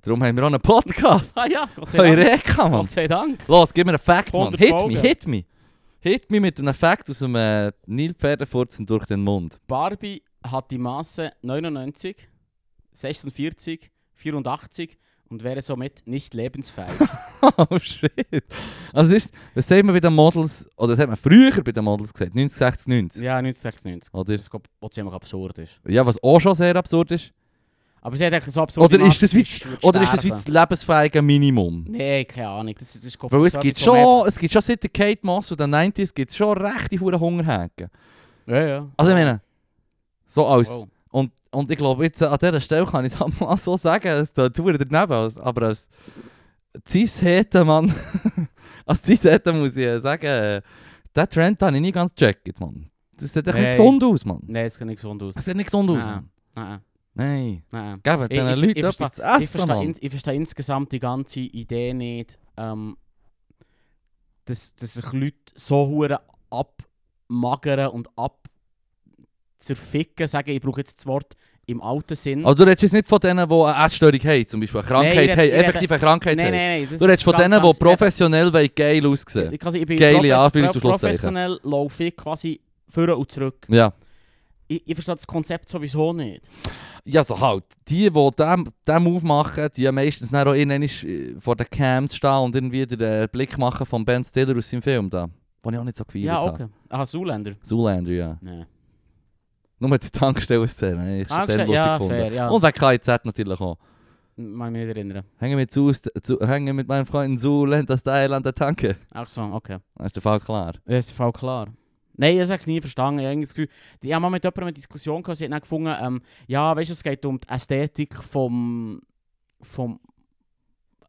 S1: Darum haben wir auch einen Podcast.
S2: Ah ja, Gott sei Dank.
S1: Eureka, Mann.
S2: Gott sei Dank.
S1: Los, gib mir einen Fact, Mann.
S2: 100
S1: Hit
S2: Folgen.
S1: me, hit me. Hit me mit einem Fact aus dem äh, Nilpferdefurzen durch den Mund.
S2: Barbie hat die Maße 99, 46, 84 und wäre somit nicht lebensfähig.
S1: Oh shit. Also es ist, was sagt man bei den Models, oh, oder das hat man früher bei den Models gesagt, 90, 60, 90.
S2: ja, 1996.
S1: Oder?
S2: Das kommt was ziemlich absurd ist.
S1: Ja, was auch schon sehr absurd ist.
S2: Aber sie hat eigentlich so absurd
S1: Oder ist, das wie, oder ist das wie das lebensfähige Minimum?
S2: Nee, keine Ahnung. Das, das ist
S1: Weil es gibt, schon, es gibt schon seit der Kate Moss und den 90s gibt es schon rechte Huren Hungerhaken.
S2: Ja, ja.
S1: Also ich meine, so als...
S2: Wow.
S1: Und, und ich glaube, jetzt äh, an dieser Stelle kann ich es auch mal so sagen, es tut verdammt daneben, als, aber als Cis-Hete, Mann, als Cis-Hete muss ich äh, sagen, äh, diesen Trend habe ich nie ganz gecheckt, Mann. Das sieht echt
S2: Nein.
S1: nicht gesund aus, Mann.
S2: Nee, es sieht nicht gesund aus.
S1: Das sieht nicht gesund aus,
S2: Nein.
S1: Mann.
S2: Nein,
S1: Nein.
S2: nein.
S1: Gebt
S2: Ich-
S1: diesen
S2: ich-
S1: Leuten
S2: ich
S1: etwas zu essen,
S2: Ich verstehe,
S1: Mann.
S2: ins- ich verstehe insgesamt die ganze Idee nicht, ähm, dass, dass sich Leute so hure abmagern und abzerficken, sagen, ich brauche jetzt das Wort im alten Sinn.
S1: Also du redest jetzt nicht von denen, die eine Essstörung haben, zum Beispiel eine Krankheit
S2: Nein, ich rede-
S1: haben,
S2: ich rede-
S1: effektiv eine Krankheit
S2: nein, nein,
S1: haben.
S2: nein. das
S1: Du
S2: ist
S1: redest von
S2: ganz
S1: denen, die
S2: anders.
S1: professionell wollen geil aussehen
S2: Ich, also ich bin
S1: Geile
S2: profes-
S1: Anführungs- und
S2: pro-
S1: Schlusszeichen.
S2: professionell laufe ich quasi vor und zurück.
S1: Ja.
S2: Ich, ich verstehe das Konzept sowieso nicht.
S1: Ja, so halt. Die, die dem, dem aufmachen, die ja meistens dann auch irgendwann äh, vor den Cams stehen und irgendwie den äh, Blick machen von Ben Stiller aus seinem Film da. Den ich auch nicht so gefeiert
S2: ja,
S1: habe.
S2: okay. Aha, Zuländer.
S1: Zoolander, ja.
S2: Nein.
S1: Nur die Tankstellen-Szene. Ich habe
S2: Tankstelle-
S1: den lustig
S2: ja,
S1: gefunden.
S2: fair, ja.
S1: Und der KZ natürlich auch.
S2: Mag mich nicht erinnern.
S1: Hängen mit, zu, zu, hängen mit meinen Freunden Zoolander, das Thailand, der Tanke.
S2: Ach so, okay.
S1: Das ist der Fall klar.
S2: Das ist voll klar. Nein, ich habe es nie verstanden. Ich habe irgendwie das Gefühl, ich habe mal mit jemandem eine Diskussion gehabt, sie hat dann gefunden, ähm, ja, weißt du, es geht um die Ästhetik vom, vom,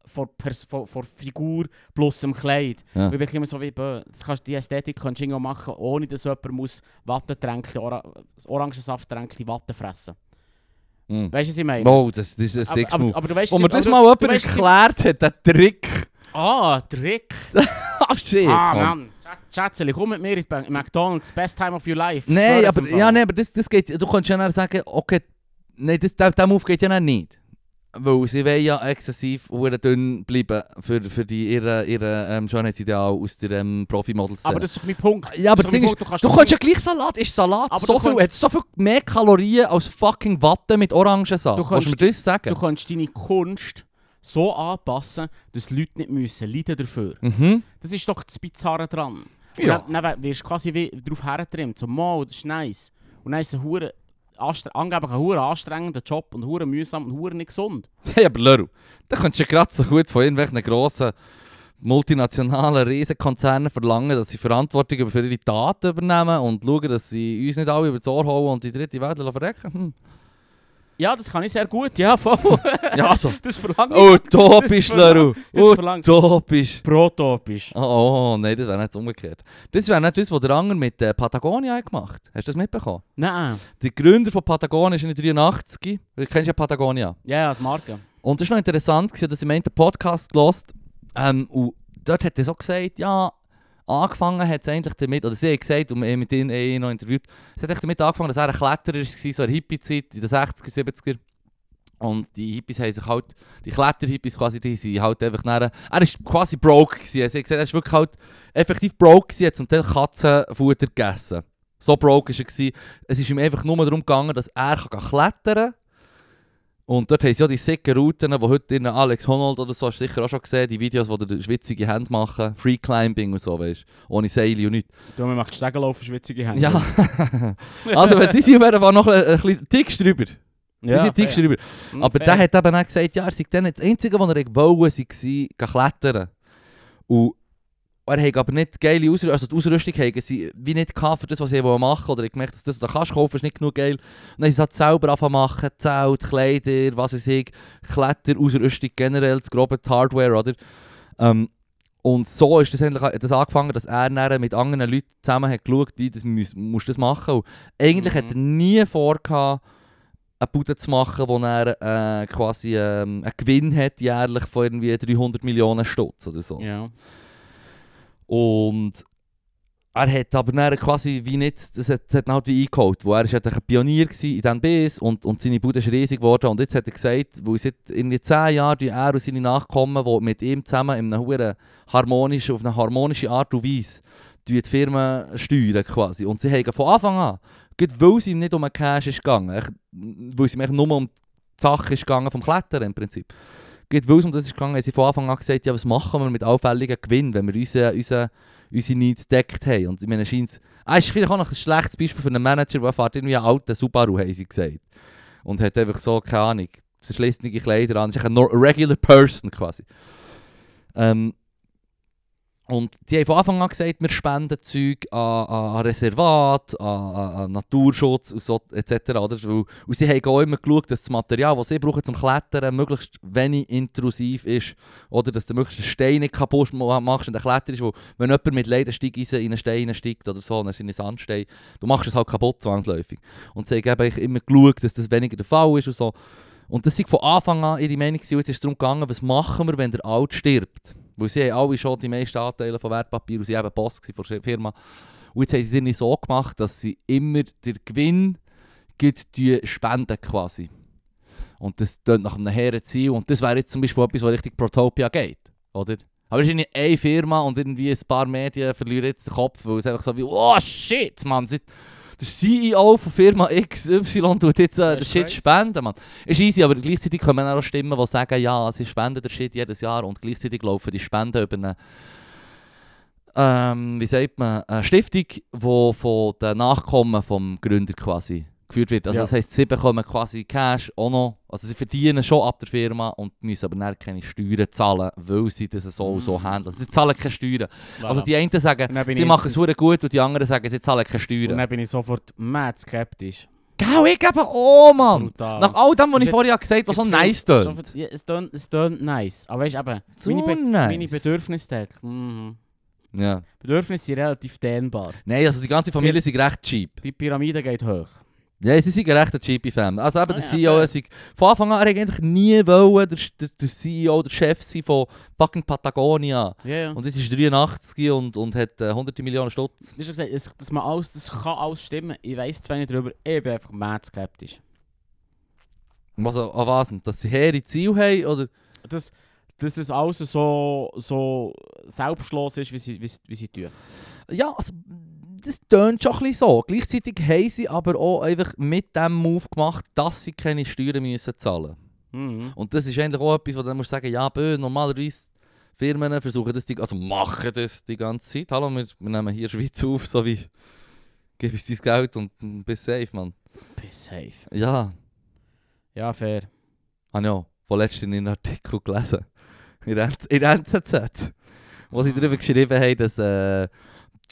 S2: von, Pers von, von Figur plus dem Kleid.
S1: Ja.
S2: Und Ich bin immer so wie, bö, das kannst, die Ästhetik kannst du irgendwie auch machen, ohne dass jemand muss Wattetränke, Ora Orangensafttränke Watte fressen.
S1: Mhm.
S2: Weißt du, was ich meine?
S1: Wow, das, das ist ein
S2: aber,
S1: sick
S2: aber,
S1: Move.
S2: aber du weißt,
S1: Als mir das
S2: aber
S1: mal
S2: du-
S1: jemand
S2: du weißt-
S1: erklärt hat, der Trick.
S2: Ah, Trick.
S1: Ah, shit.
S2: ah,
S1: Mann.
S2: Mann. Schatz- Schätzeli, komm mit mir in die McDonalds, best time of your life.
S1: Nein,
S2: Schwör's
S1: aber,
S2: im Fall.
S1: ja, nee, aber das, das geht, du kannst ja dann sagen, okay, nein, das, der, der Move nou geht ja dann nicht. Weil sie wollen ja exzessiv hure dünn bleiben für, für die, ihre, ihre ähm, Schönheitsideal aus der ähm, Profi-Models.
S2: Aber das ist doch mein Punkt.
S1: ja, aber
S2: das
S1: das Ding
S2: ist doch mein
S1: ist,
S2: Punkt. Du kannst
S1: du
S2: doch
S1: kannst ja gleich Salat, ist Salat,
S2: Aber
S1: so
S2: du
S1: viel,
S2: kannst-
S1: hat so viel mehr Kalorien als fucking Watte mit Orangensaft.
S2: Du
S1: Du kannst,
S2: kannst-
S1: mir das sagen?
S2: Du kannst deine Kunst so anpassen, dass die Leute nicht müssen leiden dafür.
S1: mhm.
S2: Das ist doch das Bizarre dran. Und
S1: Ja.
S2: Dann, dann wirst du quasi wie darauf hergetrimmt, so «Mal, das ist nice.» Und dann ist es ein hure anstre- angeblich ein hure anstrengender Job und hure mühsam und hure nicht gesund.
S1: Hey, aber Leru, da kannst du ja gerade so gut von irgendwelchen grossen multinationalen Riesenkonzernen verlangen, dass sie Verantwortung für ihre Taten übernehmen und schauen, dass sie uns nicht alle über das Ohr hauen und die dritte Welt lassen verrecken. Hm.
S2: Ja, das kann ich sehr gut, ja, voll.
S1: Ja, so.
S2: das verlange ich.
S1: Utopisch,
S2: Das verlang-
S1: Leru.
S2: das verlangt-
S1: Utopisch.
S2: Protopisch.
S1: Oh, oh, nein, das wäre nicht umgekehrt. Das wäre nicht das, was der Anger mit äh, Patagonia hat gemacht hat. Hast du das mitbekommen?
S2: Nein.
S1: Der Gründer von Patagonia ist in den 83. Du kennst ja Patagonia.
S2: Ja, ja, die Marke.
S1: Und das war noch interessant, gewesen, dass ich meinen Podcast gelost ähm, und dort hat er so gesagt, ja, angefangen hat es eigentlich damit, oder sie hat gesagt, und ich mit ihnen eh noch interviewt, es hat eigentlich damit angefangen, dass er ein Kletterer war, so eine Hippie-Zeit in den 60er, 70er. Und die Hippies haben sich halt, die Kletterhippies quasi, die sind halt einfach nachher, er ist quasi broke gewesen. Sie hat gesagt, er ist wirklich halt effektiv broke gewesen, hat zum Teil Katzenfutter gegessen. So broke war er. Gewesen. Es ist ihm einfach nur darum gegangen, dass er kann gehen klettern kann. Und dort haben sie ja die sicken Routen, die heute in Alex Honnold oder so, hast du sicher auch schon gesehen, die Videos, die der schwitzige Hände machen, Free Climbing und so, weißt du, ohne Seile und nichts.
S2: Du, man macht Stegenlaufen, schwitzige Hände.
S1: Ja, also wenn die sind auf jeden Fall noch ein, ein bisschen dick drüber. Die
S2: Ja,
S1: sind dick
S2: fair.
S1: drüber.
S2: Hm,
S1: Aber
S2: fair.
S1: der hat eben auch gesagt, ja, er sei dann das Einzige, was er wollte, sei, gewesen, gehen klettern. Und Und er hat aber nicht geile Ausrüstung, also die Ausrüstung haben sie wie nicht gehabt für das, was sie machen wollen. Oder ich gemerkt, dass das, was du kannst kaufen, ist nicht genug geil. Und dann haben sie es halt selber anfangen machen, Zelt, Kleider, was weiß ich, Kletter, Ausrüstung generell, das grobe die Hardware, oder? Ähm, und so ist das eigentlich das angefangen, dass er dann mit anderen Leuten zusammen hat geschaut, die das muss, musst das machen. Und eigentlich
S2: Mhm.
S1: hat er nie vor, gehabt, eine Bude zu machen, wo er äh, quasi ähm, einen Gewinn hat jährlich von irgendwie 300 Millionen Stutz oder so.
S2: Ja.
S1: Und er hat aber dann quasi wie nicht, das hat, das hat ihn halt wie eingeholt, wo er ist halt ein Pionier gsi in diesem Biss und, und seine Bude ist riesig geworden und jetzt hat er gesagt, wo seit irgendwie 10 Jahren die er und seine Nachkommen, die mit ihm zusammen in einer huere harmonischen, auf eine harmonische Art und Weise die, die Firma steuern quasi und sie haben von Anfang an, gerade weil es ihm nicht um den Cash ist gegangen, echt, weil es ihm echt nur um die Sache ist gegangen vom Klettern im Prinzip, gerade weil es um das ist gegangen, haben sie von Anfang an gesagt, ja was machen wir mit allfälligen Gewinn, wenn wir unseren, unseren unsere Needs gedeckt haben. Und ich meine, scheint's, ah, ist vielleicht auch noch ein schlechtes Beispiel für einen Manager, der fährt irgendwie einen alten Subaru, haben sie gesagt. Und hat einfach so, keine Ahnung, zerschlissene Kleider an, ist einfach ein nor- regular person quasi. Ähm, und die haben von Anfang an gesagt, wir spenden Zeug an, an, an Reservat, an, an, an Naturschutz und so, etc. Oder? Weil- Und sie haben auch immer geschaut, dass das Material, das sie brauchen zum Klettern, möglichst wenig intrusiv ist. Oder dass du möglichst einen Stein nicht kaputt ma- machst und der Kletter ist, wo wenn jemand mit Ledersteig in einen Stein steigt oder so, dann sind es Sandstein, du machst es halt kaputt zwangsläufig. Und sie haben eben eigentlich immer geschaut, dass das weniger der Fall ist und so. Und das war von Anfang an ihre Meinung, gewesen. Und jetzt ist es darum gegangen, was machen wir, wenn der Alt stirbt. Weil sie haben alle schon die meisten Anteile von Wertpapier und sie waren eben Boss gewesen von der Firma. Und jetzt haben sie es irgendwie so gemacht, dass sie immer den Gewinn gibt, die spenden quasi. Und das tönt nach einem hehren Ziel. Und das wäre jetzt zum Beispiel etwas, was richtig Protopia geht. Oder? Aber es ist irgendwie eine Firma und irgendwie ein paar Medien verlieren jetzt den Kopf, weil es einfach so wie, oh shit, Mann, seit- der CEO von Firma XY tut jetzt äh, den
S2: ist
S1: Shit
S2: crazy.
S1: spenden, Mann. Ist easy, aber gleichzeitig kommen dann auch Stimmen, die sagen, ja, sie spenden den Shit jedes Jahr und gleichzeitig laufen die Spenden über eine, ähm, wie sagt man, eine Stiftung, die von den Nachkommen vom Gründer quasi geführt wird. Also
S2: Ja.
S1: das heisst, sie bekommen quasi Cash auch noch, also sie verdienen schon ab der Firma und müssen aber dann keine Steuern zahlen, weil sie das so und so
S2: Mhm.
S1: handeln. Also sie zahlen keine Steuern. Also
S2: Voilà.
S1: die einen
S2: Und dann
S1: sagen,
S2: bin
S1: sie
S2: ich
S1: machen es
S2: instant-
S1: verdammt gut und die anderen sagen, sie zahlen keine
S2: Und
S1: Steuern.
S2: dann bin ich sofort mad skeptisch.
S1: Gau, ich gebe auch, Mann!
S2: Brutal.
S1: Nach all dem, was
S2: Ist
S1: ich
S2: jetzt-
S1: vorher gesagt habe, was so
S2: Jetzt
S1: nice
S2: fühl-
S1: tönt.
S2: so- Ja, es tönt. Es tönt nice. Aber weißt du, eben,
S1: So
S2: meine, Be
S1: nice.
S2: meine Bedürfnisse deckt. Mhm.
S1: Ja.
S2: Bedürfnisse sind relativ dehnbar.
S1: Nein, also die ganze Familie
S2: Ja.
S1: sind recht cheap.
S2: Die Pyramide geht hoch.
S1: Ja, sie sind recht eine cheapy Fam. Also eben
S2: Ah
S1: der
S2: ja,
S1: CEO,
S2: fair.
S1: sie, von Anfang an er hat eigentlich nie wollen, der, der, der CEO, der Chef sein von fucking Patagonia.
S2: Ja, ja.
S1: Und jetzt ist 83 und, und hat äh, hunderte Millionen Stutz.
S2: Wie schon gesagt, es, dass man alles, das kann alles stimmen. Ich weiß zwar nicht darüber, ich bin einfach mad skeptisch.
S1: Also, an was? denn? Dass sie hehre Ziele haben? Oder?
S2: Dass, dass es alles so, so selbstlos ist, wie sie, wie, sie- wie sie tun.
S1: Ja, also, das tönt schon ein bisschen so. Gleichzeitig haben sie aber auch einfach mit dem Move gemacht, dass sie keine Steuern müssen zahlen
S2: Mhm.
S1: Und das ist eigentlich auch etwas, wo du dann musst sagen, ja, bö, normalerweise Firmen versuchen das, die, also machen das die ganze Zeit. Hallo, wir, wir nehmen hier Schweiz auf, so wie gib uns dein Geld und mm, bist safe, Mann.
S2: Bin safe.
S1: Ja,
S2: Ja, fair.
S1: habe ich auch vorletztens einen Artikel gelesen. In der NZ in der NZZ. Wo sie darüber geschrieben haben, dass äh,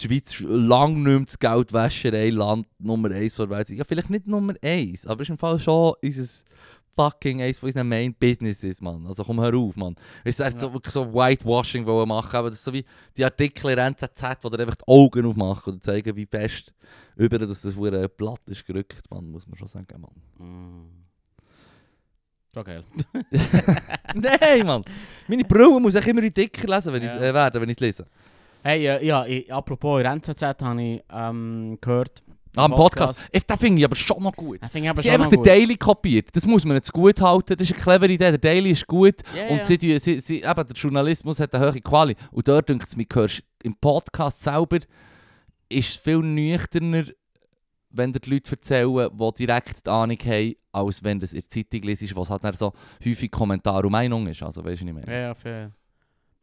S1: die Schweiz lang nicht mehr das Geldwäscherei Land Nummer 1 von der Welt ist. Ja, vielleicht nicht Nummer 1, aber ist im Fall schon unser fucking eins von unseren Main Businesses, Mann. Also komm, hör auf, Mann. Es ist echt so, wirklich so Whitewashing wollen machen, aber das ist so wie die Artikel in der NZZ, die dir einfach die Augen aufmachen und zeigen, wie fest über dass das hure Blatt ist gerückt, Mann, muss man schon sagen, Mann.
S2: Mhm. Schon geil.
S1: Nein, Mann. Meine Brille muss ich immer in dicker lesen, wenn
S2: Ja.
S1: ich äh, werden, wenn ich es lese.
S2: Hey, äh, ja, ich, apropos, in der NZZ habe ich ähm, gehört.
S1: Ah, im Podcast.
S2: Podcast.
S1: Ich, den finde ich aber schon noch gut.
S2: Ich finde aber
S1: Sie
S2: schon
S1: haben einfach den
S2: noch gut.
S1: Daily kopiert. Das muss man jetzt gut halten. Das ist eine clevere Idee. Der Daily ist gut.
S2: Ja,
S1: und
S2: ja.
S1: Sie, tun- sie, sie, eben, der Journalismus hat eine hohe Quali. Und dort denkt es mir, hörst, im Podcast selber ist es viel nüchterner, wenn dir die Leute erzählen, die direkt die Ahnung haben, als wenn du es in der Zeitung liest, was halt dann so häufig Kommentar und Meinung ist. Also, weißt du nicht mehr.
S2: Ja, ja, fair.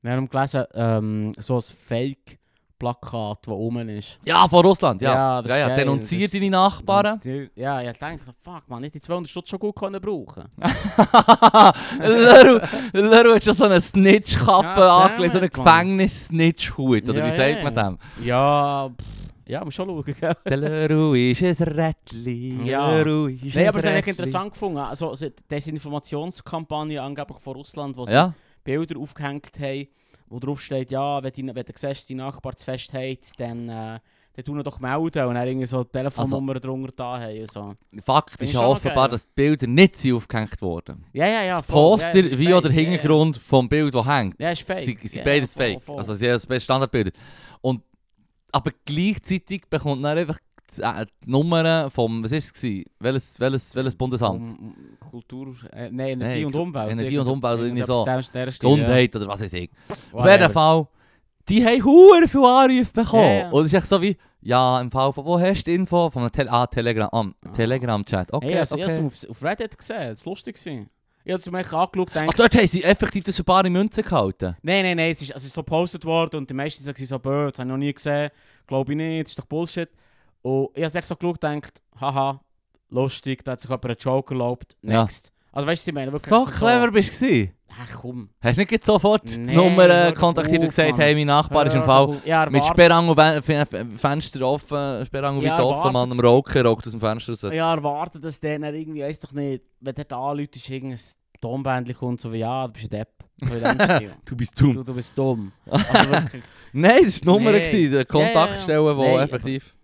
S2: Wir haben gelesen, ähm, so ein Fake Plakat, das oben ist.
S1: Ja, von Russland, ja.
S2: Ja,
S1: Ja,
S2: das
S1: ja,
S2: ist geil,
S1: denunziert
S2: das-
S1: deine Nachbarn.
S2: Die- Ja, ich dachte, fuck man, ich hätte die 200 Stutz schon gut können brauchen
S1: Leru Leru hat schon so eine Snitch-Kappe
S2: Ja,
S1: angelegt, so einen
S2: damn it, Mann.
S1: Gefängnis-Snitch-Hut, oder
S2: Ja,
S1: wie
S2: ja,
S1: sagt man
S2: ja.
S1: dem?
S2: Ja, pff, ja, muss schon schauen, gell?
S1: Der Leru ist ein Rättli,
S2: Ja.
S1: Leru ist
S2: Nein,
S1: ein
S2: aber es ist eigentlich
S1: Rättli.
S2: interessant gefunden. Also, so die Desinformationskampagne angeblich von Russland, wo sie
S1: Ja,
S2: Bilder aufgehängt haben, wo drauf steht, ja, wenn, die, wenn du siehst, die Nachbarn zu fest haben, dann, äh, dann tun wir doch melden und dann irgendwie so die Telefonnummer drunter da haben und so.
S1: Fakt
S2: Finde
S1: ist
S2: ich
S1: ja
S2: schon
S1: offenbar,
S2: geil.
S1: dass die Bilder nicht sind aufgehängt wurden.
S2: Ja, ja, ja.
S1: Das
S2: voll.
S1: Poster
S2: ja, das ist
S1: wie
S2: fake.
S1: auch der Hintergrund vom Bild, das hängt.
S2: Ja, ja. ja ist fake.
S1: Sie, sie
S2: ja,
S1: beides
S2: ja, voll,
S1: fake.
S2: voll.
S1: Also sie haben das beste Standardbilder. Und, aber gleichzeitig bekommt man einfach die, äh, die Nummern vom, was ist es gewesen? Welches, welches, welches Bundesamt?
S2: Um, um, Kultur, äh, nein, Energie
S1: Nein,
S2: und
S1: so-
S2: Umwelt.
S1: Energie und Umwelt, irgendwie so.
S2: Gesundheit.
S1: Gesundheit oder was weiß ich. Auf jeden Fall, die haben hure viele Anrufe bekommen.
S2: Ja, ja.
S1: Und es ist echt so wie, ja, im Fall von, wo hast du die Info? Von einem Tele ah, Telegram, ah,
S2: Ah.
S1: Telegram-Chat. Okay,
S2: Hey, also,
S1: okay.
S2: Ich habe es auf, auf Reddit gesehen, das war lustig. gewesen. Ich habe es mir angeschaut und
S1: Ach,
S2: gedacht,
S1: dort haben sie effektiv das für bare Münzen gehalten.
S2: nein, nein, nein, es ist, also es ist so gepostet worden und die meisten sagen so, «Bö, das habe ich noch nie gesehen, glaube ich nicht, das ist doch Bullshit. Und ich habe es echt so geschaut und gedacht, haha, lustig, da hat sich jemand einen Joke erlaubt,
S1: Ja.
S2: next. Also weißt du, was ich meine wirklich
S1: So
S2: es ist
S1: clever bist du. gewesen.
S2: Ach komm.
S1: Hast du nicht gerade sofort die
S2: Nee,
S1: Nummer äh,
S2: hör
S1: kontaktiert und
S2: auf,
S1: gesagt,
S2: Mann.
S1: hey, mein Nachbar ist im
S2: Hör
S1: Fall
S2: auf. Ja, er
S1: mit
S2: wartet-
S1: Sperrangel, Fe- Fe- Fenster offen, Sperrangel
S2: Ja,
S1: weit offen,
S2: wartet.
S1: Mann am Rauchen, raucht aus dem Fenster raus.
S2: Ja, erwartet, dass der dann irgendwie, weiß doch nicht, wenn der da Leute ist, irgendein Tonbändchen kommt, so wie, ja, du bist ein Depp. So in dem Stil.
S1: Du bist dumm.
S2: du, du bist dumm. Also wirklich,
S1: Nein, das war die Nummer,
S2: Nee.
S1: gewesen, die Kontaktstelle,
S2: Ja, ja, ja.
S1: wo
S2: Nein,
S1: effektiv...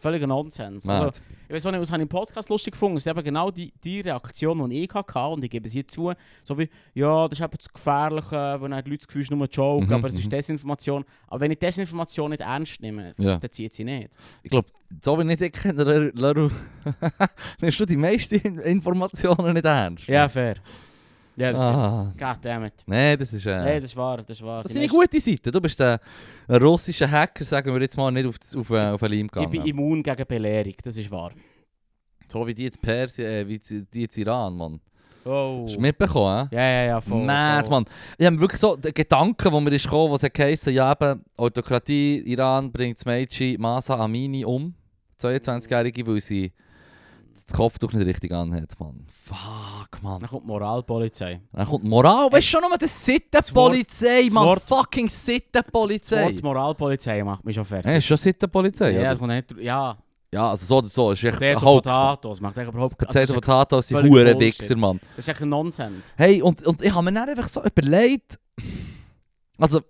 S2: völliger Nonsens.
S1: Mad.
S2: Also, ich weiß auch nicht, was habe ich im Podcast lustig gefunden. Es ist eben genau die, die Reaktion, die ich hatte, und ich gebe es hier zu. So wie, ja, das ist eben das Gefährliche, wenn dann die Leute das Gefühl haben, nur ein Joke,
S1: Mhm,
S2: aber es
S1: mhm.
S2: ist Desinformation. Aber wenn ich Desinformation nicht ernst nehme,
S1: Ja.
S2: dann zieht sie nicht.
S1: Ich glaube, so wie nicht ich kenne, Leru- Leru- nimmst du die meisten In- Informationen nicht ernst.
S2: Ja, fair. Ja, dus- das stimmt.
S1: Ah.
S2: Goddammit.
S1: Nein, das ist... Äh,
S2: Nein, das ist wahr, das ist wahr.
S1: das
S2: Die
S1: ist eine
S2: meisten-
S1: gute Seite. Du bist äh, ein russischer Hacker, sagen wir jetzt mal, nicht auf, das- auf, äh, auf den Leim
S2: Ich
S1: gegangen.
S2: bin immun gegen Belehrung, das ist wahr.
S1: so wie die jetzt Persien, äh, wie die die jetzt Iran, Mann.
S2: Oh.
S1: Hast du mitbekommen, hä?
S2: Ja, ja, ja, voll.
S1: Mad,
S2: voll.
S1: Mann. Ich habe wirklich so den Gedanken, wo mir ist gekommen, was geheißen, ja eben, Autokratie, Iran bringt das Mädchen Masa Amini um, 22-Jährige, weil sie das Kopftuch nicht richtig anhat, Mann. Fuck, Mann.
S2: Dann kommt die Moralpolizei.
S1: Dann kommt die
S2: Äh,
S1: Moral, weißt du schon nochmal, die Sittenpolizei,
S2: Das
S1: Mann.
S2: Wort-
S1: Fucking
S2: Das
S1: Sittenpolizei.
S2: Wort Moralpolizei macht mich schon fertig.
S1: Ja, ist schon Sittenpolizei,
S2: ja,
S1: ja,
S2: das
S1: oder?
S2: muss nicht... Ja,
S1: Ja, also so oder so, ist echt ein
S2: Potato,
S1: Hoax, Mann.
S2: Potato, das macht eigentlich überhaupt... Also, das,
S1: Potato
S2: ist,
S1: Potato sind
S2: völlig
S1: hure
S2: Bullshit.
S1: Wichser, Mann.
S2: das ist echt ein Nonsens.
S1: Hey, und, und ich habe mir dann einfach so überlegt. Also,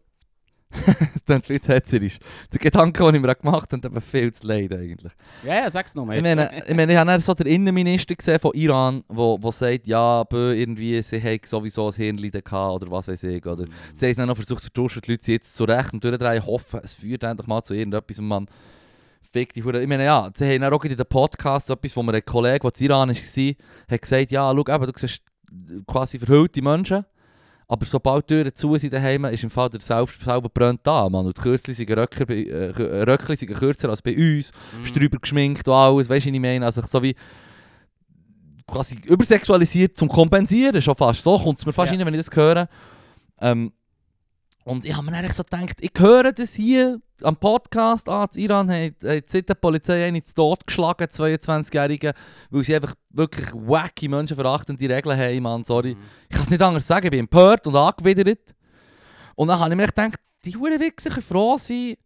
S1: es klingt viel zu hetzerisch. Der Gedanke, den ich mir auch gemacht habe, tut eben viel zu leid eigentlich.
S2: Ja, ja, sag's nochmal.
S1: Ich meine, ich, meine, ich habe dann so den Innenminister gesehen von Iran, der wo, wo sagt, ja, bö, irgendwie, sie haben sowieso ein Hirnleiden gehabt oder was weiß ich. Oder sie haben es dann noch versucht zu tuschen, die Leute sind jetzt zurecht und durchdrehen, hoffen, es führt endlich mal zu irgendetwas. Und man, fick die Hure. Ich meine, ja, sie haben dann auch in den Podcast so etwas, wo mir ein Kollege, der in Iran war, hat gesagt, ja, schau, eben, du siehst quasi verhüllte Menschen. Aber sobald die Türen zu sind daheim, ist im Fall der selbst selber brennt da, Mann. Und die Kürzli sind, Röcker, bei- äh, Kö- Röckli sind kürzer als bei uns.
S2: Mhm.
S1: Strüber geschminkt und alles, weißt du, was ich meine? Also ich so wie quasi übersexualisiert zum Kompensieren schon fast. So kommt es mir fast
S2: Ja.
S1: rein, wenn ich das höre. Ähm, und ich habe mir eigentlich so gedacht, ich höre das hier am Podcast an, in Iran hat, hat die Sittenpolizei einen zu Tod geschlagen, 22-Jährigen, weil sie einfach wirklich wacky, menschenverachtende Regeln haben, Mann, sorry.
S2: Mm.
S1: Ich kann es nicht anders sagen, ich bin empört und angewidert. Und dann habe ich mir echt gedacht, die Huren Wichser können froh sein,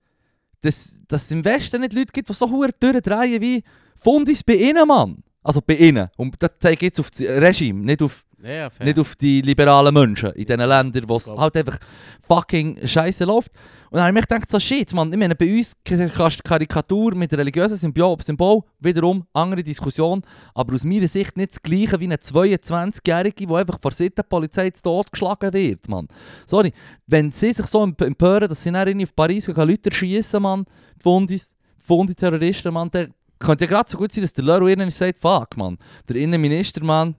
S1: dass, dass es im Westen nicht Leute gibt, die so Huren durchdrehen wie Fundis bei ihnen, Mann. Also bei ihnen. Und das zeige ich jetzt auf das Regime, nicht auf,
S2: Ja, fair.
S1: nicht auf die liberalen Menschen in diesen Ländern, wo es
S2: glaub.
S1: halt einfach fucking scheiße läuft. Und dann habe ich mir echt gedacht, so shit, Mann, ich meine, bei uns kannst du Karikatur mit religiösen Symbol, Symbol, wiederum andere Diskussion, aber aus meiner Sicht nicht das gleiche wie eine 22-Jährige, die einfach vor Sittenpolizei zu Tod geschlagen wird, Mann. Sorry, wenn sie sich so emp- empören, dass sie dann irgendwie auf Paris gehen, Leute schießen, Mann, die Fundis, die Fundi-Terroristen, Mann, dann könnte ja gerade so gut sein, dass der Leroy ihnen sagt, fuck, Mann, der Innenminister, Mann,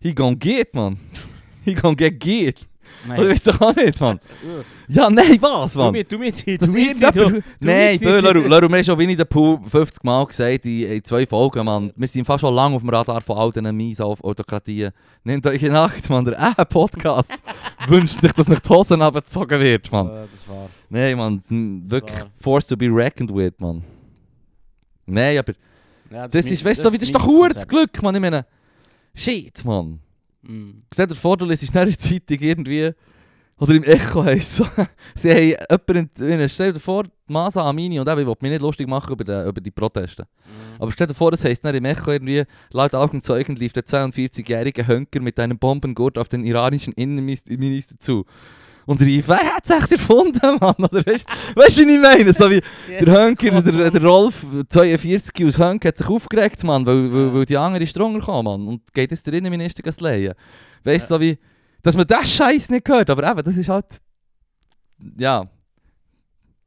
S1: he gonna get, Mann. he gonna get geht. Oder
S2: Nein.
S1: weißt du auch nicht, Mann? Ja, nein, was,
S2: Du
S1: Mann?
S2: mir, du mir Zeit,
S1: Das
S2: du mir Zeit.
S1: irgendjemand- Nein,
S2: mir Zeit.
S1: Bö, Laru, mir schon wie in der Pool 50 Mal gesagt in, in zwei Folgen, Mann. Wir sind fast schon lange auf dem Radar von all diesen miesen Auf- Autokratien. Nehmt euch in Acht, ah, Mann. Der Äh-Podcast wünscht nicht, dass nicht die Hosen abgezogen wird, Mann.
S2: Äh, Das war...
S1: Nein, Mann. m,
S2: Das
S1: Wirklich
S2: war-
S1: forced to be reckoned with, Mann. Nein, aber
S2: Ja,
S1: das,
S2: mein-
S1: ist, weißt du, so wie- das ist doch
S2: mein
S1: verdammt
S2: Konzept.
S1: Glück, Mann. Ich meine, shit, Mann.
S2: Mm.
S1: Stell dir vor, du liest in der Zeitung irgendwie, oder im Echo heisst so, sie haben jemanden, in- stell dir vor, Masa Amini und eben, ich will mich nicht lustig machen über, den, über die Proteste.
S2: Mm.
S1: Aber stell dir vor, das heisst dann im Echo irgendwie, laut Augenzeugen lief der 42-jährige Hönker mit einem Bombengurt auf den iranischen Innenminister zu. Und rief, wer hat es echt erfunden, Mann? Oder weißt du, was ich meine? So wie der Hönker, der, der Rolf, 42 aus Hönk, hat sich aufgeregt, Mann, weil, weil, weil die andere ist drunter gekommen, Mann. Und geht jetzt der Innenminister gehen slayen. Weißt du, so wie, dass man das Scheiß nicht hört, aber eben, das ist halt. Ja,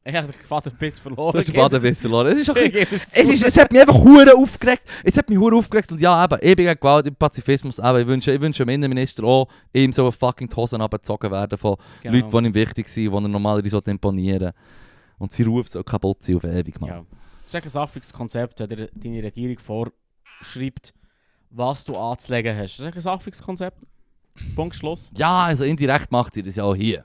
S2: Ich habe den Vater Pitz
S1: du
S2: verloren.
S1: hast den Badenbiss verloren. Es ist auch ein bisschen-
S2: Ich gebe es zu.
S1: es, ist, es hat mich einfach hure aufgeregt. Es hat mich hure aufgeregt und ja, eben, ich bin gegen Gewalt, im Pazifismus, aber ich wünsche, ich wünsche dem Innenminister auch, ihm so fucking die Hosen abgezogen werden von
S2: Genau.
S1: Leuten, die ihm wichtig sind, die er normalerweise imponieren sollte. Und sein Ruf soll kaputt sein auf ewig, Mann.
S2: Ja. Das ist echt ein saffiges Konzept, wenn dir deine Regierung vorschreibt, was du anzulegen hast. Das ist echt ein saffiges Konzept. Punkt, Schluss.
S1: Ja, also indirekt macht sie das ja auch hier.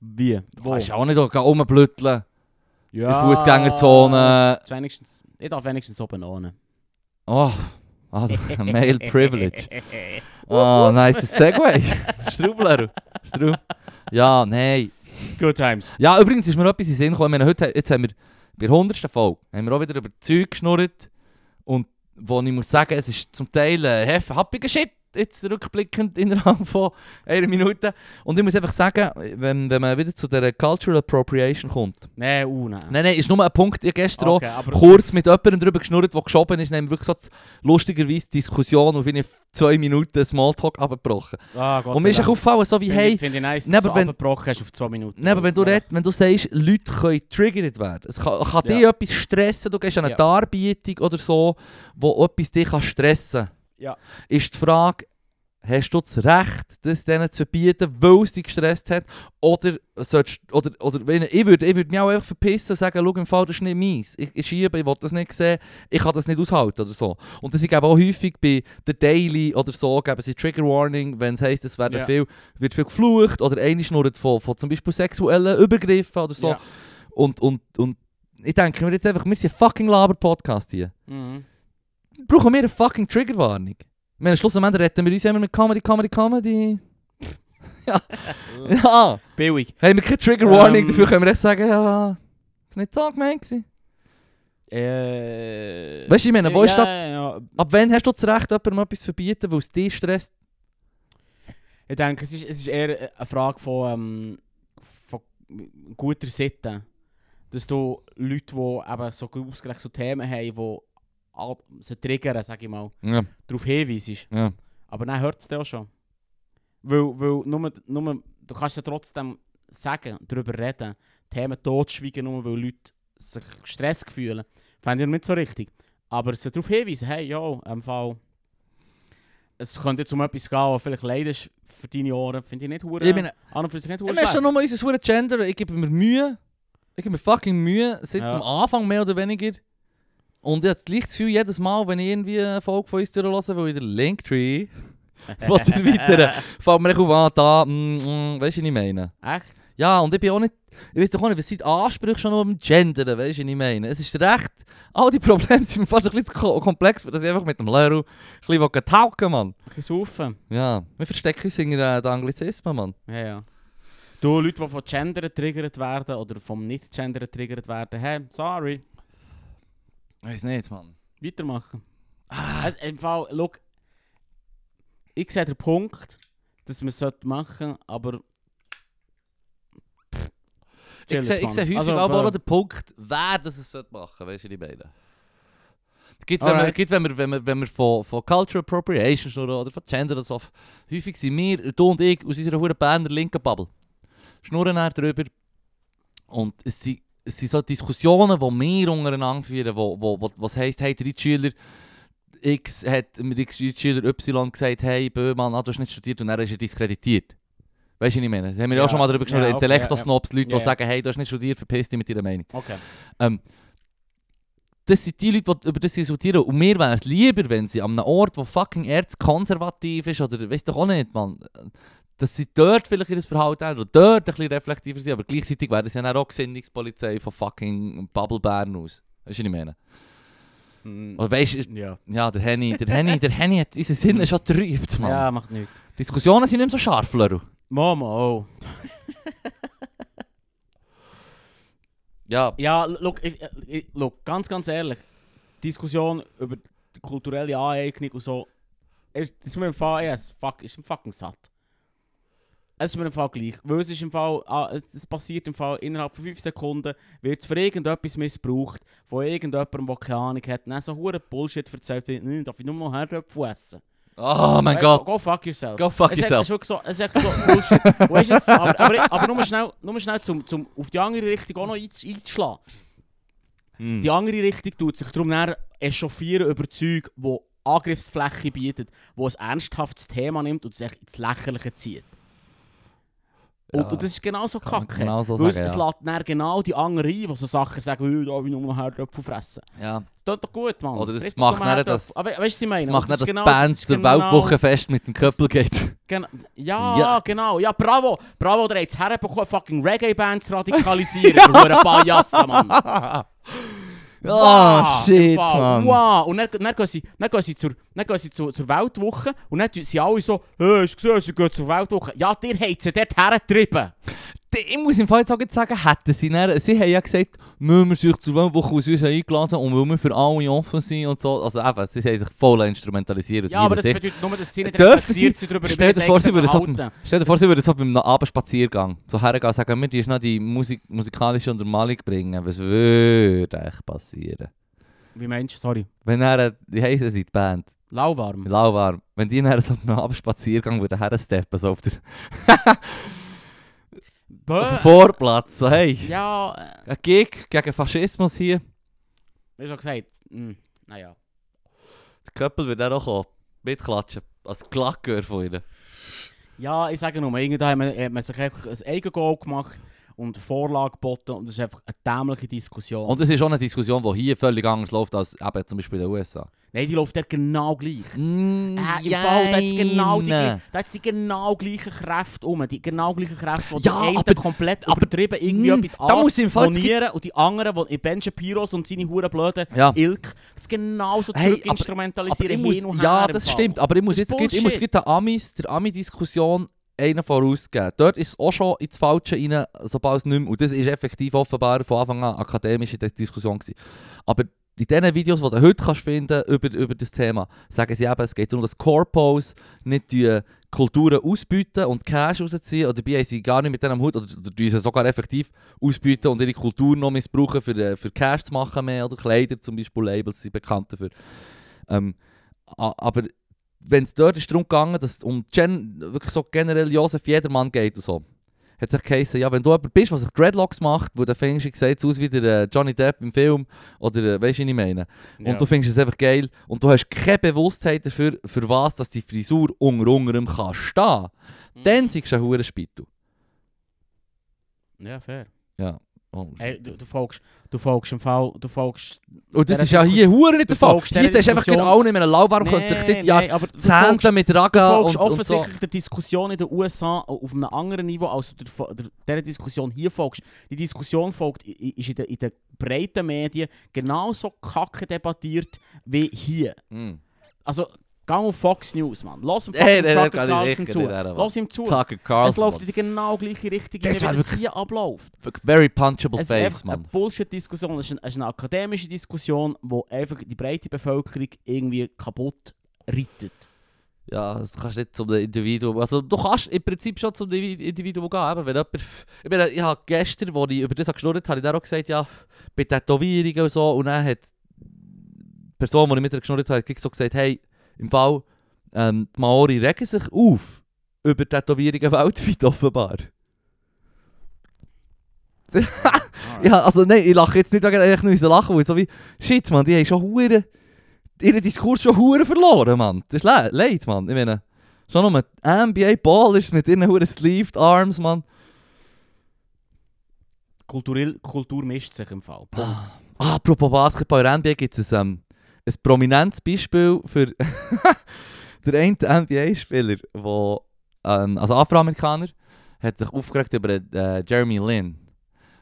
S2: Wie?
S1: Du kannst ja auch nicht rumblütteln.
S2: Ja,
S1: Fußgängerzone.
S2: das Wenigstens, ich darf wenigstens oben ohne.
S1: Oh, also, Male Privilege. Oh, nice Segway. Strubler. Strub. Ja, nein.
S2: Good times.
S1: Ja, übrigens ist mir noch etwas in den Sinn gekommen. Ich meine, heute, jetzt haben wir bei der 100. Folge haben wir auch wieder über Zeug geschnurrt. Und wo ich muss sagen, es ist zum Teil äh, hef- happiger Shit, jetzt rückblickend innerhalb von einer Minute. Und ich muss einfach sagen, wenn, wenn man wieder zu dieser Cultural Appropriation kommt.
S2: Nein, uh, nein.
S1: Nein, nein, ist nur ein Punkt, ich gestern auch
S2: Okay, aber
S1: kurz mit jemandem darüber geschnurrt, der geschoben ist, nämlich wirklich so z- lustigerweise die Diskussion auf in zwei Minuten Smalltalk abgebrochen.
S2: Ah, Gott
S1: Und mir
S2: sei
S1: ist auch
S2: Dank.
S1: aufgefallen, so wie,
S2: Finde
S1: hey,
S2: ich- Finde ich nice,
S1: Nee,
S2: dass du
S1: aber wenn-
S2: abgebrochen hast auf zwei Minuten.
S1: Nee, aber wenn du, red, wenn du sagst, Leute können triggert werden. Es kann, kann dich
S2: Ja.
S1: etwas stressen, du gehst an eine
S2: Ja.
S1: Darbietung oder so, wo etwas dich kann stressen kann.
S2: Ja.
S1: Ist die Frage, hast du das Recht, das denen zu verbieten, weil es dich gestresst hat? Oder sollst, oder, oder wenn, ich würde ich würd mich auch einfach verpissen und sagen, schau, im Fall, das ist nicht meins. Ich, ich schiebe, ich will das nicht sehen, ich kann das nicht aushalten oder so. Und das ich eben auch häufig bei der Daily oder so, geben sie Trigger Warning, wenn es heisst, es werden
S2: Ja.
S1: viel, wird viel geflucht oder eine schnurrt von, von zum Beispiel sexuellen Übergriffen oder so.
S2: Ja.
S1: Und, und, und ich denke mir jetzt einfach, wir sind ein fucking Laber-Podcast hier.
S2: Mhm.
S1: Brauchen wir eine fucking Triggerwarnung? Ich meine, schlussendlich retten wir uns immer mit Comedy, Comedy, Comedy. ja. ja.
S2: Billig.
S1: Haben wir keine Triggerwarnung,
S2: Ähm.
S1: dafür können wir echt sagen, ja, das war nicht so gemeint. gewesen.
S2: Äh,
S1: Weißt du, ich meine, wo
S2: ja,
S1: ist das-
S2: Ja, ja.
S1: Ab wann hast du das Recht, jemandem etwas zu verbieten, weil es dich stresst?
S2: Ich denke, es ist, es ist eher äh, eine Frage von, ähm, von guter Seite. Dass du Leute, die eben so ausgerechnet so Themen haben, die all- sie triggern, sag ich mal,
S1: Ja,
S2: darauf hinweisest.
S1: ja.
S2: Aber dann hört es dir auch schon. Weil, weil nur, nur, du kannst ja trotzdem sagen, darüber reden, Themen totschweigen, nur weil Leute sich gestresst fühlen. Fände ich nicht so richtig. Aber sie darauf hinweisen, hey, yo, im Fall... Es könnte jetzt um etwas gehen, was vielleicht leid ist für deine Ohren. Finde ich nicht hure.
S1: Ich meine,
S2: an und für sich nicht hure
S1: ich meine,
S2: schlecht.
S1: schon nur unser verdammtes Gender, ich gebe mir Mühe. Ich gebe mir fucking Mühe, seit
S2: Ja.
S1: dem Anfang mehr oder weniger. Und jetzt gleich das Gefühl, jedes Mal, wenn ich irgendwie eine Folge von uns durchlasse, weil ich den Linktree will erweitern, fällt mir echt auf, ah, da, mm, mm, weißt du, was ich meine?
S2: Echt?
S1: Ja, und ich bin auch nicht. Ich weiß doch auch nicht, was sind die Ansprüche schon noch am Gendern, weißt du, was ich meine? Es ist recht. All die Probleme sind mir fast ein bisschen zu ko- komplex, dass ich einfach mit dem Leru ein bisschen getauken Mann.
S2: Ein bisschen saufen.
S1: Ja, wir verstecken uns hinter äh, den Anglizismen, Mann.
S2: Ja, ja. Du, Leute, die von Gender getriggert werden oder vom Nicht-Gender getriggert werden, hey, sorry.
S1: Ich weiß nicht, Mann.
S2: Weitermachen. Also, Ah, Im Fall, look, ich sehe den Punkt, dass man es machen sollte, aber.
S1: Ich
S2: Chill
S1: sehe
S2: jetzt,
S1: ich sehe
S2: Mann.
S1: häufig
S2: Also,
S1: aber auch
S2: aber-
S1: noch den Punkt, wer das es sollte machen sollte, weißt du, die beiden. Es gibt, wenn, wir,
S2: Alright.
S1: gibt, wenn, wir, wenn, wir, wenn wir von, von Cultural Appropriation schnurren oder von Gender und so, häufig sind wir, du und ich, aus unserer hohen Berner linken Bubble, schnurren dann drüber und es sind, es sind so Diskussionen, die wir untereinander führen, wo, wo, wo, was heisst, hey, die Schüler X dus hat mit X Schüler Y gesagt, hey, Böhmann, ah, du hast nicht studiert und er ist er diskreditiert. Weißt du, was ich meine? Da haben wir ja
S2: Ja.
S1: auch schon mal darüber gesprochen.
S2: Ja, okay,
S1: Intellektos-Snobs, Leute, die
S2: Ja, ja.
S1: sagen, hey, du hast nicht studiert, verpiss dich mit deiner Meinung.
S2: Okay.
S1: Das sind die Leute, die über das diskutieren. Und mir wäre es lieber, wenn sie an einem Ort, wo fucking erzkonservativ ist, oder weißt doch auch nicht, Mann, dass sie dort vielleicht ihr Verhalten ändern oder dort ein bisschen reflektiver sind. Aber gleichzeitig wäre das ja dann auch die Gesinnungspolizei von fucking Bubble Bern aus. Weißt du, was ich meine?
S2: Mm,
S1: Oder weißt du,
S2: Ja.
S1: ja, der Henny, der Henny, der Henny hat unsere Sinne schon getrübt, Mann.
S2: Mhm. Ja, macht oh. nichts.
S1: Diskussionen sind nicht mehr so scharf, Leru.
S2: Momo.
S1: Ja,
S2: Ja, look, ich, ich, look, ganz, ganz ehrlich. Diskussion über die kulturelle Aneignung und so. Ist, das ist mir im Fall, yes, fuck, ist im fucking satt. Es ist mir im Fall gleich. Weil es ist im Fall, ah, es es passiert im Fall innerhalb von 5 Sekunden, wird es für irgendetwas missbraucht, von irgendjemandem, der keine Ahnung hat, und dann so hure Bullshit erzählt wird, «Hm, darf ich nur noch Herdöpfel essen?
S1: oh mein
S2: Hey,
S1: Gott.
S2: Go fuck yourself.
S1: Go fuck
S2: es ist-
S1: yourself.
S2: Es ist wirklich so, es ist echt so Bullshit. Weißt du, es- aber, aber, aber nur schnell, nur schnell nou zum, zum auf die andere Richtung auch noch einz- einzuschlagen.
S1: Hmm.
S2: Die andere Richtung tut sich darum näher echauffieren über Zeug, wo Angriffsfläche bietet, wo es ernsthaftes Thema nimmt und sich ins Lächerliche zieht. Und,
S1: Ja.
S2: und das ist genauso
S1: Kann man
S2: kacke.
S1: genau so
S2: weil es,
S1: sagen,
S2: es
S1: ja.
S2: lässt näher genau die anderen ein, die so Sachen sagen, «Äh, da will ich nur noch Herdöpfel fressen.
S1: Ja.
S2: Das tut doch gut, Mann.
S1: Oder das
S2: Friss doch
S1: macht
S2: nur
S1: näher
S2: Herdöpfel.
S1: das-
S2: Aber Ah, weißt du, was ich meine?
S1: Das macht nicht,
S2: Und
S1: dass
S2: ist
S1: die
S2: genau-
S1: Band
S2: ist
S1: zur
S2: genau-
S1: Weltwochenfest mit dem Köppel geht.
S2: Genau. Ja,
S1: Ja.
S2: genau. Ja, bravo. Bravo, ihr habt es herbekommen, fucking Reggae-Bands zu radikalisieren. ja. Hure Pajassen, Mann.
S1: Oh, shit,
S2: Wow,
S1: Mann.
S2: Wow. Und dann, dann, gehen sie, dann, gehen sie zur, dann gehen sie zur, zur Weltwoche und dann tun sie alle so, hey, hast du gesehen, sie gehen zur Weltwoche. Ja, dir habt sie dort hergetrieben.
S1: D- Ich muss im Fall jetzt auch gerade sagen, hätten sie dann, sie haben ja gesagt, müssen wir sich zur Weltwoche aus uns eingeladen und weil wir für alle offen sind und so. Also eben, sie haben sich voll instrumentalisiert aus
S2: Ja, aber
S1: meiner
S2: das
S1: Sicht.
S2: bedeutet nur, dass sie nicht
S1: Dürften sie,
S2: reflektiert sind darüber,
S1: stell dir
S2: ihr
S1: vor,
S2: eigenes
S1: sie würden so,
S2: Verhalten.
S1: stell dir vor, sie würden so beim Abendspaziergang so hergehen und sagen, wir die ist noch die Musik, musikalische Untermalung bringen. Was würde eigentlich passieren?
S2: Wie meinst du, sorry,
S1: Wenn er, wie heissen sie, die Band?
S2: lauwarm.
S1: Lauwarm. Wenn die nachher so auf einem Abendspaziergang würden hersteppen, so auf, der, auf dem
S2: Bäh.
S1: Vorplatz, so hey,
S2: Ja, äh,
S1: ein Gig gegen Faschismus hier.
S2: wie schon gesagt, hm, naja.
S1: Der Köppel wird dann auch kommen, mitklatschen, als Glackgör von ihnen.
S2: Ja, ich sage nur, irgendwann hat man, hat man sich einfach ein Eigengoal gemacht und Vorlage geboten und das ist einfach eine dämliche Diskussion.
S1: Und es ist auch eine Diskussion, die hier völlig anders läuft als eben zum Beispiel in den USA.
S2: Nein, die läuft ja genau gleich.
S1: Mm,
S2: Äh, Im Fall, da hat genau die, gli- da hat's die genau gleichen Kräfte um. Die genau gleichen Kräfte, die
S1: Ja,
S2: die einen
S1: aber-
S2: komplett übertrieben irgendwie
S1: Mm,
S2: etwas
S1: da muss ich im Fall-
S2: abmonieren und die anderen, die Ben Shapiros und seine huren blöden
S1: Ja.
S2: Ilk, das genauso
S1: Hey, aber-
S2: zurückinstrumentalisieren
S1: Aber ich
S2: hin und
S1: muss,
S2: her.
S1: ja,
S2: im
S1: das
S2: Fall.
S1: stimmt. Aber ich muss jetzt
S2: Das ist
S1: grad- ich muss
S2: Bullshit.
S1: grad der Amis, der Ami-Diskussion einen vorausgeben. Dort ist es auch schon ins Falsche rein, sobald es nicht mehr. Und das ist effektiv offenbar von Anfang an akademische Dis- Diskussion gewesen. Aber in diesen Videos, die du heute kannst finden über, über das Thema, sagen sie eben, es geht darum, dass Corpos nicht die Kulturen ausbieten und Cash rausziehen. Oder dabei haben sie gar nicht mit denen am Hut. Oder, oder die sie sogar effektiv ausbieten und ihre Kultur noch missbrauchen, für, äh, für Cash zu machen. Mehr. Oder Kleider zum Beispiel, Labels sind bekannt dafür. Ähm, a- aber wenn es dort ist darum gegangen, dass es um gen wirklich so generell Josef Jedermann geht und so, hat sich geheißen, ja, wenn du jemand bist, was sich Dreadlocks macht, wo der findest, ich sehe jetzt aus wie der äh, Johnny Depp im Film, oder äh, weißt du, was ich meine?
S2: Ja.
S1: Und du findest es einfach geil und du hast keine Bewusstheit dafür, für was dass die Frisur unter anderem kann stehen.
S2: Mhm.
S1: Dann siehst du ein Hurenspitel.
S2: Ja, fair.
S1: Ja. Oh.
S2: Hey, du, du, folgst, du folgst im Fall, du folgst...
S1: Und das
S2: dieser
S1: ist ja hier Huren nicht der
S2: Du
S1: Fall.
S2: folgst
S1: Hier
S2: dieser
S1: ist einfach gerade
S2: Diskussion-
S1: alle in einem Lauwarm können sich seit Jahren
S2: aber du folgst-
S1: Zähne mit Raga
S2: Du
S1: und,
S2: folgst
S1: und so.
S2: offensichtlich der Diskussion in den USA auf einem anderen Niveau, als du der, Fo- der, der Diskussion hier folgst. Die Diskussion folgt, i- i- ist in den, in den breiten Medien genauso kacke debattiert wie hier.
S1: Mm.
S2: Also, gang auf Fox News, Mann. Lass ihm
S1: Hey,
S2: fucking
S1: nee, das
S2: Tucker
S1: kann ich
S2: Carlson
S1: echt
S2: zu.
S1: nicht hören, Mann.
S2: Lass ihm zu.
S1: Tucker
S2: Es
S1: Carlson.
S2: läuft in die genau gleiche Richtung,
S1: Das
S2: rein,
S1: war
S2: wie das
S1: wirklich-
S2: hier abläuft.
S1: Wirklich Very punchable
S2: Es ist
S1: face,
S2: einfach eine
S1: man.
S2: Bullshit-Diskussion. Es, ist ein- es ist eine akademische Diskussion, die einfach die breite Bevölkerung irgendwie kaputt reitet.
S1: Ja, das kannst nicht zum Individuum. Also du kannst im Prinzip schon zum Indivi- Individuum gehen. Eben, wenn jemand, ich meine, ich habe gestern, als ich über das geschnurrt habe, ich dann auch gesagt, ja, bei Tätowierungen und so. Und dann hat die Person, die ich mit ihr geschnurrt habe, gleich so gesagt, hey, im Fall, ähm, die Maori regen sich auf über Tätowierungen weltweit offenbar. Ja, also nein, ich lache jetzt nicht wegen ich nur so lachen, weil so wie, shit, man, die haben schon hure, ihren Diskurs schon hure verloren, man. Das ist le leid, man. Ich meine, Schon um NBA-Ballers mit ihren huren Sleeved Arms, Mann.
S2: Kulturell, Kultur mischt sich im Fall. Punkt.
S1: Ah, apropos Basketball, in der NBA gibt es ein, ähm, ein prominentes Beispiel für den einen NBA-Spieler, der, ähm, also Afroamerikaner, hat sich aufgeregt über äh, Jeremy Lin.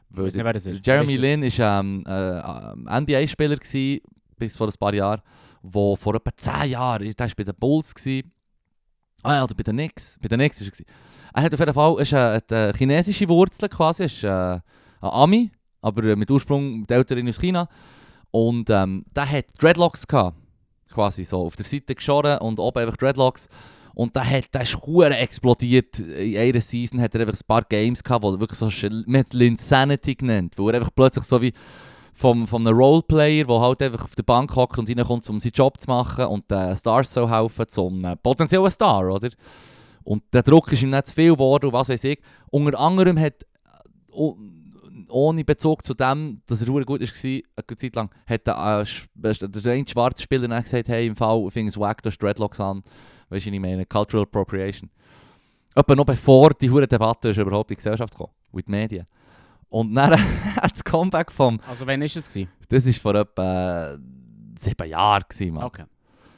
S1: Weil
S2: Ich weiß
S1: der-
S2: nicht, wer das ist.
S1: Jeremy
S2: Weißt du das?
S1: Lin war ähm, äh, NBA-Spieler gewesen, bis vor ein paar Jahren, wo vor etwa 10 Jahren, der war bei den Bulls, gewesen. ah ja, oder bei den Knicks, bei den Knicks war er. gewesen. Er hat auf jeden Fall ist, äh, hat, äh, chinesische Wurzeln quasi, ist äh, ein Ami, aber äh, mit Ursprung, mit Eltern aus China. Und ähm, der hat Dreadlocks gehabt, quasi so, auf der Seite geschoren und oben einfach Dreadlocks. Und der, hat, der ist hure explodiert. In einer Season hat er einfach ein paar Games gehabt, wo er wirklich so, sch- man hat es Linsanity genannt, wo er einfach plötzlich so wie vom, vom einem Roleplayer, der halt einfach auf der Bank hockt und reinkommt, um seinen Job zu machen und den Stars soll helfen, zum äh, potenziellen Star, oder? Und der Druck ist ihm nicht zu viel geworden und was weiß ich. Unter anderem hat, äh, oh- ohne Bezug zu dem, dass er verdammt gut war, eine Zeit lang, hat der, äh, Sch- äh, der eine schwarze Spieler dann gesagt, hey, im Fall, ich finde es wack, du hast Dreadlocks an. Weißt du, was ich meine? Cultural Appropriation. Etwa noch bevor die hure Debatte ist überhaupt in die Gesellschaft gekommen, mit den Medien. Und dann hat das Comeback vom,
S2: Also wann war es? Gewesen?
S1: das war vor etwa äh, sieben Jahren, gewesen, Mann.
S2: Okay.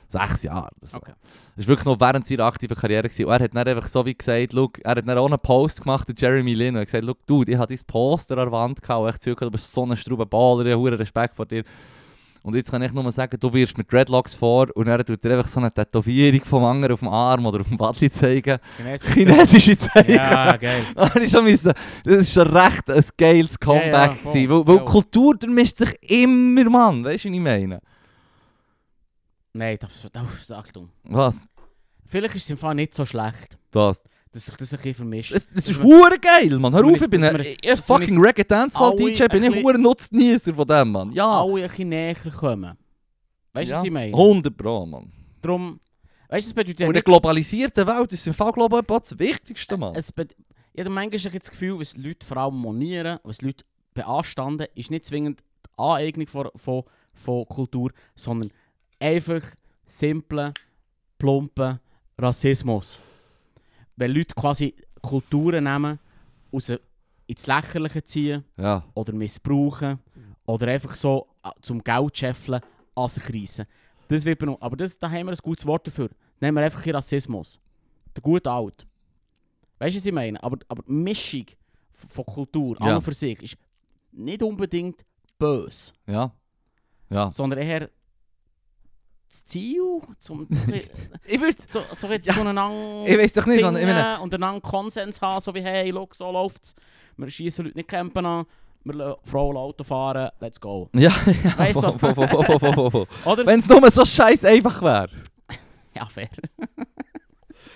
S1: sechs Jahren. oder So.
S2: Okay.
S1: Das war wirklich noch während seiner aktiven Karriere. Gewesen. Und er hat dann einfach so wie gesagt, «Schau», er hat dann auch einen Post gemacht, der Jeremy Lin, und hat gesagt, «Schau, Dude, ich hatte dein Poster an der Wand gehabt, und ich zügel, du bist so ein Straubenballer, ich habe verdammt Respekt vor dir. Und jetzt kann ich nur sagen, du wirst mit Dreadlocks vor und er tut dir einfach so eine Tätowierung vom anderen auf dem Arm oder auf dem Wadli zeigen.
S2: Chinesisch.
S1: Chinesische Zeichen.
S2: Ja, geil.
S1: Ah, ich schon müssen, das ist schon recht ein geiles Comeback.
S2: voll,
S1: gewesen, weil, weil
S2: voll.
S1: Kultur der mischt sich immer, Mann. Weißt du, was ich meine?
S2: Nein, das, das, das Achtung.
S1: Was?
S2: Vielleicht ist es im Fall nicht so schlecht,
S1: Das.
S2: dass sich das ein bisschen vermischt.
S1: Es, es
S2: Dass
S1: ist
S2: man-
S1: hure geil, Mann. Hör
S2: dass wir
S1: auf, ich
S2: uns-
S1: bin
S2: dass
S1: ein
S2: wir-
S1: ich-
S2: dass wir uns
S1: eh, fucking Reggae Dancehall
S2: alle
S1: DJ, bin
S2: ein
S1: ich hure Nutznießer von dem, Mann. Ja.
S2: alle ein bisschen näher kommen. Weißt du,
S1: ja.
S2: was ich meine?
S1: 100 Pro, Mann.
S2: Darum, weißt du, das
S1: Und
S2: bedeutet ja
S1: in der
S2: nicht,
S1: globalisierten Welt ist im Fall, glaube ich, das Wichtigste, Mann.
S2: Äh, es bed- ja, dann manchmal habe ich das Gefühl, was die Leute vor allem monieren, was die Leute beanstanden, ist nicht zwingend die Aneignung von, von, von Kultur, sondern einfach simpler, plumper Rassismus. Wenn Leute quasi Kulturen nehmen, aus ins Lächerliche ziehen,
S1: Ja.
S2: oder missbrauchen oder einfach so äh, zum Geld scheffeln, an sich reissen. Das wird benutzt. Aber das, da haben wir ein gutes Wort dafür. Nehmen wir einfach hier Rassismus. Der gute Alt. Weißt du, was ich meine? Aber, aber die Mischung von von Kultur
S1: Ja.
S2: an und für sich ist nicht unbedingt böse,
S1: Ja. Ja.
S2: sondern eher das Ziel, zum, so,
S1: Ich würde.
S2: so, so, so,
S1: Ja.
S2: so einen Ang-
S1: Ich weiß doch nicht, Mann. Ich meine,
S2: finden und einen Konsens haben, so wie hey, look, so läuft's. Wir schießen Leute nicht campen an, wir lassen Frauen Auto fahren, let's go.
S1: ja,
S2: Weißt du?
S1: ja, voll, voll, voll, voll, voll, voll, voll.
S2: Oder?
S1: Wenn es nur so scheiß einfach wäre.
S2: ja, fair.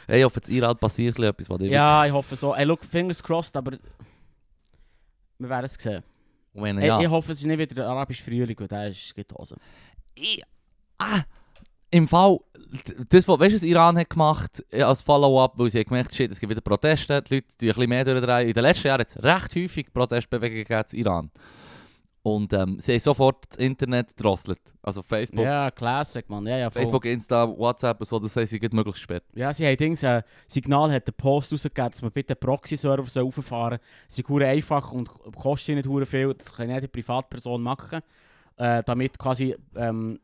S1: Hey, ich hoffe, in Iran passiert ein bisschen etwas, was ich
S2: Ja, ich hoffe so. Ey, look, fingers crossed, aber wir werden es sehen.
S1: Ich meine,
S2: Ey,
S1: ja.
S2: Ich hoffe, es ist nicht wieder der arabische Frühling, weil der ist geht Hose.
S1: Ich- ah, im Fall, das, was, weißt du, was Iran hat gemacht ja, als Follow-up, weil sie haben gemerkt shit, es gibt wieder Proteste, die Leute tun ein bisschen mehr durchdrehen. In den letzten Jahren hat es recht häufig Protestbewegungen gegeben in Iran. Und ähm, sie haben sofort das Internet drosselt. Also Facebook,
S2: Ja, Classic, Mann. Ja, ja, voll.
S1: Facebook, Insta, WhatsApp und so, das heißt, sie geht möglichst spät.
S2: Ja, sie haben Dings, äh, Signal hat den Post rausgegeben, dass man bitte Proxy-Server so rauffahren soll. Sie sind hure einfach und k- kosten nicht hure viel, das kann jede Privatperson machen. Äh, damit quasi ähm,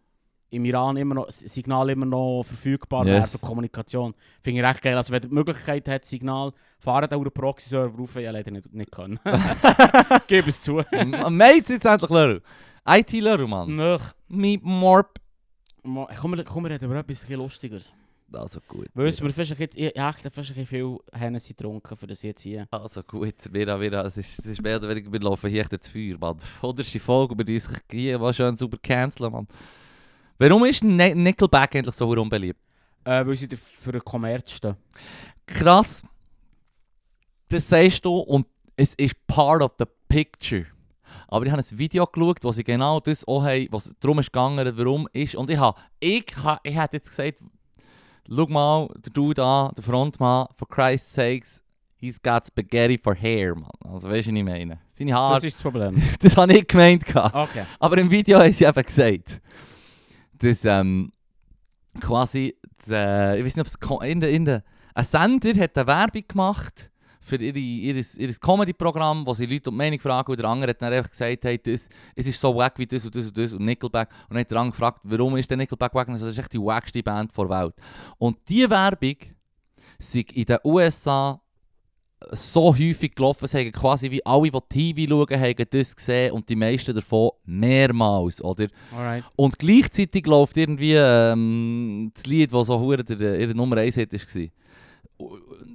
S2: im Iran immer noch, das Signal immer noch verfügbar wäre
S1: Yes.
S2: für Kommunikation. Finde ich recht geil. Also wenn ihr die Möglichkeit hat, Signal, fahren auch den Proxy-Server rauf, ja leider nicht, nicht können. Gib es zu.
S1: Mates, jetzt endlich lernen. IT lernen, Mann.
S2: Nöch.
S1: Meet Morp.
S2: Mo- Komm, wir- komm, wir reden über etwas bisschen lustigeres.
S1: Also gut.
S2: Weißt du, wir vielleicht jetzt, ich ich achte vielleicht ein bisschen viel Hennessy getrunken, für das jetzt hier.
S1: Also gut, Vera, Vera, es ist, es ist mehr oder weniger, wir laufen hier echt durchs Feuer, Mann. Vorderste Folge, über die sich hier war schön super canceln, Mann. Warum ist Ni- Nickelback endlich so verdammt unbeliebt?
S2: Äh, weil sie da für den Kommerz stehen.
S1: Krass. Das sagst du und es ist part of the picture. Aber ich habe ein Video geschaut, wo sie genau das auch haben, was darum ist gegangen, warum ist. Und ich habe, ich habe, ich hätte jetzt gesagt, schau mal, der Dude an, der Frontmann, for Christ's sakes, he's got spaghetti for hair, Mann. Also weißt du, was ich meine? Seine Haare.
S2: Das ist das Problem.
S1: Das habe ich gemeint. gehabt.
S2: Okay.
S1: Aber im Video haben sie eben gesagt, äh, dass ähm, quasi, die, ich weiß nicht, ob es Ko- in der, in der, Ein Sender hat eine Werbung gemacht für ihre, ihr, ihr Comedy-Programm, wo sie Leute um die Meinung fragen und der andere hat dann einfach gesagt, hey, das, es ist so wack wie das und das und das und Nickelback. Und dann hat der andere gefragt, warum ist der Nickelback wack? Und er sagt, das ist echt die wackste Band der Welt. Und diese Werbung sei in den USA so häufig gelaufen, es haben quasi wie alle, die TV schauen, haben das gesehen und die meisten davon mehrmals, oder?
S2: Alright.
S1: Und gleichzeitig läuft irgendwie ähm, das Lied, das so hure der, äh, ihre Nummer 1 Hit war.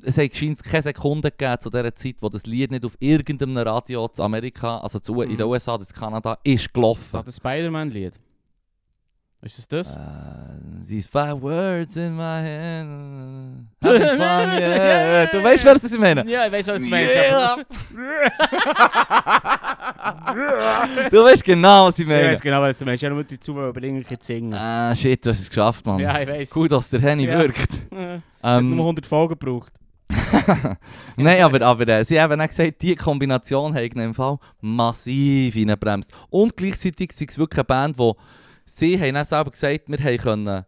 S1: Es hat scheint keine Sekunde gegeben zu dieser Zeit, wo das Lied nicht auf irgendeinem Radio zu Amerika, also zu, in den
S2: Mhm.
S1: USA oder zu Kanada, ist
S2: Ist
S1: gelaufen.
S2: das das Spider-Man-Lied? Ist es das?
S1: Äh, these five words in my hand. Having fun, yeah. Du weißt, was ich meine?
S2: Ja, ich weiß, was du meinst.
S1: Yeah.
S2: aber-
S1: Du weißt genau, was ich
S2: Ich
S1: meine.
S2: weiß genau, was du meinst. Ich habe nur die Zuhörer überlegen, ich singen.
S1: Ah, shit, du hast es geschafft, Mann.
S2: Ja, ich weiß.
S1: Gut, dass der Henny
S2: Ja.
S1: wirkt.
S2: Äh,
S1: Ähm,
S2: Nur 100 Folgen gebraucht.
S1: Nein, aber, aber äh, sie haben auch gesagt, diese Kombination hat ihn im Fall massiv reingebremst. Und gleichzeitig sind es wirklich eine Band, die sie haben auch selber gesagt, wir haben können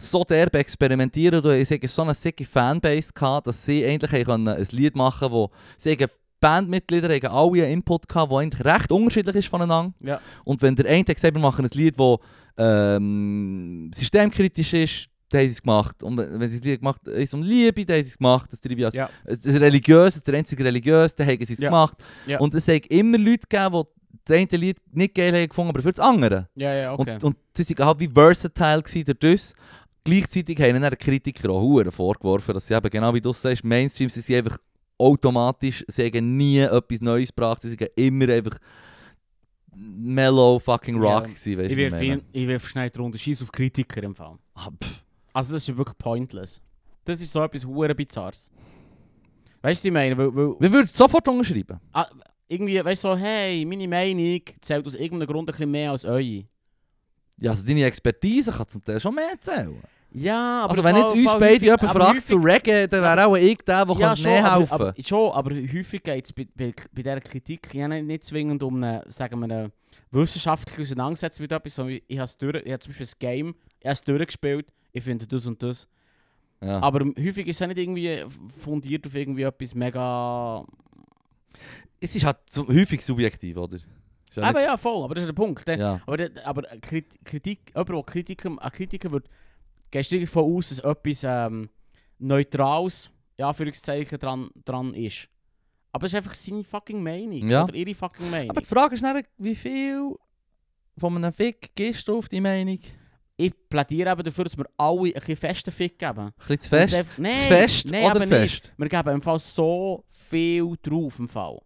S1: so derbe experimentieren und sie hatten so eine sicke Fanbase, gehabt, dass sie endlich haben können ein Lied machen konnten, wo sie haben Bandmitglieder haben alle einen Input gehabt, der eigentlich recht unterschiedlich ist voneinander.
S2: Ja.
S1: Und wenn der eine hat gesagt, wir machen ein Lied, das ähm, systemkritisch ist, dann haben sie es gemacht. Und wenn wenn sie es Lied gemacht haben, ist um Liebe, dann haben sie es gemacht. Das Trivias.
S2: Ja.
S1: Das Religiöse, der einzige Religiöse, dann haben sie es
S2: Ja.
S1: gemacht.
S2: Ja.
S1: Und es hat immer Leute gegeben, die das eine Lied nicht geil haben gefunden, aber für das andere.
S2: Ja, ja, okay.
S1: Und, und sie waren halt wie versatile dus. gewesen durch das. Gleichzeitig haben ihnen dann die Kritiker auch Huren vorgeworfen, dass sie eben genau wie du sagst, Mainstream, sie sind einfach automatisch, sie haben nie etwas Neues gebracht, sie sind immer einfach mellow fucking
S2: Ja.
S1: rock gewesen, weißt
S2: ich
S1: du, was
S2: wirf
S1: meine?
S2: ihn- ich wirf schnell drunter. Scheiß auf Kritiker im Fall.
S1: Ah, pff.
S2: Also das ist wirklich pointless. Das ist so etwas hure bizarres. Weißt du, was ich meine? Weil, weil
S1: Wir würden sofort unterschreiben.
S2: ah, irgendwie, weißt du, so, hey, meine Meinung zählt aus irgendeinem Grund ein bisschen mehr als eure.
S1: Ja, also deine Expertise kann zum Teil schon mehr erzählen.
S2: Ja, aber
S1: also wenn
S2: Fall-
S1: jetzt uns
S2: Fall
S1: beide
S2: häufig-
S1: jemand
S2: aber
S1: fragt
S2: häufig-
S1: zu Reggae, dann wäre auch ich der, der kann mehr
S2: aber-
S1: helfen
S2: Aber, schon, aber häufig geht es bei, bei, bei dieser Kritik ja nicht, nicht zwingend um eine, sagen wir, eine wissenschaftliche Auseinandersetzung mit etwas, sondern ich habe durch, ich habe zum Beispiel das Game, ich habe es durchgespielt, ich finde das und das.
S1: ja.
S2: Aber häufig ist es ja nicht irgendwie fundiert auf irgendwie etwas mega...
S1: es ist halt so häufig subjektiv, oder? Ist ja
S2: Aber ja, voll, aber das ist der Punkt.
S1: nicht- dus. ja.
S2: Aber, der- aber Krit- Kritik, jemand, der Kritiker, ein Kritiker wird, gehst du irgendwie davon aus, dass etwas ähm, Neutrales, ja, Anführungszeichen, dran, dran ist. Aber es ist einfach seine fucking Meinung.
S1: Ja.
S2: Oder ihre fucking Meinung.
S1: Aber die Frage ist dann, wie viel von einem Fick gehst du auf die Meinung? Ein
S2: ich plädiere eben dafür, dass wir alle ein bisschen festen Fick geben.
S1: bisschen zu
S2: Und es
S1: fest?
S2: einfach- Nein,
S1: zu fest
S2: nein,
S1: oder
S2: eben
S1: fest?
S2: Nicht. Wir geben im Fall so viel drauf im Fall.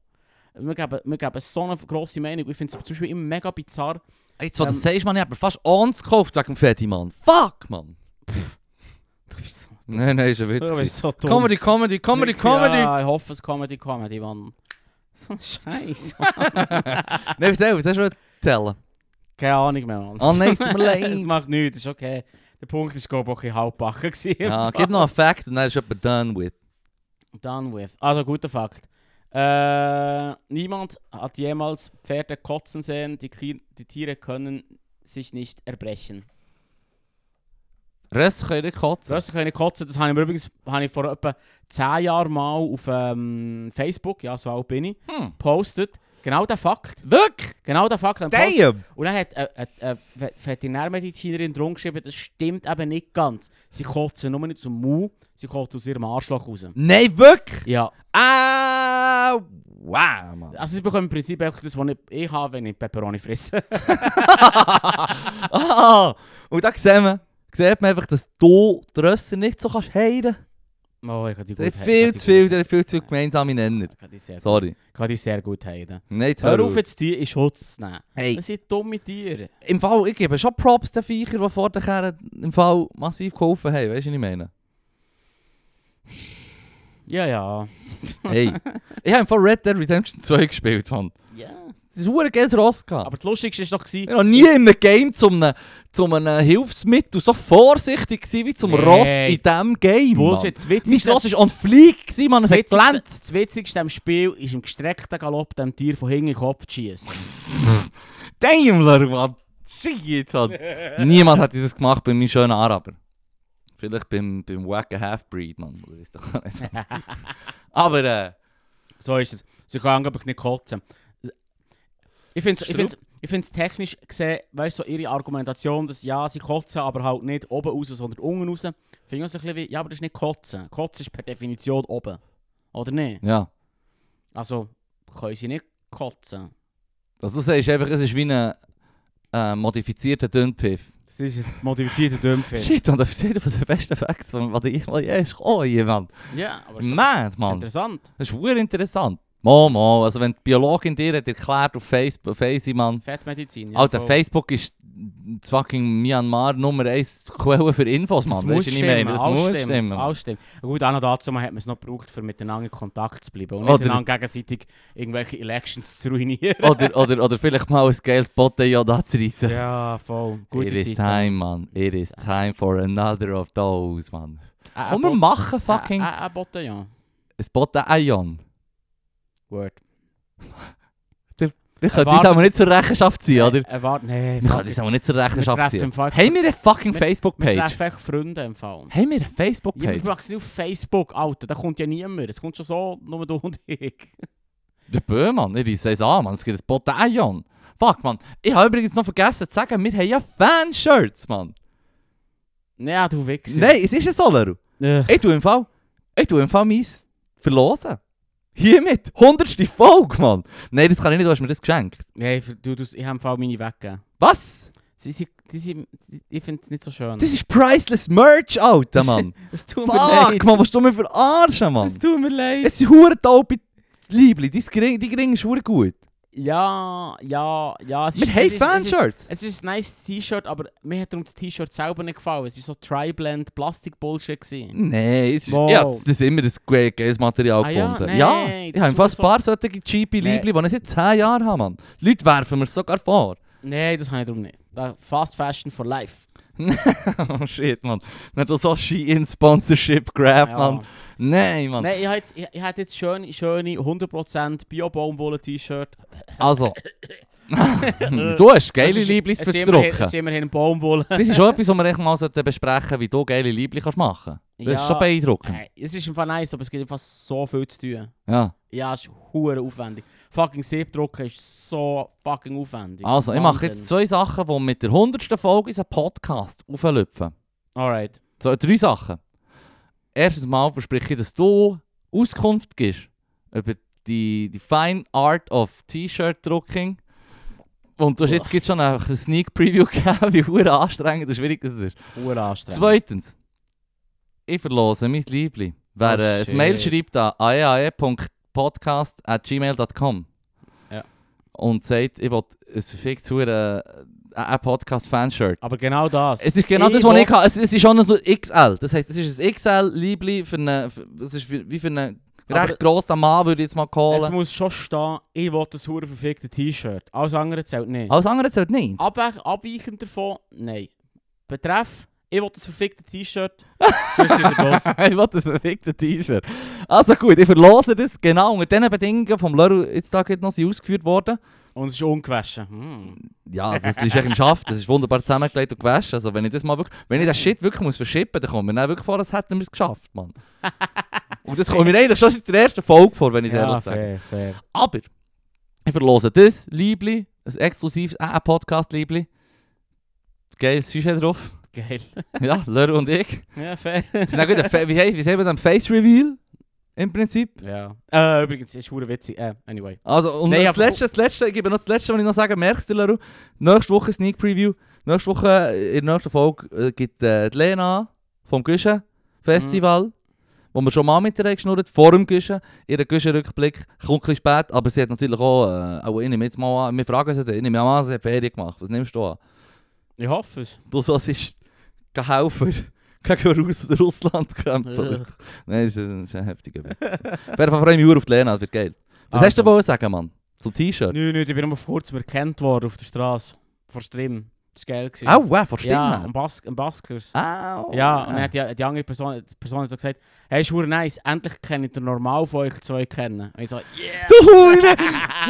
S2: Wir geben, wir geben so eine grosse Meinung. Ich finde es zum Beispiel immer mega bizarr,
S1: Jetzt, was du
S2: Ähm,
S1: sagst, man, ich habe fast uns gekauft wegen dem Fetti, Mann. Fuck, Mann.
S2: Du bist so-
S1: Nein, nein, ist ein
S2: du
S1: Witz.
S2: bist so dumm.
S1: Comedy, Comedy, Comedy,
S2: Ja,
S1: Comedy.
S2: ich hoffe es ist Comedy, Comedy, Mann. So ein Scheiß.
S1: Nein, erzähl, was hast du tellen?
S2: Keine Ahnung mehr, Mann.
S1: Oh nein, es tut mir
S2: Es
S1: leid.
S2: macht nichts, ist okay. Der Punkt ist, glaube ich, auch ein bisschen halbbacken gewesen.
S1: Ja, gib noch einen Fact und dann ist jemand done with.
S2: Done with. Also, guter Fakt. Äh, niemand hat jemals Pferde kotzen sehen. Die, Ki- die Tiere können sich nicht erbrechen.
S1: Rest können nicht kotzen.
S2: Zuerst können kotzen, das habe ich mir übrigens habe ich vor etwa 10 Jahren mal auf ähm, Facebook, ja, so alt bin ich,
S1: Hm.
S2: postet. Genau der Fakt.
S1: Wirklich?
S2: Genau der Fakt. habe ich gepostet.
S1: Damn!
S2: Und dann hat äh, äh, äh, Ve- Veterinärmedizinerin drunter geschrieben, das stimmt eben nicht ganz. Sie kotzen nur nicht zum Mu, sie kotzen aus ihrem Arschloch raus.
S1: Nein, wirklich?
S2: Ja,
S1: Ah, wow, Mann.
S2: also sie bekommen im Prinzip einfach das, was ich, ich habe, wenn ich Peperoni fresse.
S1: ah, und da sehen wir, sieht man einfach, dass du die Rösser nicht so kannst heilen kannst.
S2: oh, ich kann die
S1: Der
S2: gut
S1: hat viel
S2: ich kann die
S1: zu viel,
S2: gut-
S1: der hat viel zu viel gemeinsame Nenner.
S2: Ich kann die sehr, gut-
S1: Sorry.
S2: ich kann die sehr gut heiden.
S1: Nein, jetzt
S2: Hör auf, jetzt die in Schutz zu nehmen.
S1: Hey,
S2: Das sind dumme Tiere.
S1: im Fall, ich gebe schon Props den Viecher, die vor der Kerne im Fall massiv geholfen haben. Weißt du, was ich meine?
S2: Ja, ja.
S1: Hey, ich habe im Fall Red Dead Redemption 2 gespielt, Mann.
S2: Ja.
S1: Das ist ein geiles Ross gehabt.
S2: Aber das Lustigste war doch...
S1: ich war noch nie in einem Game zu einem, zu einem ne Hilfsmittel so vorsichtig gewesen wie zum
S2: Nee.
S1: Ross in diesem Game.
S2: Bullshit, das
S1: Mann. Mein
S2: Witzigste...
S1: Ross war on fleek, gewesen, Mann. Es hat
S2: Witzigste-
S1: glänzt.
S2: Das Witzigste am Spiel ist im gestreckten Galopp dem Tier von hinten in den Kopf zu schießen.
S1: Damn, Leute, was shit, Mann. Niemand hat dieses gemacht bei meinem schönen Araber. Vielleicht beim, beim Wacken Halfbreed, Mann. Oder ist doch nicht. Aber äh,
S2: So ist es. Sie können angeblich nicht kotzen. Ich finde es ich
S1: Strub-
S2: find's, ich find's technisch gesehen, weißt du, so ihre Argumentation, dass ja, sie kotzen, aber halt nicht oben raus, sondern unten raus, finde ich auch so ein bisschen wie, ja, aber das ist nicht kotzen. Kotzen ist per Definition oben. Oder nicht?
S1: ja.
S2: Also, können sie nicht kotzen.
S1: Also, du sagst einfach, es ist wie ein äh, modifizierter Dünnpfiff.
S2: Das ist ein modifizierter Dümpfe.
S1: Shit, und das ist einer der besten Facts, die was ich mal je ist gekommen hier, Mann.
S2: ja, aber das
S1: Mad,
S2: ist
S1: Mann.
S2: interessant.
S1: Das ist wirklich interessant. Mo, mo, also wenn die Biologin dir hat erklärt auf Facebook, Facey, Mann.
S2: Fettmedizin. Ja,
S1: Alter,
S2: voll.
S1: Facebook ist das fucking Myanmar Nummer 1 Quelle für Infos, Mann.
S2: Das muss
S1: Weisst du, was ich
S2: stimmen,
S1: meine? Das
S2: alles
S1: muss
S2: stimmt,
S1: stimmen.
S2: Alles stimmt. Gut, auch noch dazu man hat man es noch gebraucht, um miteinander in Kontakt zu bleiben und
S1: Oder-
S2: nicht einander gegenseitig irgendwelche Elections zu ruinieren.
S1: oder, oder, oder vielleicht mal ein geiles Potato da zu reissen.
S2: Ja, voll.
S1: It
S2: Gute
S1: is
S2: Zeit. Äh,
S1: time, man. It is time for another of those, man.
S2: Ä-
S1: Komm, wir
S2: Ä-
S1: machen fucking
S2: Ä- Ä- Ä- Botellon.
S1: ein Potato.
S2: Word.
S1: Wir können
S2: Erwartet-
S1: uns aber nicht zur Rechenschaft ziehen, oder?
S2: Äh, warte, nee.
S1: Wir
S2: fuck
S1: können
S2: it.
S1: uns aber nicht zur
S2: Wir
S1: Rechenschaft
S2: treffen
S1: ziehen.
S2: im Fall-
S1: Haben wir eine fucking
S2: Wir- Wir
S1: Facebook-Page?
S2: treffen echt Freunde im Fall.
S1: Haben wir eine
S2: Ja, aber
S1: Facebook-Page?
S2: du brauchst nicht auf Facebook, Alter. Da kommt ja niemand. Es kommt schon so, nur du und ich.
S1: Der Böhmann, ich sage es an, Mann. Es gibt ein Potato. Fuck, Mann. Ich habe übrigens noch vergessen zu sagen, wir haben ja Fanshirts, Mann.
S2: Ja, du Wichser.
S1: Nein, es ist ja so, Leru.
S2: Äh,
S1: Ich tue im Fall, ich tue im Fall meins verlosen. Hiermit, hundertste Folge, Mann. Nein, das kann ich nicht, du hast mir das geschenkt.
S2: Nein, für- du, du, ich habe im Fall meine weggegeben.
S1: Was?
S2: Sie sind, die sind, ich finde es nicht so schön.
S1: Das ist priceless Merch, Alter, Mann.
S2: Es tut mir leid.
S1: Fuck, Mann, was du mir verarschen,
S2: Es
S1: Mann.
S2: tut mir leid.
S1: Es sind hure taupe Liebli, die Gring, die Gring ist hure gut.
S2: ja, ja, ja. Es
S1: Wir
S2: es
S1: haben
S2: es ist-
S1: Fanshirts.
S2: Es ist ein nice T-Shirt, aber mir hat darum das T-Shirt selber nicht gefallen. Es war so Tri-Blend Plastik-Bullshit. gewesen.
S1: Nein, es ist,
S2: Wow.
S1: ich hab das immer ein ge- geiles Material
S2: Ah ja?
S1: gefunden.
S2: Nein,
S1: ja, ich
S2: das
S1: habe
S2: ist
S1: im Fall ein
S2: so-
S1: paar solche cheapy
S2: Nein.
S1: Liebli, die ich seit 10 Jahren habe, Mann. Die Leute werfen mir sogar vor.
S2: Nein, das habe ich darum nicht. Da- Fast Fashion for Life.
S1: oh shit, Mann. Nicht so Shein-Sponsorship grab,
S2: Ja.
S1: Mann. Nein, Mann.
S2: Nein, ich habe jetzt, ich, ich habe jetzt schöne, schöne 100% Bio-Baumwolle-T-Shirt.
S1: Also. du hast
S2: Es
S1: geile
S2: ist-
S1: Lieblis
S2: es
S1: für
S2: ist immerhin- Es
S1: zurück.
S2: ist immerhin Baumwolle.
S1: Das ist schon etwas, was wir echt mal sollten besprechen sollten, wie du geile Liebli kannst machen kannst. Das
S2: Ja. Äh,
S1: ist schon beeindruckend.
S2: Nein, Es ist einfach nice, aber es gibt einfach so viel zu tun.
S1: Ja.
S2: Ja, es ist hure aufwendig. Fucking Siebdrucken ist so fucking aufwendig.
S1: Also, ich mache jetzt
S2: Wahnsinn.
S1: zwei Sachen, die mit der 100. Folge unseren Podcast auflöpfen.
S2: Alright.
S1: So, drei Sachen. Erstens mal verspreche ich, dass du Auskunft gibst über die, die Fine Art of T-Shirt-Drucking. Und du hast jetzt gerade schon eine eine Sneak Preview gegeben, wie hure anstrengend und schwierig das ist.
S2: Hure anstrengend.
S1: Zweitens, ich verlose mein Liebling. Wer
S2: Oh,
S1: äh, ein
S2: shit.
S1: Mail schreibt an aeae.podcast.gmail.com
S2: Ja.
S1: und sagt, ich will ein äh, verfickt zu einem Podcast-Fanshirt.
S2: Aber genau das.
S1: Es ist genau
S2: Ich
S1: das, was ich
S2: will-
S1: habe. Es, es ist schon nur XL. Das heisst, es ist ein XL-Liebli für einen. Es ist für, wie für einen
S2: Aber-
S1: recht grossen Mann, würde ich jetzt mal
S2: Es
S1: callen.
S2: muss schon stehen, ich will das hure verfickte T-Shirt. Alles andere zählt nicht.
S1: Alles andere zählt nicht.
S2: Abwe abweichend davon, nein. Betreff, ich will das verfickte T-Shirt. Tschüss in der Dose.
S1: ich will das verfickte T-Shirt. Also gut, ich verlose das genau unter den Bedingungen vom Leru jetzt da gerade noch sind ausgeführt worden.
S2: Und es ist ungewaschen. Hm.
S1: Ja, also es liegt echt im Schaft, das ist wunderbar zusammengelegt und gewaschen. Also wenn ich das mal wirklich, wenn ich das Shit wirklich muss verschippen, dann kommt mir dann wirklich vor, als hätten wir es geschafft, Mann. Und das kommt mir eigentlich schon seit der ersten Folge vor, wenn ich es ehrlich sage.
S2: fair, fair.
S1: Aber, ich verlose das Liebli, ein exklusives äh, Podcast-Liebli. Geiles Sujet drauf.
S2: Geil.
S1: Ja, Lör und ich.
S2: Ja, fair.
S1: Das ist dann gut, ein Fa- wie heißt, wie sagen wir dann, Face-Reveal? Im Prinzip.
S2: ja. Äh, übrigens, es ist hure witzig. Äh, anyway.
S1: Also, und
S2: Nein,
S1: das,
S2: aber-
S1: letzte, das letzte, ich gebe noch das letzte, was ich noch sagen merkst du, Leru, nächste Woche Sneak Preview, nächste Woche, äh, in der nächsten Folge äh, gibt äh, die Lena vom Güschen Festival,
S2: Mhm.
S1: wo wir schon mal mit ihr haben geschnurrt, vor dem Güschen, ihren Güschen-Rückblick, kommt ein bisschen spät, aber sie hat natürlich auch, äh, auch ich nehme jetzt mal an, wir fragen sie dann, ich nehme mal an, sie hat Ferien gemacht, was nimmst du an?
S2: Ich hoffe es.
S1: Du sollst ist kein Helfer gegen Russ Russland kämpfen.
S2: Ja.
S1: Das ist doch- Nein, das ist ein, das ist ein heftiger Witz. Auf jeden Fall freue ich mich sehr auf die Lena, das wird geil. Was hast du
S2: Also.
S1: wohl sagen, Mann? Zum T-Shirt?
S2: Nö, nö, ich bin nur vor kurzem erkannt worden auf der Straße. Vor Stream. Das war geil. gewesen.
S1: Au, wow, von Stimme
S2: Ja,
S1: her.
S2: am, Bas am Baskers.
S1: Au.
S2: Ja, und dann hat die, die andere Person, die Person hat so gesagt, hey, ist hure nice, endlich kenne ich den Normal von euch zwei kennen. Und ich so, yeah!
S1: Du Hure!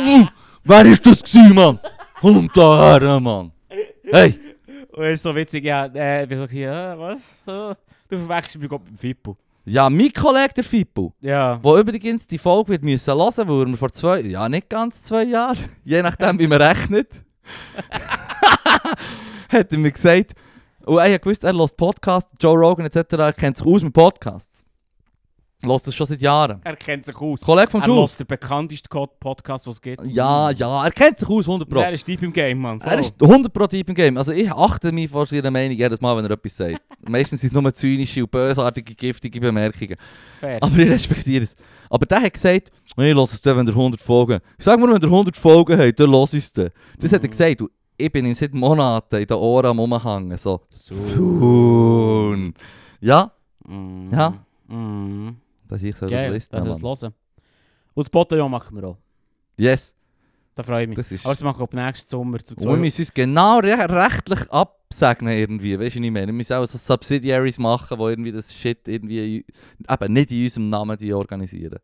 S1: Hm, Wer ist das gewesen, Mann? Und da her, Mann. Hey,
S2: Und er ist so witzig, ja, äh, ich bin so, gewesen, äh, was? Äh, Du Du verwechselst mich gerade mit dem Fippo.
S1: Ja, mein Kollege, der Fippo.
S2: Ja.
S1: Wo übrigens die Folge wird müssen hören, wo wir vor zwei, ja nicht ganz zwei Jahren, je nachdem wie man rechnet, hat er mir gesagt, und ich gewusst, er hört Podcasts, Joe Rogan etc., er kennt sich aus mit Podcasts. Hört das schon seit Jahren.
S2: Er kennt sich aus.
S1: Ein Kollege von
S2: er
S1: Jules.
S2: hört den bekanntesten Co- Podcast, was es gibt. Mhm.
S1: Ja, ja, er kennt sich aus, 100 Pro.
S2: Er ist deep im Game, Mann.
S1: Er ist 100 Pro Typ im Game. Also ich achte mich vor seiner Meinung jedes Mal, wenn er etwas sagt. Meistens sind es nur zynische und bösartige, giftige Bemerkungen.
S2: fair.
S1: Aber ich respektiere es. Aber der hat gesagt, ich lasse es dann, wenn ihr 100 Folgen Sag mir, wenn ihr 100 Folgen habt, dann lasse ich es dann. Das hat er
S2: Mhm.
S1: gesagt. Und ich bin ihm seit Monaten in den Ohren am Umhängen. So. Soon. Ja,
S2: Mm.
S1: Ja.
S2: Mm.
S1: das ich so
S2: Geil,
S1: das
S2: das ist
S1: Liste.
S2: hören. Und das Bottom machen wir auch.
S1: Yes,
S2: Da freue ich mich.
S1: das ist.
S2: Aber das machen wir ab nächsten Sommer zum
S1: Und wir müssen uns genau re rechtlich absegnen irgendwie, weißt du nicht mehr. Wir müssen auch so Subsidiaries machen, die irgendwie das Shit irgendwie in- eben nicht in unserem Namen die organisieren.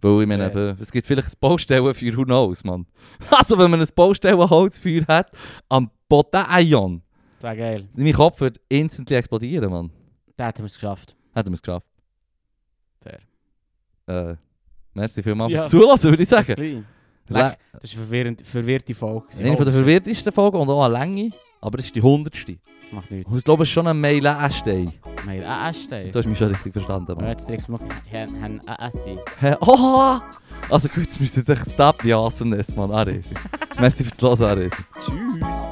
S1: Weil ich meine,
S2: Ja.
S1: eben, es gibt vielleicht ein Baustellenfeuer, who knows, Mann. Also wenn man ein Baustellenholzfeuer hat, am Botaillon,
S2: Sehr geil.
S1: mein Kopf wird instantly explodieren, Mann.
S2: Da hätten wir es geschafft.
S1: Hätten wir es geschafft.
S2: Fair.
S1: Äh, merci vielmals
S2: Ja.
S1: fürs Zulassen, würde ich
S2: Das, ist
S1: sagen.
S2: klein.
S1: Le-
S2: Leck, das ist eine verwirrend, verwirrte Folge. gewesen.
S1: Eine von der
S2: Oh,
S1: verwirrtesten Folgen und auch an Länge, aber es ist die hundertste.
S2: Das macht nichts.
S1: Und ich glaube, es ist schon ein Meilenstein.
S2: Wir haben AS-Stein.
S1: Du hast mich schon richtig verstanden, Mann.
S2: Jetzt direkt machen. Wir haben AS-Stein.
S1: Hä? Oha! Also gut, jetzt müssen wir jetzt echt stoppen. Ja, awesome, Mann. Aresen. Merci fürs Hören, Aresen.
S2: Tschüss.